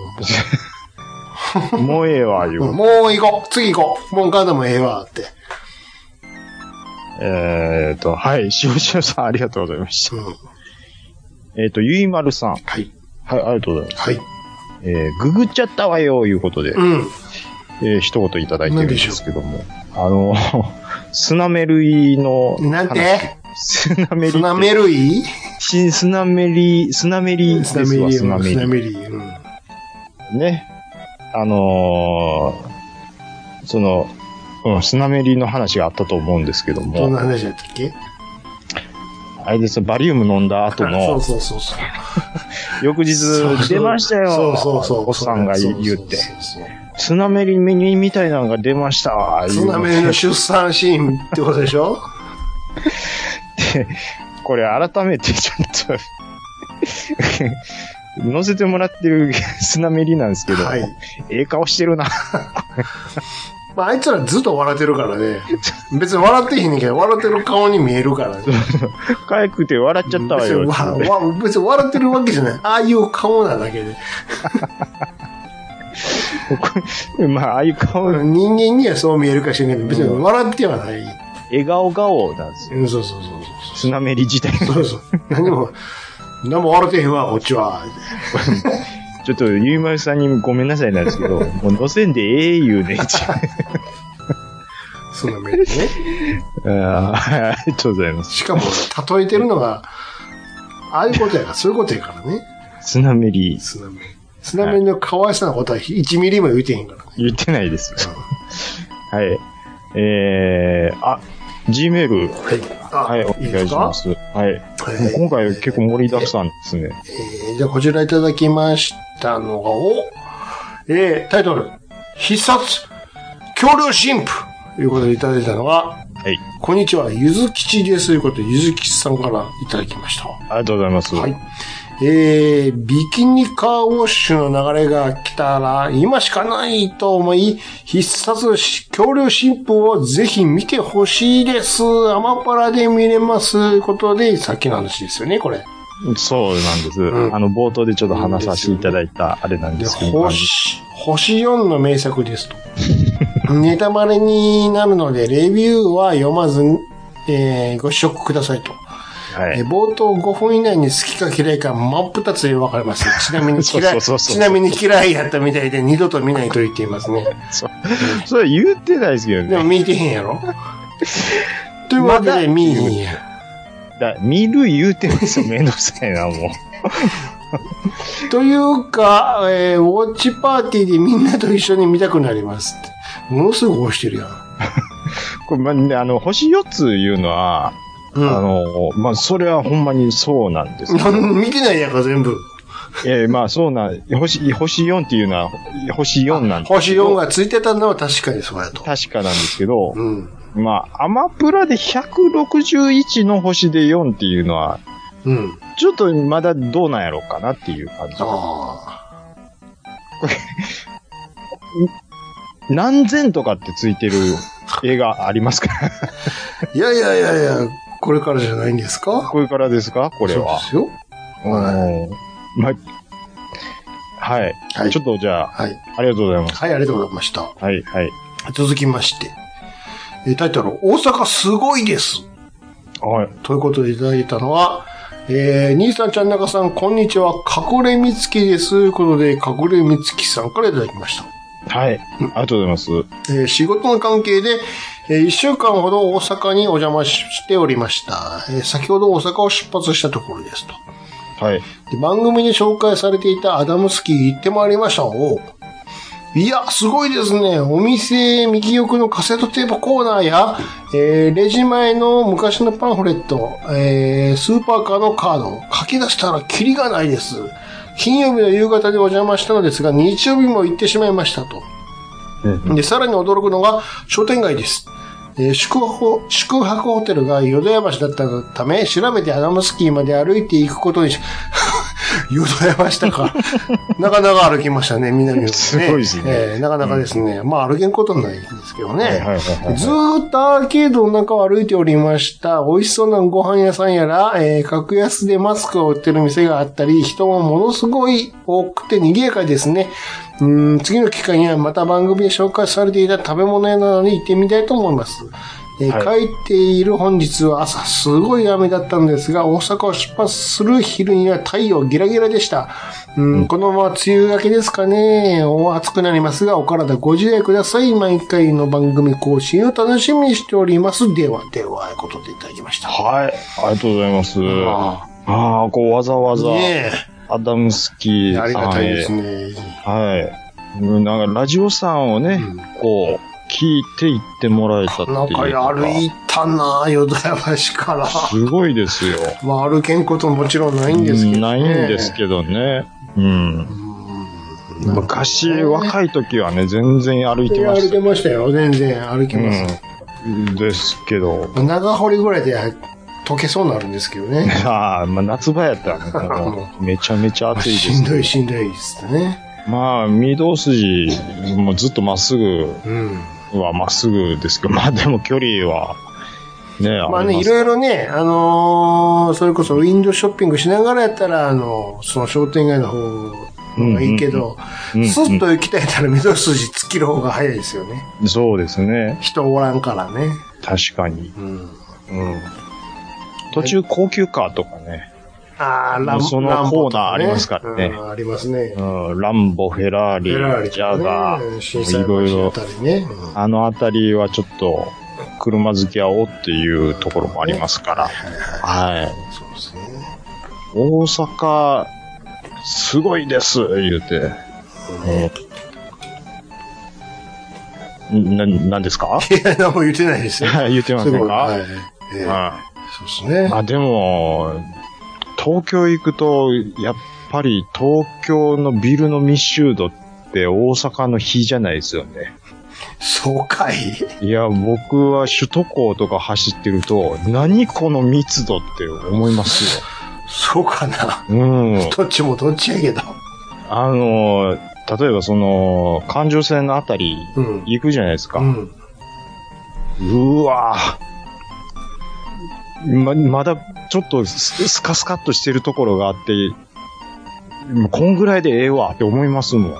Speaker 3: う。 もうええわ、言
Speaker 4: もう
Speaker 3: う。
Speaker 4: もう行こう次行こうもうガンダムええわって。
Speaker 3: えっと、はい、塩塩さんありがとうございました
Speaker 4: う。ん。
Speaker 3: えっと、ゆいまるさん。はい、
Speaker 4: はい。
Speaker 3: ありがとうございます。
Speaker 4: はい。
Speaker 3: えー、ググっちゃったわよ、いうことで、
Speaker 4: うん。
Speaker 3: えー一言いただいてるんですけども。あの、 スナメ類の話。
Speaker 4: なんて
Speaker 3: スナメリ。
Speaker 4: スナメ類
Speaker 3: 新スナメリ、スナメリですわ、ス
Speaker 4: ス
Speaker 3: ナ
Speaker 4: ナ
Speaker 3: メ
Speaker 4: メ
Speaker 3: リ。
Speaker 4: 類。うん。
Speaker 3: ね。あのーその、うん、スナメリの話があったと思うんですけど
Speaker 4: どんな
Speaker 3: も、
Speaker 4: 話やったっけ
Speaker 3: あれですよバリウム飲んだ後
Speaker 4: そ
Speaker 3: の
Speaker 4: う、そうそうそう。
Speaker 3: 翌日出ましたよ。
Speaker 4: そうそうそう。
Speaker 3: おっさんが言って。
Speaker 4: そうそうそう
Speaker 3: スナメリミみたいなのが出ました。
Speaker 4: 津波の出産シーンってことでしょ
Speaker 3: 言うてこれ改めてちょっと 載せてもらってるスナメリなんですけど、
Speaker 4: はい。
Speaker 3: ええ顔してるな。
Speaker 4: まあ、あいつらずっと笑ってるからね。別に笑ってへんねんけど、笑ってる顔に見えるからね。
Speaker 3: かわいくて笑っちゃったわ
Speaker 4: 別
Speaker 3: よ
Speaker 4: に。わわ別に笑ってるわけじゃない。ああいう顔なだけで。
Speaker 3: まあ、ああいう顔、笑
Speaker 4: 人間にはそう見えるかしらんけど、別に笑ってはない。
Speaker 3: 顔顔なんですよ。
Speaker 4: うん、そうそうそう
Speaker 3: スナメリ自体。
Speaker 4: そう。そうそう。何も、何も笑ってへんわ、こっちは。
Speaker 3: ちょっと、ゆいまるさんにごめんなさいなんです けど、もう乗せんでええ言うね。
Speaker 4: そんな目でね。
Speaker 3: あーありがとうございます。
Speaker 4: しかも、例えてるのが、ああいうことやから、そういうことやからね。
Speaker 3: スナメリ、
Speaker 4: スナメ。スナメの可愛さのことは1ミリも言うてへんからね。
Speaker 3: 言ってないです。はい。えー、あ、Gmail、
Speaker 4: はい。あ。
Speaker 3: はい、お願いしますす。はい。
Speaker 4: はい
Speaker 3: 今回結構盛りだくさんですね。
Speaker 4: えーじゃあこちらいただきましたのが、おえー、タイトル、必殺、恐竜神父ということでいただいたのが、
Speaker 3: はい。
Speaker 4: こんにちは、ゆずきちですということで、ゆずきちさんからいただきました。
Speaker 3: ありがとうございます。
Speaker 4: はい。えー、ビキニカーウォッシュの流れが来たら、今しかないと思い、必殺し恐竜新婦をぜひ見てほしいです。アマパラで見れます。ということで、さっきの話ですよね、これ。
Speaker 3: そうなんです、
Speaker 4: うん
Speaker 3: あの、冒頭でちょっと話させていただいたあれなん
Speaker 4: で
Speaker 3: ですけど。
Speaker 4: 星、星4の名作です と。ネタバレになるので、レビューは読まずに、えーご試食くださいと。
Speaker 3: は
Speaker 4: え
Speaker 3: い
Speaker 4: ー。冒頭5分以内に好きか嫌いか真っ二つで分か れます。ちなみに嫌
Speaker 3: そ
Speaker 4: い、
Speaker 3: うそうそうそう
Speaker 4: ちなみに嫌いやったみたいで二度と見ないと言っていますね。
Speaker 3: それ言ってないですけど
Speaker 4: でも
Speaker 3: ね。
Speaker 4: 見てへ んやろというわけで見えへんやん。
Speaker 3: だ見る言うてますよ。めんどくさいな、 もう。
Speaker 4: というか、えーウォッチパーティーでみんなと一緒に見たくなりますって。ものすごい押してるやん。
Speaker 3: これ、まあね、あの、星4ついうのは、
Speaker 4: うん
Speaker 3: あの、まあ、それはほんまにそうなんですけど。
Speaker 4: なん見てないやんか、全部。
Speaker 3: ええまあそうなん、星、星4っていうのは、星4なんです
Speaker 4: 星4がついてたのは確かにそうやと。
Speaker 3: 確かなんですけど、
Speaker 4: うん。
Speaker 3: まあ、アマプラで161の星で4っていうのは、
Speaker 4: うん。
Speaker 3: ちょっとまだどうなんやろうかなっていう感
Speaker 4: あ
Speaker 3: じ。何千とかってついてる映画ありますから、
Speaker 4: あ。いやいやいやいや、これからじゃないんですか
Speaker 3: これからですかこれは。
Speaker 4: そうで
Speaker 3: うんまあ、はい。
Speaker 4: すよ。はい。
Speaker 3: ちょっとじゃあ、
Speaker 4: はい。
Speaker 3: ありがとうございます。
Speaker 4: はい、ありがとうございました。
Speaker 3: はい、はい。
Speaker 4: 続きまして。えータイトル、大阪すごいです。
Speaker 3: はい。
Speaker 4: ということでいただいたのは、えー、兄さん、ちゃんなかさん、こんにちは。隠れみつきです。ということで、隠れみつきさんからいただきました。
Speaker 3: はい。ありがとうございます。
Speaker 4: えー仕事の関係で、え1週間ほど大阪にお邪魔しておりました。えー先ほど大阪を出発したところですと。
Speaker 3: はい。
Speaker 4: で番組に紹介されていたアダムスキー行ってまいりました。おういや、すごいですね。お店右奥のカセットテープコーナーや、えーレジ前の昔のパンフレット、えースーパーカーのカード、書き出したらキリがないです。金曜日の夕方でお邪魔したのですが、日曜日も行ってしまいましたと。で、さらに驚くのが商店街です。えー宿泊、宿泊ホテルが淀屋橋だったため、調べてアダムスキーまで歩いていくことにし、 淀屋橋だか。 なかなか歩きましたね、南を、ね。
Speaker 3: すごいですね
Speaker 4: えーなかなかですね。まあ歩けんことないんですけどね。
Speaker 3: はいはいはいはい
Speaker 4: ずーっとアーケードの中を歩いておりました。美味しそうなご飯屋さんやら、えー格安でマスクを売ってる店があったり、人もものすごい多くて賑やかですね。うーん、次の機会にはまた番組で紹介されていた食べ物屋などに行ってみたいと思います。えー
Speaker 3: は
Speaker 4: 書いている本日は朝すごい雨だったんですが、大阪を出発する昼には太陽ギラギラでした。うん、このまま梅雨明けですかね。お暑くなりますが、お体ご自愛ください。毎回の番組更新を楽しみにしております。では、では、ということでいただきました。
Speaker 3: はい。ありがとうございます。
Speaker 4: あ
Speaker 3: ああ、こうわざわ
Speaker 4: あ
Speaker 3: ざ、
Speaker 4: ね
Speaker 3: アダムスキ
Speaker 4: え。
Speaker 3: ー
Speaker 4: ありが
Speaker 3: さ
Speaker 4: た
Speaker 3: ん
Speaker 4: いで
Speaker 3: へ
Speaker 4: す。ね。
Speaker 3: はい。なんか、ラジオさんをね、
Speaker 4: うん
Speaker 3: こ聞いて行ってもらえたっていうの
Speaker 4: なんか
Speaker 3: が。
Speaker 4: 歩いたなぁ、ヨドヤ橋から。
Speaker 3: すごいですよ。
Speaker 4: まあ、歩けんこともちろんないんですけど、
Speaker 3: う
Speaker 4: ね。
Speaker 3: んないんですけどね。うん。昔、若い時はね、全然歩いてま
Speaker 4: 歩
Speaker 3: し
Speaker 4: け
Speaker 3: た。
Speaker 4: ましたよ。全然歩きます。
Speaker 3: うん。ですけど。
Speaker 4: 長堀ぐらいで溶けそうになるんですけど ね。
Speaker 3: ああ、まあ夏場やったらね、も うめちゃめちゃ暑いです、
Speaker 4: しんどいしんどいですね。
Speaker 3: まあ、御堂筋、もうずっとまっすぐ
Speaker 4: うん。
Speaker 3: はまっすぐですけど、まあでも距離は、ね、
Speaker 4: まあね、い
Speaker 3: い
Speaker 4: ろいろね、あのーそれこそウィンドウショッピングしながらやったら、あの、その商店街の方のがいいけど、
Speaker 3: うんうんうん
Speaker 4: スッと行きたいなら緑筋突っ切る方が早いですよね。
Speaker 3: そうですね。
Speaker 4: 人おらんからね。
Speaker 3: 確かに。
Speaker 4: うん。
Speaker 3: うん。途中高級カーとかね、
Speaker 4: ああ、ラン
Speaker 3: その
Speaker 4: ランボと
Speaker 3: コーナーありますからね
Speaker 4: うんありますね。
Speaker 3: うん、ランボ、フェラーリ、
Speaker 4: フェラーリ
Speaker 3: ジャガ
Speaker 4: うん震
Speaker 3: ー、
Speaker 4: 災
Speaker 3: いろい
Speaker 4: 橋あ
Speaker 3: ろ
Speaker 4: た、りね。うん
Speaker 3: あのあたりはちょっと、車好きはおっていうところもありますから、はい。
Speaker 4: そうですね。
Speaker 3: 大阪、すごいです言うて。うんな、なんですか
Speaker 4: いや、何も言ってないですよ。
Speaker 3: 言ってませんか、
Speaker 4: はい。ええ
Speaker 3: は
Speaker 4: そうです
Speaker 3: い
Speaker 4: ね。
Speaker 3: あ、でも、東京行くと、やっぱり東京のビルの密集度って大阪の比じゃないですよね。
Speaker 4: そうかい。
Speaker 3: いや、僕は首都高とか走ってると、何この密度って思いますよ。
Speaker 4: そうかな。
Speaker 3: うん。
Speaker 4: どっちもどっちやけど。
Speaker 3: あの、例えばその、環状線のあたり
Speaker 4: うん。
Speaker 3: 行くじゃないですか。
Speaker 4: うん。
Speaker 3: うわぁ。ま、まだ、ちょっとス、スカスカっとしてるところがあって、もうこんぐらいでええわって思いますもん。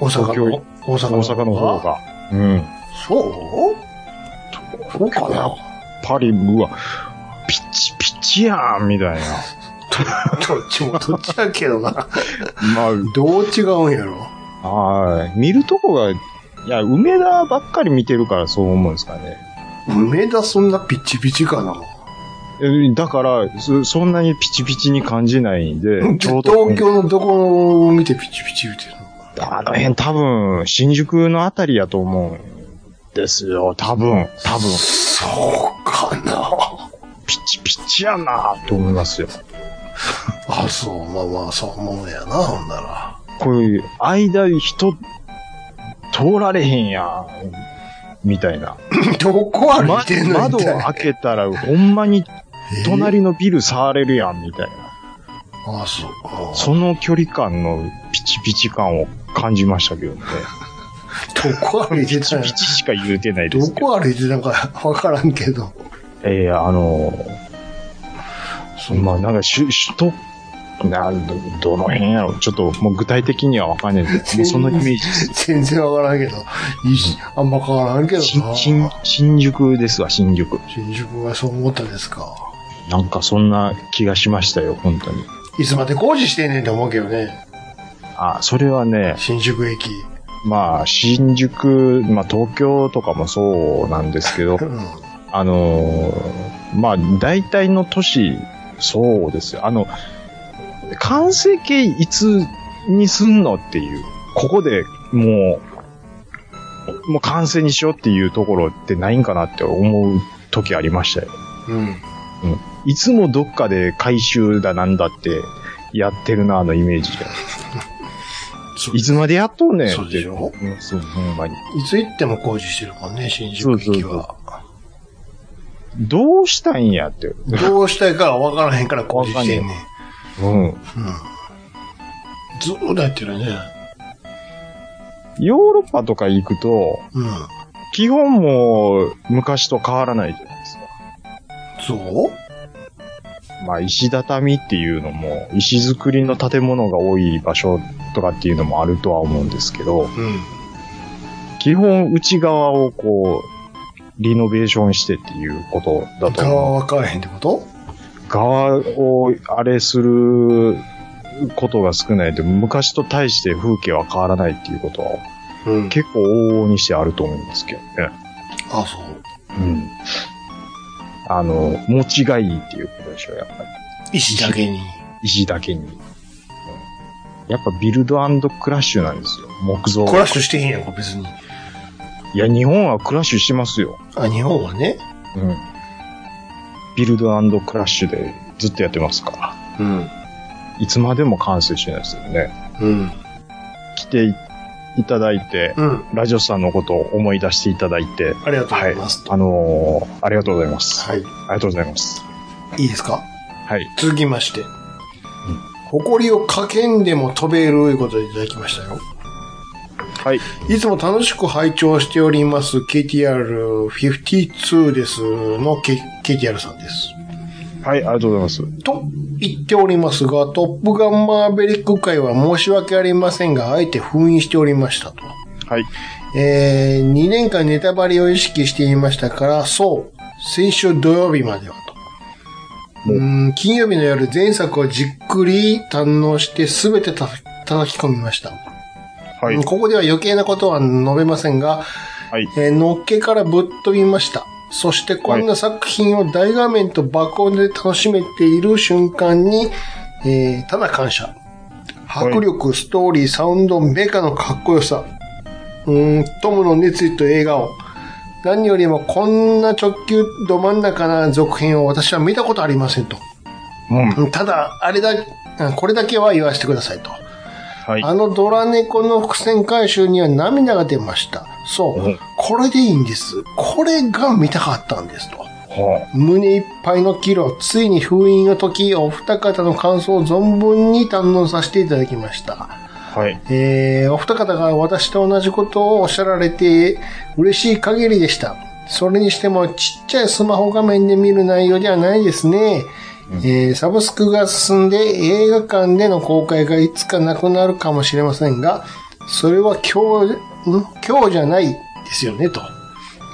Speaker 4: 大阪の
Speaker 3: 東
Speaker 4: 大阪
Speaker 3: 大阪の方。が。うん。やっ
Speaker 4: そうそうかな。
Speaker 3: ぱり、うわ、ピッチピチやん、みたいな。
Speaker 4: どっちもどっちやけど な。
Speaker 3: ま
Speaker 4: どう違うんやろ。
Speaker 3: あ、はい。見るとこが、いや、梅田ばっかり見てるからそう思うんですかね。
Speaker 4: 梅田そんなピッチピチかな。
Speaker 3: えだから、そそんなにピチピチに感じないんで、 ちょうど
Speaker 4: 東京のどこを見てピチピチ言うてるの
Speaker 3: あの辺多分、新宿のあたりやと思うんですよ。多分、多分、
Speaker 4: そうかな。
Speaker 3: ピチピチやなと思いますよ。
Speaker 4: あ、そう、まあまあ、そう思うやな、ほんなら。
Speaker 3: こういう、間人、通られへんやん、みたいな。
Speaker 4: どこ歩いてんの
Speaker 3: 窓
Speaker 4: み
Speaker 3: を
Speaker 4: たいな。
Speaker 3: 開けたら、ほんまに隣のビル触れるやん、みたいな。
Speaker 4: あ、そう。
Speaker 3: その距離感のピチピチ感を感じましたけどね。
Speaker 4: どこ歩いて
Speaker 3: ピ
Speaker 4: た
Speaker 3: チ
Speaker 4: ん
Speaker 3: ピ
Speaker 4: や
Speaker 3: チしか言うてないで
Speaker 4: ど
Speaker 3: すけど。
Speaker 4: こ歩いてたんかわからんけど。
Speaker 3: ええあのまあなんか首、首都、なんどどの辺やろちょっともう具体的にはわかん ないですもうそのイメージです。
Speaker 4: 全然わからんけど。いいしあんま変わらんけど
Speaker 3: 新
Speaker 4: な。
Speaker 3: 新新宿ですわ、新宿。
Speaker 4: 新宿がそう思ったですか。
Speaker 3: なんかそんな気がしましたよ、本当に。
Speaker 4: いつまで工事してんねんって思うけどね。
Speaker 3: あ、それはね、
Speaker 4: 新宿駅。
Speaker 3: まあ、新宿、まあ東京とかもそうなんですけど
Speaker 4: う、ん。
Speaker 3: あのーまあ、大体の都市、そうですよ。あの、完成形いつにすんのっていう、ここでもう、もう完成にしようっていうところってないんかなって思う時ありましたよ。
Speaker 4: うん。
Speaker 3: いつもどっかで回収だなんだってやってるな、あのイメージが。
Speaker 4: そう
Speaker 3: いつまでやっとんねんって。
Speaker 4: そうでしょ
Speaker 3: うんそう、ほんまに。
Speaker 4: いつ行っても工事してるもんね、新宿駅は。
Speaker 3: どうしたいんやって。
Speaker 4: どうしたいかわからへんから工事してんねん。
Speaker 3: うん。
Speaker 4: ずーっとやってるね。
Speaker 3: ヨーロッパとか行くと、
Speaker 4: うん。
Speaker 3: 基本もう昔と変わらないじゃないですか。
Speaker 4: そう
Speaker 3: まあ石畳っていうのも、石造りの建物が多い場所とかっていうのもあるとは思うんですけど、
Speaker 4: うん。
Speaker 3: 基本内側をこう、リノベーションしてっていうことだと
Speaker 4: 側
Speaker 3: 思う。
Speaker 4: は変わらへんってこと
Speaker 3: 側をあれすることが少ないで、昔と対して風景は変わらないっていうことは
Speaker 4: うん。
Speaker 3: 結構往々にしてあると思うんですけどね。
Speaker 4: あ、そう。
Speaker 3: うん。あの、持ちがいいっていうことでしょ、やっぱり。
Speaker 4: 石だけに。
Speaker 3: 石だけに。うんやっぱビルドクラッシュなんですよ。木造。
Speaker 4: コラッシュしてへんやんか、別に。
Speaker 3: いや、日本はクラッシュしますよ。
Speaker 4: あ、日本はね。
Speaker 3: うん。ビルドクラッシュでずっとやってますから。
Speaker 4: うん。
Speaker 3: いつまでも完成しないですよね。
Speaker 4: うん。
Speaker 3: 来ていいただいて、
Speaker 4: うん。
Speaker 3: ラジオさんのことを思い出していただいて、
Speaker 4: ありがとうござ
Speaker 3: はい
Speaker 4: います。。
Speaker 3: あのーありがとうございます。
Speaker 4: は
Speaker 3: あ
Speaker 4: い。
Speaker 3: りがとうございます。
Speaker 4: いいですか
Speaker 3: はい。
Speaker 4: 続きまして。誇りをかけんでも飛べるいうことでいただきましたよ。
Speaker 3: はい。
Speaker 4: いつも楽しく拝聴しております KTR52 ですの、K、KTR さんです。
Speaker 3: はい、ありがとうございます。
Speaker 4: と言っておりますが、トップガンマーベリック界は申し訳ありませんが、あえて封印しておりましたと。
Speaker 3: はい。
Speaker 4: えー、2年間ネタバレを意識していましたから、そう、先週土曜日まではと。うーん金曜日の夜、前作をじっくり堪能して全てた叩き込みました、
Speaker 3: はい
Speaker 4: うん。ここでは余計なことは述べませんが、
Speaker 3: はい。
Speaker 4: えーのっけからぶっ飛びました。そしてこんな作品を大画面と爆音で楽しめている瞬間に、えーただ感謝。
Speaker 3: い
Speaker 4: 迫力、ストーリー、サウンド、メカのかっこよさ。うーん、トムの熱意と笑顔。何よりもこんな直球ど真ん中な続編を私は見たことありませんと。
Speaker 3: うん。
Speaker 4: うんただ、あれだ、あこれだけは言わせてくださいと。
Speaker 3: はい。
Speaker 4: あのドラ猫の伏線回収には涙が出ました。そう、
Speaker 3: うん
Speaker 4: これでいいんです。これが見たかったんですと。
Speaker 3: は
Speaker 4: 胸いっぱいのキロ、ついに封印を解き、お二方の感想を存分に堪能させていただきました。
Speaker 3: あはい。
Speaker 4: えーお二方が私と同じことをおっしゃられて嬉しい限りでした。それにしてもちっちゃいスマホ画面で見る内容ではないですね。えーサブスクが進んで映画館での公開がいつかなくなるかもしれませんが、それは今日、ん今日じゃないですよね、と。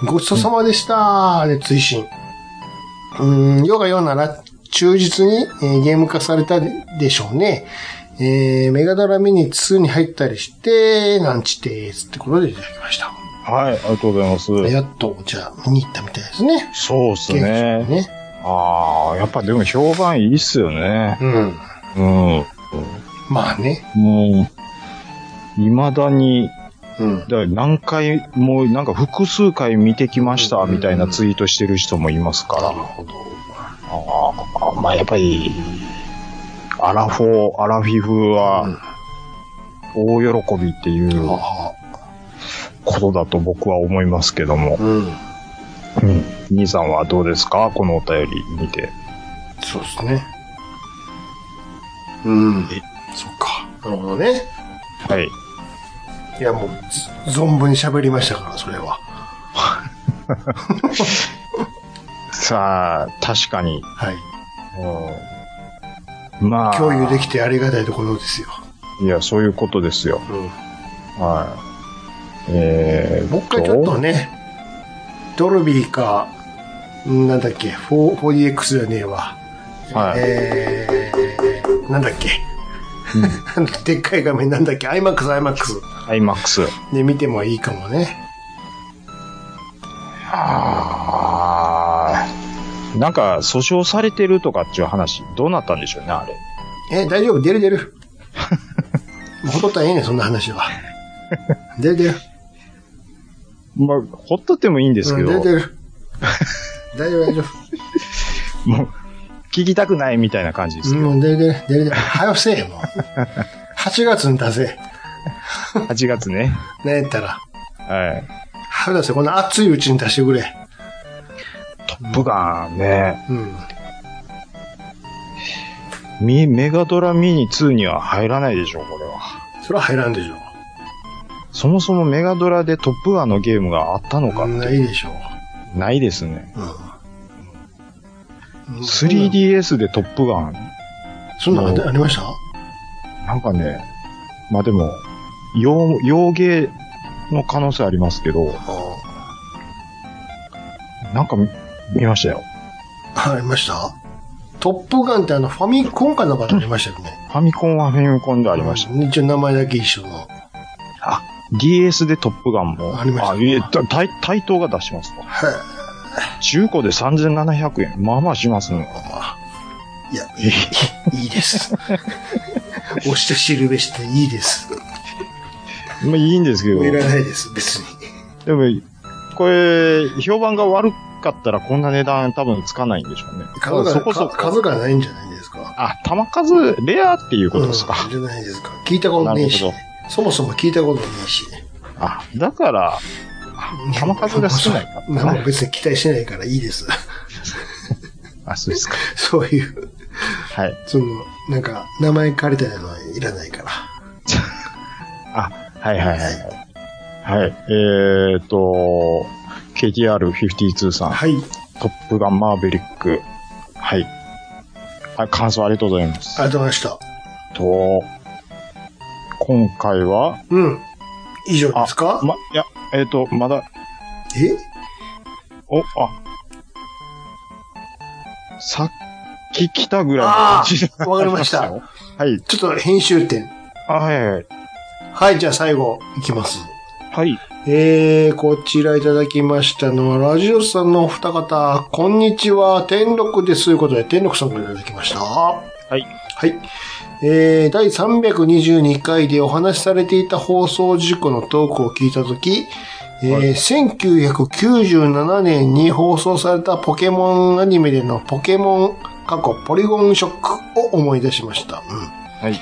Speaker 4: ごちそうさまでした、で追伸。うーん、世が世なら忠実に、えーゲーム化されたでしょうね。えー、メガドラミニ2に入ったりして、なんちてーすってことでいただきました。
Speaker 3: はい。ありがとうございます。
Speaker 4: やっと、じゃあ、見に行ったみたいですね。
Speaker 3: そうっす
Speaker 4: ゲーム
Speaker 3: ね。
Speaker 4: ね。
Speaker 3: ああ、やっぱでも評判いいっすよね。
Speaker 4: うん。
Speaker 3: うん。
Speaker 4: まあね。
Speaker 3: もう、未だに、
Speaker 4: うん。
Speaker 3: だから何回も、なんか複数回見てきました、みたいなツイートしてる人もいますから。
Speaker 4: なるほど。
Speaker 3: ああ、まあやっぱり、アラフォー、アラフィフは、大喜びっていう
Speaker 4: あ
Speaker 3: ことだと僕は思いますけども
Speaker 4: あ。。うん。
Speaker 3: うん。兄さんはどうですかこのお便り見て。
Speaker 4: そうですね。うん。そっか。なるほどね。
Speaker 3: はい。
Speaker 4: いや、もう、ず存分に喋りましたから、それは。
Speaker 3: さあ、確かに。
Speaker 4: はい。
Speaker 3: うん、まあ。
Speaker 4: 共有できてありがたいところですよ。
Speaker 3: いや、そういうことですよ。
Speaker 4: うん。
Speaker 3: はい。えー、
Speaker 4: もう一回ちょっとね、ドルビーか、んなんだっけ、4- 4DX じゃねえわ。
Speaker 3: はい
Speaker 4: えー、なんだっけ。 でっかい画面なんだっけ、IMAX、IMAX
Speaker 3: アイマックス。
Speaker 4: で見てもいいかもね。
Speaker 3: あーなんか、訴訟されてるとかっていう話、どうなったんでしょうね、あれ。
Speaker 4: え、大丈夫、出る出 る。もうほとったらええねんそんな話 は。出る出る。
Speaker 3: まあ、ほっとってもいいんです
Speaker 4: う
Speaker 3: け
Speaker 4: ん
Speaker 3: ど、
Speaker 4: 出る出る。大丈夫、大丈
Speaker 3: もう、聞きたくないみたいな感じです
Speaker 4: 夫。
Speaker 3: けど、
Speaker 4: うん、出る出る、出る出る。早よせえよ、 もう。8月に出せ。
Speaker 3: 8月ね。
Speaker 4: なんやったら。
Speaker 3: はい。
Speaker 4: 春だせ、こんな熱いうちに出してくれ。
Speaker 3: トップガンね、
Speaker 4: うん。
Speaker 3: ミメガドラミニ2には入らないでしょう、これは。
Speaker 4: それは入らんでしょう。
Speaker 3: そもそもメガドラでトップガンのゲームがあったのか、
Speaker 4: ないでしょ
Speaker 3: ないですね。
Speaker 4: う。うん。
Speaker 3: 3DS でトップガン
Speaker 4: そんなのありました
Speaker 3: なんかね、まあでも、洋、洋芸の可能性ありますけど、
Speaker 4: あ
Speaker 3: なんか見見ましたよ。
Speaker 4: ありましたトップガンってあのファミコンかなんかでありましたよね。
Speaker 3: ファミコンはファミコンであ
Speaker 4: あ
Speaker 3: りました。
Speaker 4: 一応名前だけ一緒の。
Speaker 3: DS でトップガンも。
Speaker 4: ありました
Speaker 3: いえ、た対対等が出しますと。
Speaker 4: はい。
Speaker 3: 中古で3700円。まあまあしますね。
Speaker 4: いや、いい、 いいです。押して知るべしていいです。
Speaker 3: まあいいんですけど
Speaker 4: い、らないです、別に。
Speaker 3: でも、これ、評判が悪かったらこんな値段多分つかないんでしょうね。
Speaker 4: 数が、
Speaker 3: そこそこ
Speaker 4: か数がないんじゃないですか。
Speaker 3: あ、玉数、レアっていうことですか。
Speaker 4: うんじゃないですか。聞いたことねえし
Speaker 3: なる、
Speaker 4: そもそも聞いたことねえし。
Speaker 3: あ、だから、あ玉数が少ないか った
Speaker 4: 何
Speaker 3: な
Speaker 4: も別に期待しないからいいです。
Speaker 3: あ、そうですか。
Speaker 4: そういう、
Speaker 3: はい。
Speaker 4: その、なんか、名前借りたいのはいらないから。
Speaker 3: あ、はいはいはい。はい。えーっと、KTR52 さん、
Speaker 4: はい。
Speaker 3: トップガンマーベリック。はい。あ、感想ありがとうございます。
Speaker 4: ありがとうございました。
Speaker 3: と、今回は、
Speaker 4: うん。以上ですか、
Speaker 3: ま、いや、えっ、と、まだ、
Speaker 4: え
Speaker 3: お、あ、さっき来たぐらいの感じ
Speaker 4: あーわかりました
Speaker 3: よはい。
Speaker 4: ちょっと編集点。
Speaker 3: あ、はいはい。
Speaker 4: はい、じゃあ最後、いきます。
Speaker 3: はい。
Speaker 4: えー、こちらいただきましたのは、ラジオさんのお二方、こんにちは、天禄です。ということで、天禄さんからいただきました。はいはい。えー、第322回でお話しされていた放送事故のトークを聞いたとき、えー1997年に放送されたポケモンアニメでのポケモン過去ポリゴンショックを思い出しました。うん
Speaker 3: はい。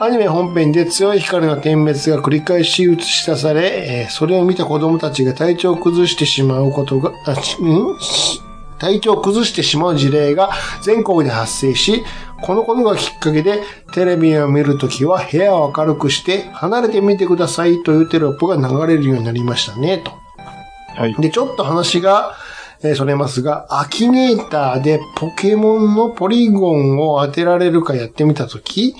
Speaker 4: アニメ本編で強い光の点滅が繰り返し映し出され、えーそれを見た子供たちが体調を崩してしまうことが、あちんし体調を崩してしまう事例が全国で発生し、このことがきっかけで、テレビを見るときは部屋を明るくして、離れてみてくださいというテロップが流れるようになりましたね、と。
Speaker 3: はい。
Speaker 4: で、ちょっと話が、えーそれますが、アキネーターでポケモンのポリゴンを当てられるかやってみたとき、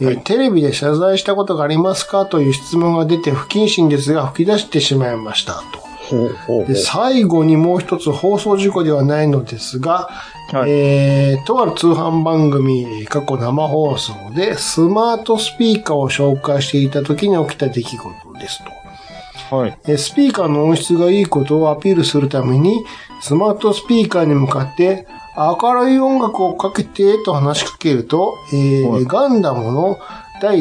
Speaker 4: えーテレビで謝罪したことがありますかという質問が出て不謹慎ですが吹き出してしまいましたと。
Speaker 3: ほうほうほ
Speaker 4: で、最後にもう一つ放送事故ではないのですが、
Speaker 3: はい
Speaker 4: えー、とある通販番組、えー過去生放送でスマートスピーカーを紹介していた時に起きた出来事ですと。
Speaker 3: う。はい。
Speaker 4: えースピーカーの音質がいいことをアピールするために、スマートスピーカーに向かって、明るい音楽をかけてと話しかけると、えー
Speaker 3: はい
Speaker 4: ガンダムの第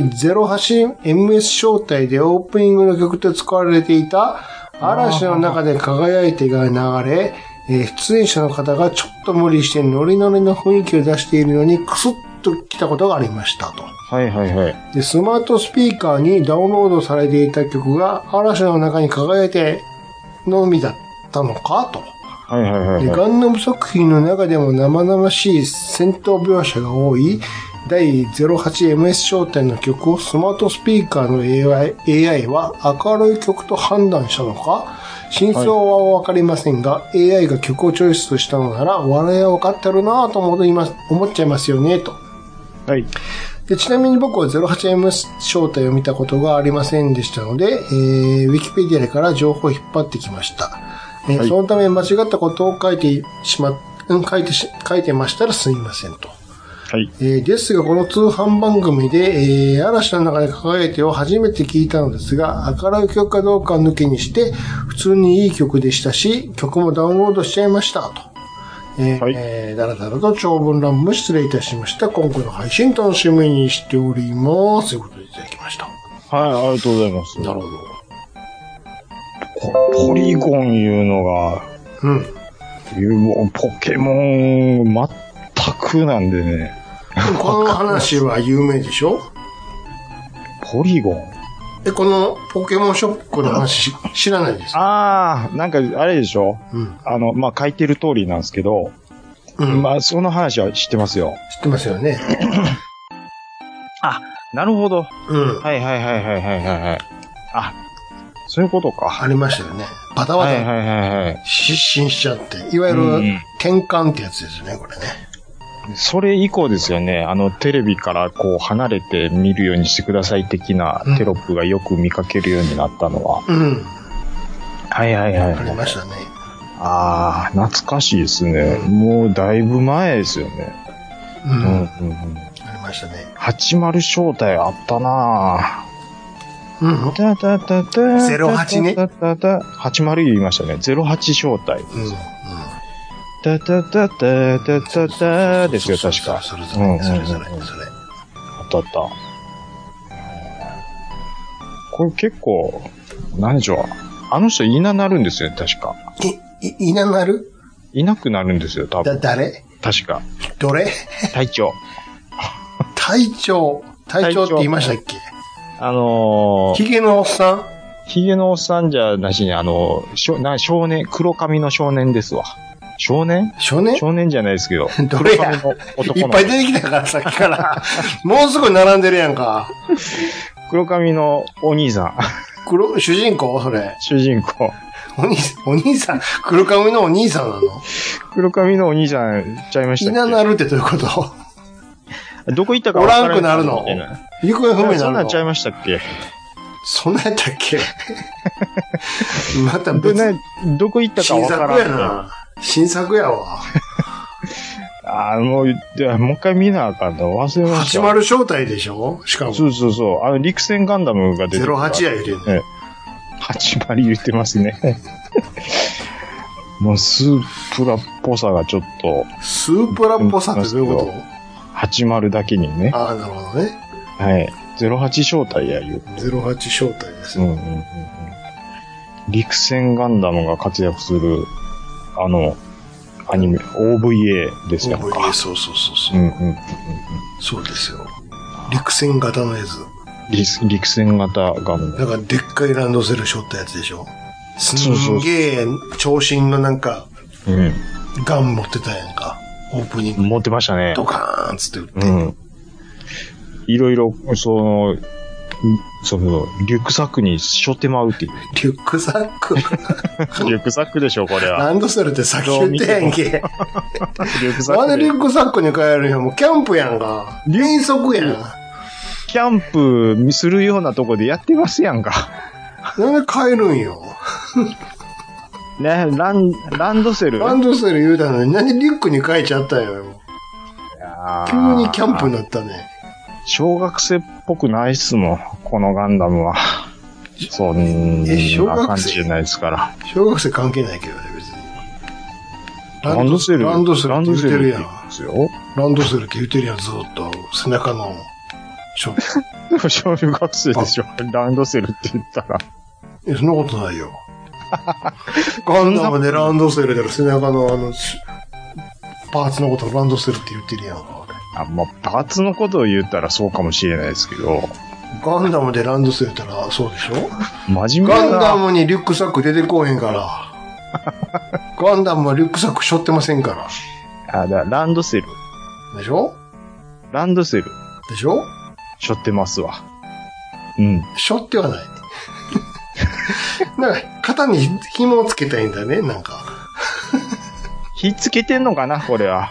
Speaker 4: 08MS 招待でオープニングの曲で使われていた、嵐の中で輝いてが流れ、えー出演者の方がちょっと無理してノリノリの雰囲気を出しているのにクスッと来たことがありましたと。
Speaker 3: はいはいはい。
Speaker 4: で、スマートスピーカーにダウンロードされていた曲が嵐の中に輝いてのみだったのかと。
Speaker 3: はいはいはい
Speaker 4: で、
Speaker 3: はい。
Speaker 4: ガンダム作品の中でも生々しい戦闘描写が多い第 08MS 商店の曲をスマートスピーカーの AI, AI は明るい曲と判断したのか真相はわかりませんが、AI が曲をチョイスしたのなら笑いはわかってるなぁと思います思っちゃいますよねと。
Speaker 3: はい。
Speaker 4: でちなみに僕は 08M 招待を見たことがありませんでしたので、えー、ウィキペディアから情報を引っ張ってきました。えー
Speaker 3: はい
Speaker 4: そのため間違ったことを書いてしま、うん書いてし、書いてましたらすみませんと。
Speaker 3: はい。
Speaker 4: えーですが、この通販番組で、えー嵐の中で輝いてを初めて聞いたのですが、明るい曲かどうかを抜きにして、普通にいい曲でしたし、曲もダウンロードしちゃいました、と。えー
Speaker 3: はい
Speaker 4: えーだらだらと長文乱文失礼いたしました。今後の配信楽しみにしております。ということでいただきました。
Speaker 3: はい、ありがとうございます。
Speaker 4: なるほど。
Speaker 3: ポポリゴンいうのが、
Speaker 4: うん。
Speaker 3: いうもうポケモン、全くなんでね。
Speaker 4: この話は有名でしょ
Speaker 3: ポリゴン
Speaker 4: え、このポケモンショックの話し知らないですか
Speaker 3: ああ、なんか、あれでしょ
Speaker 4: うん。
Speaker 3: あの、まあ、書いてる通りなんですけど、
Speaker 4: うん。
Speaker 3: まあ、その話は知ってますよ。
Speaker 4: 知ってますよね。
Speaker 3: なるほど。は
Speaker 4: うん。
Speaker 3: いはいはいはいはいはいはい。あ、そういうことか。
Speaker 4: ありましたよね。バタバ
Speaker 3: はい
Speaker 4: タ
Speaker 3: はいはいはい。
Speaker 4: 失神しちゃって、いわゆる
Speaker 3: うん
Speaker 4: 転換ってやつですね、これね。
Speaker 3: それ以降ですよね。あの、テレビからこう離れて見るようにしてください的なテロップがよく見かけるようになったのは。
Speaker 4: うん。
Speaker 3: はいはいはい
Speaker 4: ありましたね。
Speaker 3: ああ、懐かしいですね。もうだいぶ前ですよね。
Speaker 4: うん。
Speaker 3: うん
Speaker 4: あ
Speaker 3: うんうん。
Speaker 4: りましたね。
Speaker 3: 80招待あったなぁ。
Speaker 4: うん。
Speaker 3: たたたた。
Speaker 4: 08ね
Speaker 3: たたた。80言いましたね。08招待。
Speaker 4: うん。うん
Speaker 3: たたたたたたたですよ、確か。
Speaker 4: それそれ、それそれ、
Speaker 3: うんうんうん
Speaker 4: それ。
Speaker 3: あったあった。これ結構、何でしょう。あの人いななるんですよ、確か。
Speaker 4: い、い、いななる
Speaker 3: いなくなるんですよ、多
Speaker 4: だ、
Speaker 3: 分。
Speaker 4: 誰
Speaker 3: 確か。
Speaker 4: どれ
Speaker 3: 隊長。
Speaker 4: 隊長。隊長って言いましたっけ
Speaker 3: あのー、
Speaker 4: ヒゲのおっさん
Speaker 3: ひげのおっさんじゃなしに、あの、しょな少年、黒髪の少年ですわ。少年
Speaker 4: 少年
Speaker 3: 少年じゃないですけど。
Speaker 4: どれや
Speaker 3: 黒髪の男
Speaker 4: い
Speaker 3: の
Speaker 4: っぱい出てきたから、さっきから。もうすごい並んでるやんか。
Speaker 3: 黒髪のお兄さん、
Speaker 4: 黒、主人公それ。
Speaker 3: 主人公。
Speaker 4: お兄、お兄さん、黒髪のお兄さんなの
Speaker 3: 黒髪のお兄さんちゃいまし
Speaker 4: い
Speaker 3: たっけ
Speaker 4: ななるってどういうこと
Speaker 3: どこ行ったか分から
Speaker 4: おらんくなるの
Speaker 3: みたいな
Speaker 4: 行方不明
Speaker 3: そん
Speaker 4: な
Speaker 3: なん
Speaker 4: の
Speaker 3: ちゃいましたっけ
Speaker 4: そんなんやったっけまた
Speaker 3: ど
Speaker 4: 別に
Speaker 3: ねどこ行ったか
Speaker 4: 新
Speaker 3: 分か
Speaker 4: 作や
Speaker 3: らん
Speaker 4: な。新作やわ。
Speaker 3: あの、いやもう一回見なあかんだ。忘れました。
Speaker 4: 八丸正体でしょしかも。
Speaker 3: そうそうそう。あの、陸戦ガンダムが出てる。
Speaker 4: 08や言うてんね
Speaker 3: ええ。八割言ってますね。 もうスープラっぽさがちょっと、
Speaker 4: スープラっぽさってどういうこ
Speaker 3: 80だけにね
Speaker 4: と。ああ、なるほどね。
Speaker 3: はい。08招待や言う。
Speaker 4: 08正体です
Speaker 3: うん
Speaker 4: ね。
Speaker 3: うんうんうん。陸戦ガンダムが活躍する、あの、アニメ、OVA ですやん
Speaker 4: 覚えてる
Speaker 3: か。
Speaker 4: そうそうそう
Speaker 3: う
Speaker 4: そう。
Speaker 3: んうん。
Speaker 4: そうですよ。陸戦型のやつ。
Speaker 3: 陸陸戦型ガンダム。
Speaker 4: なんかでっかいランドセル背負ったやつでしょ。す
Speaker 3: うそ
Speaker 4: ん
Speaker 3: う
Speaker 4: げえ長身のなんか、
Speaker 3: うん。
Speaker 4: ガン持ってたやんか。オープニング。
Speaker 3: 持ってましたね。
Speaker 4: ドカーンつって打って。
Speaker 3: うん。いろいろ、その、んその、リュックサックにしょってまうっていう。
Speaker 4: リュックサック。
Speaker 3: リュックサックでしょ、これは。
Speaker 4: ランドセルって先言ってやんけ。
Speaker 3: リュックサ
Speaker 4: な
Speaker 3: ッ
Speaker 4: んで
Speaker 3: ク
Speaker 4: リュ
Speaker 3: で。
Speaker 4: ックサックに変えるんや。もうキャンプやんか。遠足やん。
Speaker 3: キャンプするようなとこでやってますやんか。
Speaker 4: なんで変えるんよ。
Speaker 3: ね、ラン、ランドセル。
Speaker 4: ランドセル言うたのに、なんでリュックに変えちゃったんよ。急にキャンプになったね。
Speaker 3: 小学生っぽくないっすもん、このガンダムは。そん
Speaker 4: え小
Speaker 3: な
Speaker 4: 学生
Speaker 3: 感じじゃないですから。
Speaker 4: 小学生関係ないけどね、別に。
Speaker 3: ランドセル。
Speaker 4: ランドセルって言うてるや
Speaker 3: ランドセルって言うんで
Speaker 4: ん。
Speaker 3: すよ。
Speaker 4: ランドセルって言うてるやん、ずーっと。背中の、しょ、
Speaker 3: でも 小学生でしょ。ランドセルって言ったら。
Speaker 4: えそんなことないよ。ガンダムでランドセルだら背中のあの、しパーツのことをランドセルって言ってるやんか。
Speaker 3: あまあ、パーツのことを言ったらそうかもしれないですけど、
Speaker 4: ガンダムでランドセルって言ったら、そうでしょ
Speaker 3: 真面目
Speaker 4: ガンダ
Speaker 3: な、
Speaker 4: ムにリュックサック出てこうへ んから。ガンダムはリュックサック背負ってませんから。
Speaker 3: あだランドセル、
Speaker 4: でしょ
Speaker 3: ランドセル、
Speaker 4: でしょ
Speaker 3: 背負ってますわ。うん。
Speaker 4: 背負って はない。なんか、肩に紐をつけたいんだね、なんか。
Speaker 3: ひっつけてんのかな、これは。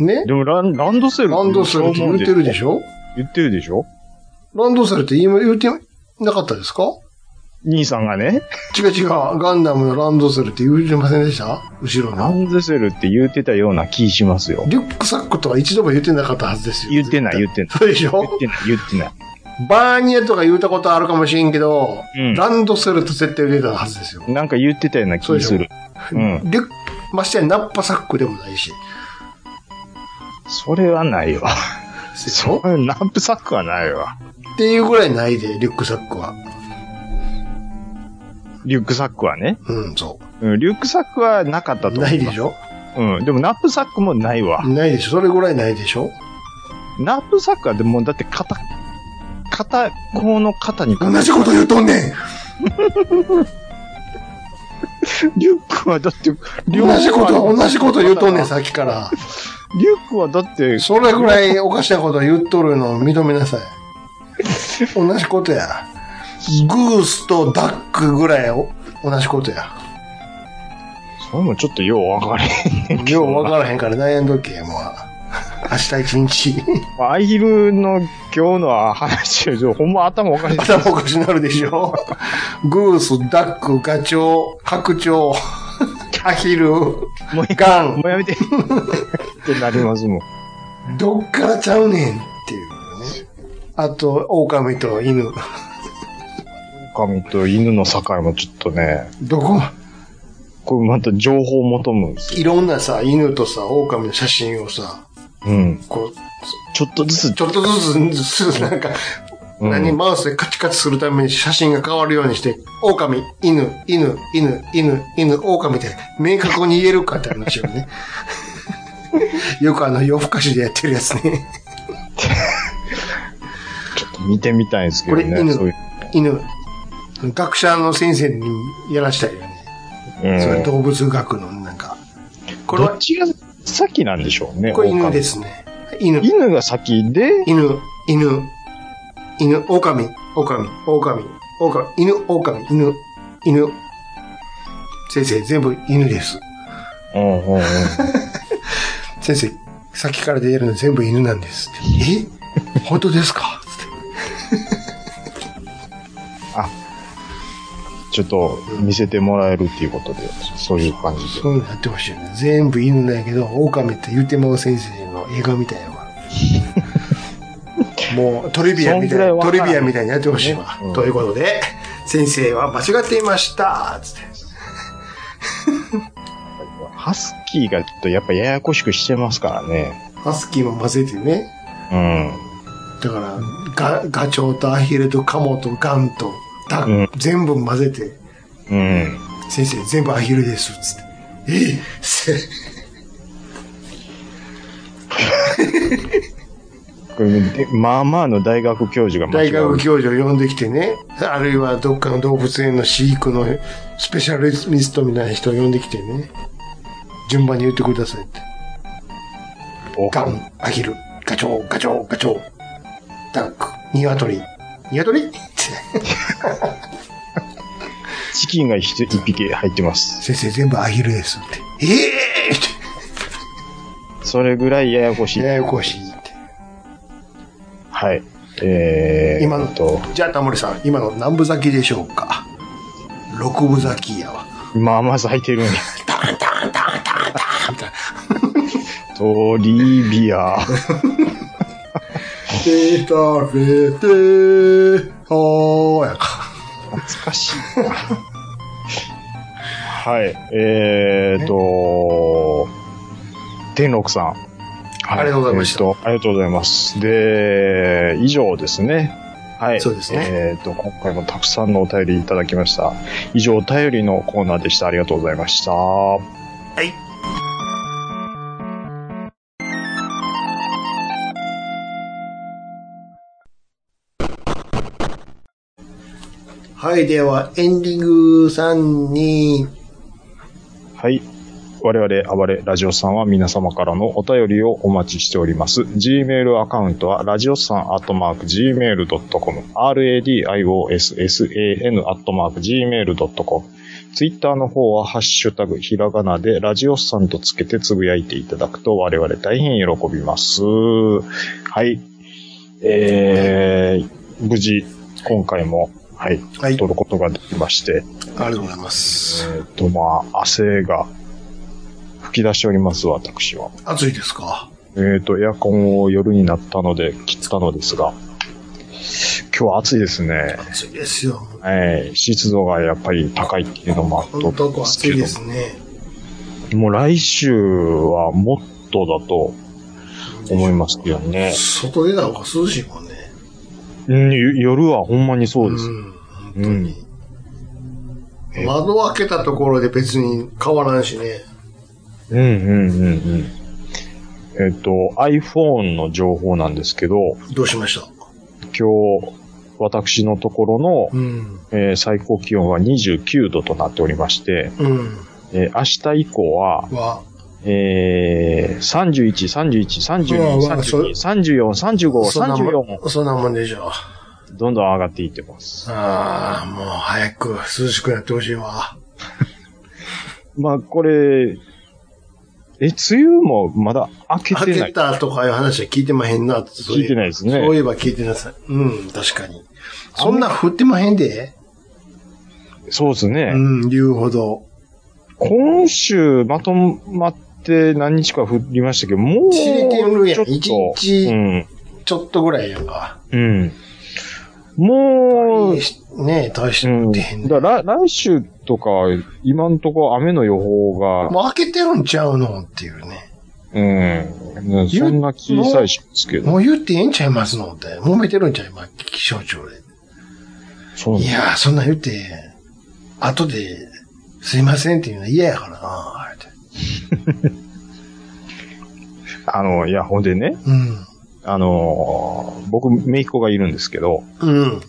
Speaker 4: ね
Speaker 3: でもラン、ランドセル
Speaker 4: ランドセルって言ってるで
Speaker 3: ょ
Speaker 4: しょ
Speaker 3: 言ってるでしょ
Speaker 4: ランドセルって今言ってなかったですか
Speaker 3: 兄さんがね、
Speaker 4: 違う違う、ガンダムのランドセルって言ってませんでした後ろ
Speaker 3: ラ
Speaker 4: の。
Speaker 3: ンドセルって言ってたような気しますよ。
Speaker 4: リュックサックとは一度も言ってなかったはずですよ。
Speaker 3: 言ってない、言ってない。
Speaker 4: そうでし
Speaker 3: 言っ
Speaker 4: ょ
Speaker 3: てない、言ってない。
Speaker 4: バーニャとか言ったことあるかもしれんけど、
Speaker 3: うん
Speaker 4: ランドセルと絶対言ってたはずですよ。
Speaker 3: なんか言ってたような気する。うん。
Speaker 4: リュック、ましてやナッパサックでもないし。
Speaker 3: それはないわ。
Speaker 4: でし
Speaker 3: そ
Speaker 4: ょ
Speaker 3: う、ランプサックはないわ。
Speaker 4: っていうぐらいないで、リュックサックは。
Speaker 3: リュックサックはね。
Speaker 4: うん、そ
Speaker 3: うん、リュックサックはなかったと
Speaker 4: う。
Speaker 3: 思う。
Speaker 4: ないでしょ
Speaker 3: うん。でも、ナップサックもないわ。
Speaker 4: ないでしょそれぐらいないでしょ
Speaker 3: ナップサックは、でも、だって、肩、肩、この肩にかけ
Speaker 4: 同じこと言うとんねん
Speaker 3: リュックは、だって、
Speaker 4: 同じこと、
Speaker 3: は
Speaker 4: 同じこと言うとんねん、さっきから。
Speaker 3: リュックは、だって、
Speaker 4: それぐらいおかしなこと言っとるのを認めなさい。同じことや。グースとダックぐらいお同じことや。
Speaker 3: それもちょっとよう分かれへんねんけ
Speaker 4: よ
Speaker 3: ど
Speaker 4: う
Speaker 3: な。
Speaker 4: 分からへんから悩んどけ、もう。明日一日、
Speaker 3: アイヒルの今日の話を、ほんま頭おかしい。
Speaker 4: 頭おかしなるでしょ。グース、ダック、ガチョウ、拡張、アヒル、
Speaker 3: もういい
Speaker 4: ガン
Speaker 3: もう、やめて。 ってなりますもん。
Speaker 4: どっからちゃうねんっていうね。あと、狼と犬。
Speaker 3: 狼と犬の境もちょっとね、
Speaker 4: どこ、
Speaker 3: これまた情報を求むんですよ。
Speaker 4: いろんなさ、犬とさ、狼の写真をさ、
Speaker 3: うん。
Speaker 4: こう、
Speaker 3: ちょっとずつ、
Speaker 4: ちょっとずつ、ずつなんか、
Speaker 3: うん
Speaker 4: 何、マウスでカチカチするために写真が変わるようにして、狼、犬、犬、犬、犬、犬、狼って明確に言えるかって話よ ね。よくあの、夜更かしでやってるやつね。
Speaker 3: 見てみたいんですけど
Speaker 4: これ
Speaker 3: ね。
Speaker 4: 犬
Speaker 3: そういう
Speaker 4: 犬。学者の先生にやらしたいよね。
Speaker 3: うん
Speaker 4: それ動物学のなんか。これ
Speaker 3: どっ
Speaker 4: は、
Speaker 3: ちが先なんでしょうね。
Speaker 4: これ犬
Speaker 3: 狼
Speaker 4: ですね。犬。
Speaker 3: 犬が先で、
Speaker 4: 犬、犬、犬、狼、狼、狼、狼、犬、狼、犬、犬。先生、全部犬です。
Speaker 3: うんうんうん
Speaker 4: 先生、さっきから出るの全部犬なんです。え 本当ですかっ
Speaker 3: ちょっと見せてもらえるっていうことで、そういう感じ
Speaker 4: て
Speaker 3: で。
Speaker 4: そういうのやってほしいよね。全部犬だけど、狼って言ってまう先生の映画みたいやわ。もうトリビアみ
Speaker 3: そんぐら
Speaker 4: た
Speaker 3: い
Speaker 4: い、
Speaker 3: わか
Speaker 4: ト
Speaker 3: らん
Speaker 4: リビアみたいにやってほしいわ。
Speaker 3: うん
Speaker 4: ということで、先生は間違っていました。つって。
Speaker 3: ハスキーがちょっとやっぱややこしくしてますからね。
Speaker 4: ハスキーも混ぜてね。
Speaker 3: うん。
Speaker 4: だから、ガ、ガチョウとアヒルとカモとガンと、ダ
Speaker 3: うん
Speaker 4: 全部混ぜて、
Speaker 3: うん。
Speaker 4: 先生全部アヒルです、つって。ええせ
Speaker 3: これでまあまあの大学教授が間違
Speaker 4: 大
Speaker 3: う
Speaker 4: 学教授を呼んできてね、あるいはどっかの動物園の飼育のスペシャリストみたいな人を呼んできてね、順番に言ってくださいって。
Speaker 3: お
Speaker 4: ガン、アヒル、ガチョウ、ガチョウ、ガチョウ、ダック、ニワトリ、ニワトリって。
Speaker 3: チキンが一一匹入ってます。
Speaker 4: 先生全部アヒルですって。ええって。
Speaker 3: それぐらいややこしい。
Speaker 4: ややこしいって。
Speaker 3: はい。えー、
Speaker 4: 今の
Speaker 3: と、
Speaker 4: じゃあタモリさん、今の何分咲きでしょうか六分咲きやわ。
Speaker 3: まあまあ咲いてるんや。
Speaker 4: タンタンタンタンタンみたいな。
Speaker 3: トリビア。
Speaker 4: ひとりで、ほーやか。
Speaker 3: 懐かしい。はい。えーと、天禄さん。は
Speaker 4: ありがとうございました
Speaker 3: えーとありがとうございます。で、以上ですね。はい。
Speaker 4: そうですね
Speaker 3: えーと、今回もたくさんのお便りいただきました。以上、お便りのコーナーでした。ありがとうございました。
Speaker 4: はい。はい、では、エンディング3、2、
Speaker 3: はい。我々、暴れラジオさんは皆様からのお便りをお待ちしております。Gmail アカウントは、ラジオさんアットマーク Gmail.com、radiossan アットマーク Gmail.com。Twitter の方は、ハッシュタグ、ひらがなで、ラジオさんとつけてつぶやいていただくと、我々大変喜びます。はい。えー、無事、今回も、はい、
Speaker 4: はい、あり
Speaker 3: 撮ることができまして、
Speaker 4: がとうございます。
Speaker 3: えっと、まあ、汗が吹き出しております、私は。
Speaker 4: 暑いですか
Speaker 3: えっと、エアコンを夜になったので、切ったのですが、今日は暑いですね。
Speaker 4: 暑いですよ。
Speaker 3: えー湿度がやっぱり高いっていうのもあった
Speaker 4: このとこ
Speaker 3: んです
Speaker 4: 暑い
Speaker 3: け
Speaker 4: で
Speaker 3: ど、
Speaker 4: すね。
Speaker 3: もう来週はもっとだと思いますけどね。
Speaker 4: 外出た方が涼しいもんね。
Speaker 3: うんよ夜はほんまにそうです。
Speaker 4: ん、本当に。窓開けたところで別に変わらんしね。
Speaker 3: うんうんうんうん。えっと、iPhone の情報なんですけど、
Speaker 4: どうしました
Speaker 3: 今日、私のところの
Speaker 4: うん。
Speaker 3: えー最高気温は29度となっておりまして、
Speaker 4: うん。
Speaker 3: えー明日以降は、
Speaker 4: は、
Speaker 3: えー、31、31、32、
Speaker 4: うわうわそ
Speaker 3: 32、34、
Speaker 4: そんな
Speaker 3: 35、
Speaker 4: もん、そんなもんでしょう。
Speaker 3: 34、どんどん上がっていってます。
Speaker 4: ああ、もう早く涼しくなってほしいわ。
Speaker 3: まあ、これ、え、梅雨もまだ明け
Speaker 4: 開
Speaker 3: てな
Speaker 4: け
Speaker 3: い。
Speaker 4: たとかいう話は聞いてまへんな。
Speaker 3: 聞いてない
Speaker 4: い。
Speaker 3: です
Speaker 4: そ
Speaker 3: ね
Speaker 4: う。いえば聞いてなさい。うん、確かに。そんな降ってまへんで。
Speaker 3: そうですね
Speaker 4: う。ん、言うほど。
Speaker 3: 今週まとまって何日か降りましたけど、もう、
Speaker 4: 知れてるやん
Speaker 3: ちょっと
Speaker 4: 一日
Speaker 3: うん。
Speaker 4: ちょっとぐらいやんか。
Speaker 3: うん。もう、
Speaker 4: ねえ、大して降ってへんで。
Speaker 3: だから来来週とか、今んとこ雨の予報が、
Speaker 4: もう開けてるんちゃうのっていうね。
Speaker 3: うん。そんな気さえしますけど。
Speaker 4: もう言ってええんちゃいますのって。揉めてるんちゃいます気象庁で。
Speaker 3: そう
Speaker 4: いやー、そんなん言って、後で、すいませんっていうのは嫌やからなあって
Speaker 3: あの、いや、ほんでね、
Speaker 4: うん。
Speaker 3: あのー僕、めいっ子がいるんですけど、
Speaker 4: うん。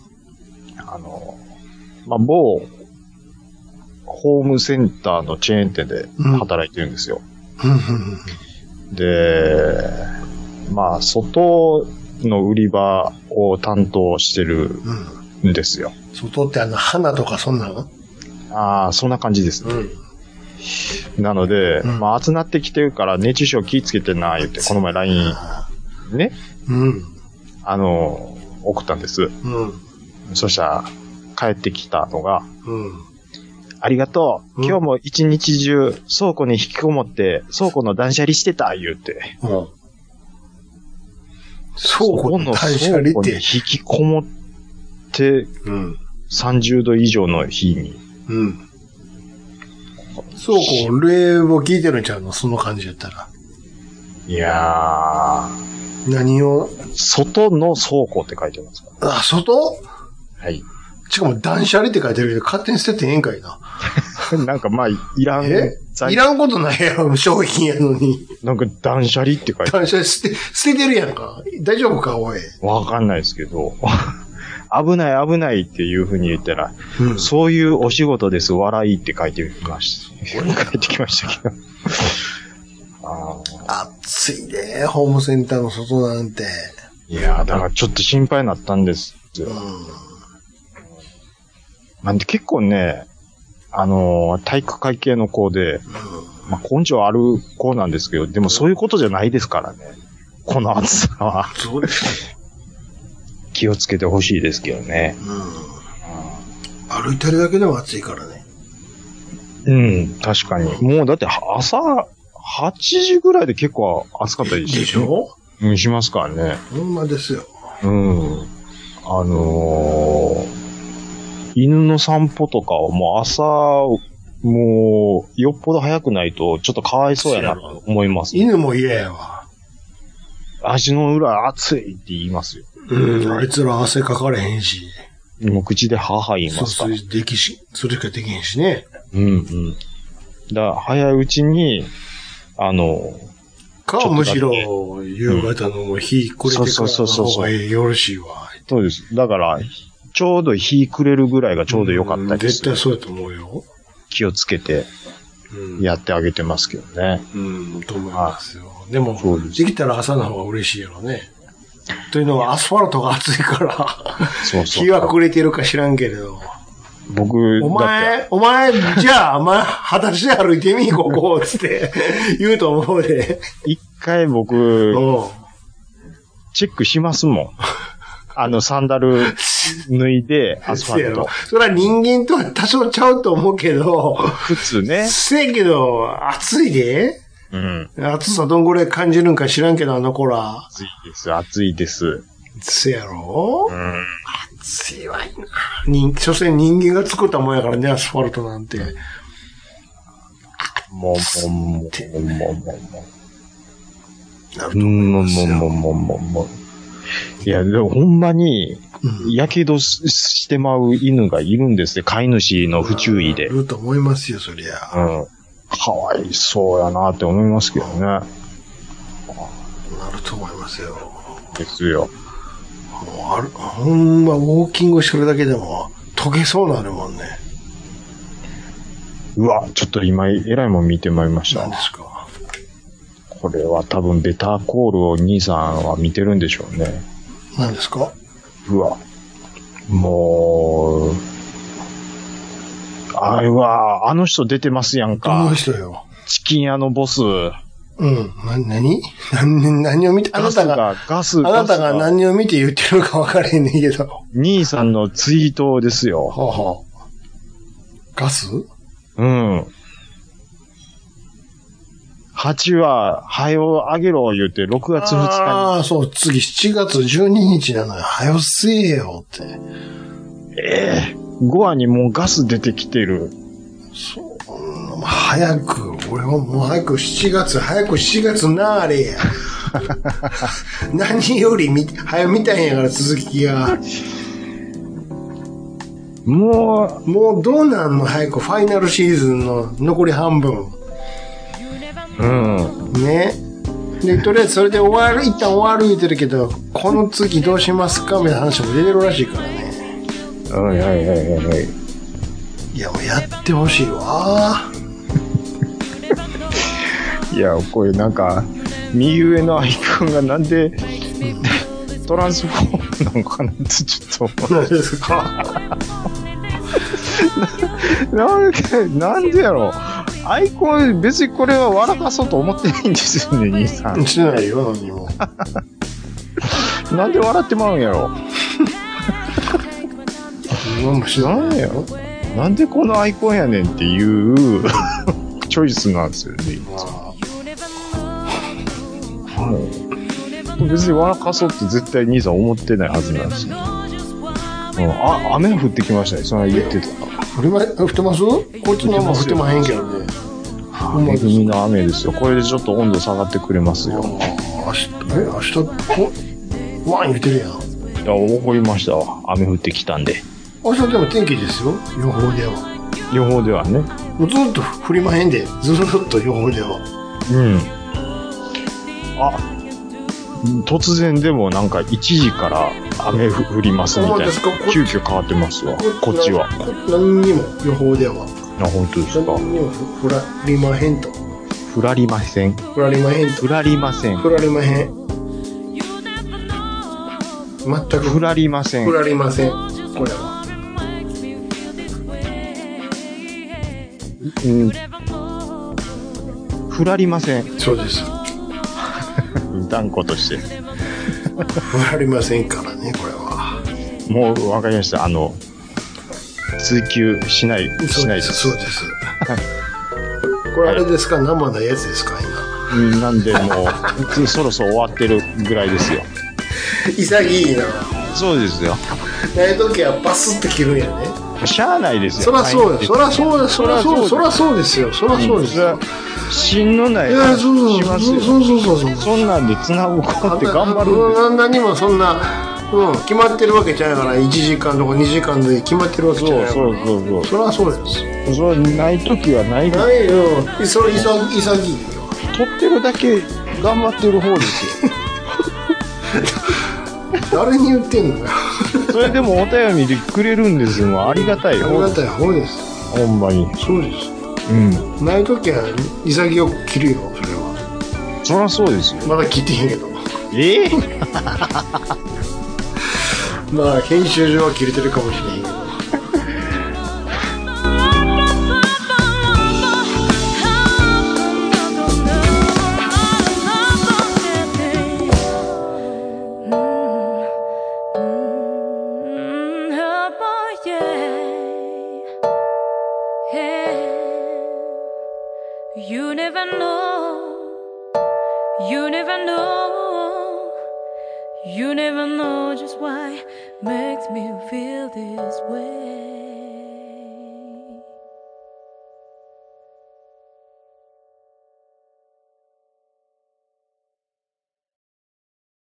Speaker 3: あのーまあ、某、ホームセンターのチェーン店で働いてるんですよ。
Speaker 4: うんうん
Speaker 3: で、まあ、外の売り場を担当してる
Speaker 4: うん。うん。
Speaker 3: んですよ。
Speaker 4: 外ってあの、花とかそんなの
Speaker 3: ああ、そんな感じですね。
Speaker 4: ん。
Speaker 3: なので、
Speaker 4: うん
Speaker 3: まあ、暑なってきてるから熱中症気ぃつけてな、言って、この前 LINE ね、
Speaker 4: うん。
Speaker 3: あの、送ったんです。
Speaker 4: うん。
Speaker 3: そしたら、帰ってきたのが、
Speaker 4: うん。
Speaker 3: ありがとう。
Speaker 4: うん
Speaker 3: 今日も一日中、倉庫に引きこもって、倉庫の断捨離してた、言うて。
Speaker 4: うん。そうこ
Speaker 3: の
Speaker 4: の
Speaker 3: 倉
Speaker 4: 断捨離
Speaker 3: 庫
Speaker 4: っ
Speaker 3: に
Speaker 4: て
Speaker 3: 引。きこもって、
Speaker 4: うん。
Speaker 3: 30度以上の日に。
Speaker 4: うん。そうこう、例を聞いてるんちゃうのその感じやったら。
Speaker 3: いやー、
Speaker 4: 何を、
Speaker 3: 外の倉庫って書いてますから。
Speaker 4: あ、外
Speaker 3: はい。
Speaker 4: しかも断捨離って書いてるけど、勝手に捨ててええんかいな。
Speaker 3: なんかまあ、いらん
Speaker 4: えい
Speaker 3: 在、
Speaker 4: らんことないやろ、商品やのに。
Speaker 3: なんか断捨離って書いて
Speaker 4: 断捨離捨て、捨ててるやんか。大丈夫か、おい。
Speaker 3: わかんないですけど、 危ない危ないっていう風に言ったら、
Speaker 4: うん
Speaker 3: そういうお仕事です、笑いって書いてきました。書 いてきましたけど。 あー
Speaker 4: 暑いね、ホームセンターの外なんて。
Speaker 3: いやーだからちょっと心配になったんですよ
Speaker 4: うん。。
Speaker 3: なんで結構ね、あのー体育会系の子で、まあ、根性ある子なんですけど、でもそういうことじゃないですからね。この暑さは
Speaker 4: そうです。
Speaker 3: 気をつけてほしいですけどね。
Speaker 4: うん。歩いてるだけでも暑いからね。
Speaker 3: うん、確かに。もうだって朝8時ぐらいで結構暑かったり
Speaker 4: でしょ
Speaker 3: うん、しますからね。
Speaker 4: ほんまですよ。
Speaker 3: うん。あのー犬の散歩とかをもう朝、もう、よっぽど早くないと、ちょっとかわいそうやなと思います。
Speaker 4: 犬も嫌やわ。
Speaker 3: 足の裏熱いって言いますよ。
Speaker 4: うん。あいつら汗かかれへんし。
Speaker 3: もう口で母言いますか
Speaker 4: そう
Speaker 3: ら。
Speaker 4: そうできし、それしかできへんしね。
Speaker 3: うんうん。だから早いうちに、あの、
Speaker 4: か、
Speaker 3: ちょっとだ
Speaker 4: むし
Speaker 3: け
Speaker 4: ろ、夕方のもう日暮れてからの方がよろしいわ。
Speaker 3: そうです。だから、ちょうど日暮れるぐらいがちょうど良かった
Speaker 4: うん
Speaker 3: で
Speaker 4: 絶
Speaker 3: する
Speaker 4: 対そうやと思うよ。
Speaker 3: 気をつけて
Speaker 4: うん。
Speaker 3: やってあげてますけどね。
Speaker 4: うん、と思いますよ。でも、
Speaker 3: そうです
Speaker 4: できたら朝の方が嬉しいやろね。というのは、アスファルトが暑いから、
Speaker 3: そうそう。
Speaker 4: 日は暮れてるか知らんけれど。
Speaker 3: 僕、
Speaker 4: お
Speaker 3: だって、
Speaker 4: 前、お前、じゃあ、まあ、裸足で歩いてみ、ここ、つって、言うと思うで。
Speaker 3: 一回
Speaker 4: う
Speaker 3: 僕、
Speaker 4: ん。
Speaker 3: チェックします もん。あの、サンダル脱い で、アスフ
Speaker 4: そう
Speaker 3: ァ
Speaker 4: や
Speaker 3: ル
Speaker 4: ろ
Speaker 3: ト。。
Speaker 4: それは人間とは多少ちゃうと思うけど、
Speaker 3: 靴ね。
Speaker 4: せやけど、暑いで。
Speaker 3: うん。
Speaker 4: 暑さどんぐらい感じるんか知らんけど、あの子ら。
Speaker 3: 暑いです、暑いです。
Speaker 4: せやろ
Speaker 3: うん。
Speaker 4: 暑いわいな。人、所詮人間が作ったもんやからね、アスファルトなんて。
Speaker 3: もう、もう、もう、もう、も
Speaker 4: な
Speaker 3: う、
Speaker 4: る
Speaker 3: もう、もう、もう、もう、もう、もう。いや、でもほんまに、
Speaker 4: うん
Speaker 3: やけどししてまう犬がいるんですね。飼い主の不注意で。
Speaker 4: いると思いますよ、そり
Speaker 3: う
Speaker 4: ゃ。
Speaker 3: ん。かわいそうやなって思いますけどね。
Speaker 4: なると思いますよ。も
Speaker 3: ですよ。
Speaker 4: うある、ほんま、ウォーキングしてるだけでも、溶けそうなるもんね。
Speaker 3: うわ、ちょっと今、えらいもん見てまいりました
Speaker 4: 何で。すか。
Speaker 3: これは多分ベターコールを兄さんは見てるんでしょうね。
Speaker 4: 何ですか
Speaker 3: うわ。もう、あれは、あの人出てますやん
Speaker 4: どの
Speaker 3: か。
Speaker 4: 人よ。
Speaker 3: チキン屋のボス。
Speaker 4: うん。な、何何何を見て、あなたが、
Speaker 3: ガス
Speaker 4: あ
Speaker 3: が、ガス、
Speaker 4: なたが
Speaker 3: ガスが
Speaker 4: 何を見て言ってるか分からへんねんけど。
Speaker 3: 兄さんのツイートですよ。
Speaker 4: はあ、はあ、ガス
Speaker 3: うん。8は、早をあげろ、言うて、6月2
Speaker 4: ああ、そう、次7月12日なのよ。はよせえよって。
Speaker 3: 日に、ええ5話にもうガス出てきてる。
Speaker 4: そう、まあ早く、俺はもう早く7月、早く7月なあれや。 何よりみ早見たいんやから、続きが。
Speaker 3: も
Speaker 4: もうどうなんの早く、ファイナルシーズンの残り半分。
Speaker 3: う、うん。
Speaker 4: ね。で、とりあえずそれで終わる、一旦終わる言ってるけど、この次どうしますかみたいな話も出てるらしいからね。
Speaker 3: はいはいはいはいはい。
Speaker 4: いや、もうやってほしいわ。
Speaker 3: いや、これなんか、右上のアイコンがなんで、トランスフォームなのかなってちょっと思
Speaker 4: 何ですか
Speaker 3: う。なんで、なんでやろう。アイコン、別にこれは笑かそうと思ってないんですよね、兄さん。
Speaker 4: してないよ、何も。
Speaker 3: なんで笑ってまうんやろ。
Speaker 4: 何もしな
Speaker 3: なん
Speaker 4: い。
Speaker 3: やろ。なんでこのアイコンやねんっていう チョイスなんですよね。はい別に笑かそうって絶対兄さん思ってないはずなんですよ。うんあ、雨降ってきましたね。それは言ってた。
Speaker 4: 降りま、降ってますこっちの方も降ってまへんけどね。ほんま
Speaker 3: 恵
Speaker 4: です
Speaker 3: みの雨ですよ。これでちょっと温度下がってくれます
Speaker 4: あ
Speaker 3: よ。
Speaker 4: ー明日、え、明日、おワイン言ってるやん。
Speaker 3: いや、怒りましたわ。雨降ってきたんで。
Speaker 4: 明日でも天気ですよ、予報では。
Speaker 3: 予報ではね。
Speaker 4: もうずっと降りまへんで、ずっと予報では。
Speaker 3: うん。あ、突然でもなんか1時から雨降りますみたい
Speaker 4: そう
Speaker 3: な
Speaker 4: ですかこ。
Speaker 3: 急遽変わってますわ。こっちは。
Speaker 4: こ何にも予報では。
Speaker 3: あ、本当ですか。
Speaker 4: 何にもふ降らりまへんと。
Speaker 3: ふらりません。
Speaker 4: 降らりまへんと。
Speaker 3: ふらりません。
Speaker 4: 降られまへん。全く
Speaker 3: ふらりませ
Speaker 4: 降
Speaker 3: ん。
Speaker 4: られません。これは。
Speaker 3: うん。ふらりません。
Speaker 4: そうです。
Speaker 3: 断固として。
Speaker 4: 降られませんからね、これは。
Speaker 3: もうわかりました。あの、追求しない、しないです。
Speaker 4: そうです。そうですこれあれですか、生なやつですか、今。
Speaker 3: うんなんでもう、そろそろ終わってるぐらいですよ。
Speaker 4: 潔いな。
Speaker 3: そうですよ。
Speaker 4: ない時はバスって切るんやね。
Speaker 3: しゃあないですよ。
Speaker 4: そらそう
Speaker 3: は
Speaker 4: よ。
Speaker 3: い
Speaker 4: そらそうよ。そらそう。そらそうですよ。そらそうですよ。
Speaker 3: 芯のない
Speaker 4: いや、
Speaker 3: 話
Speaker 4: そう
Speaker 3: し
Speaker 4: そう
Speaker 3: ます
Speaker 4: そう。
Speaker 3: よ。
Speaker 4: そうそうそうそう。
Speaker 3: そんなんで繋ごうって頑張るんで
Speaker 4: る何もそんな、うん、決まってるわけちゃうから1時間とか2時間で決まってるわけ
Speaker 3: す
Speaker 4: ちゃう
Speaker 3: よ。
Speaker 4: や
Speaker 3: そうそう
Speaker 4: ろ
Speaker 3: そう
Speaker 4: そりゃそうです
Speaker 3: そう。それない時はないで
Speaker 4: ないよそれ潔潔いよ
Speaker 3: 取ってるだけ頑張ってる方ですよ。
Speaker 4: 誰に言ってんのよ
Speaker 3: それでもお便りでくれるんですよ。ありがたい
Speaker 4: あり
Speaker 3: よ
Speaker 4: が。たい方です
Speaker 3: ほんまに。
Speaker 4: そうです
Speaker 3: うん。
Speaker 4: ない時は潔く切るよそれは
Speaker 3: そらそうですよ。
Speaker 4: まだ切ってへんけど
Speaker 3: ええ
Speaker 4: まあ編集上は切れてるかもしれへんけど
Speaker 6: You never know just why makes me feel this way.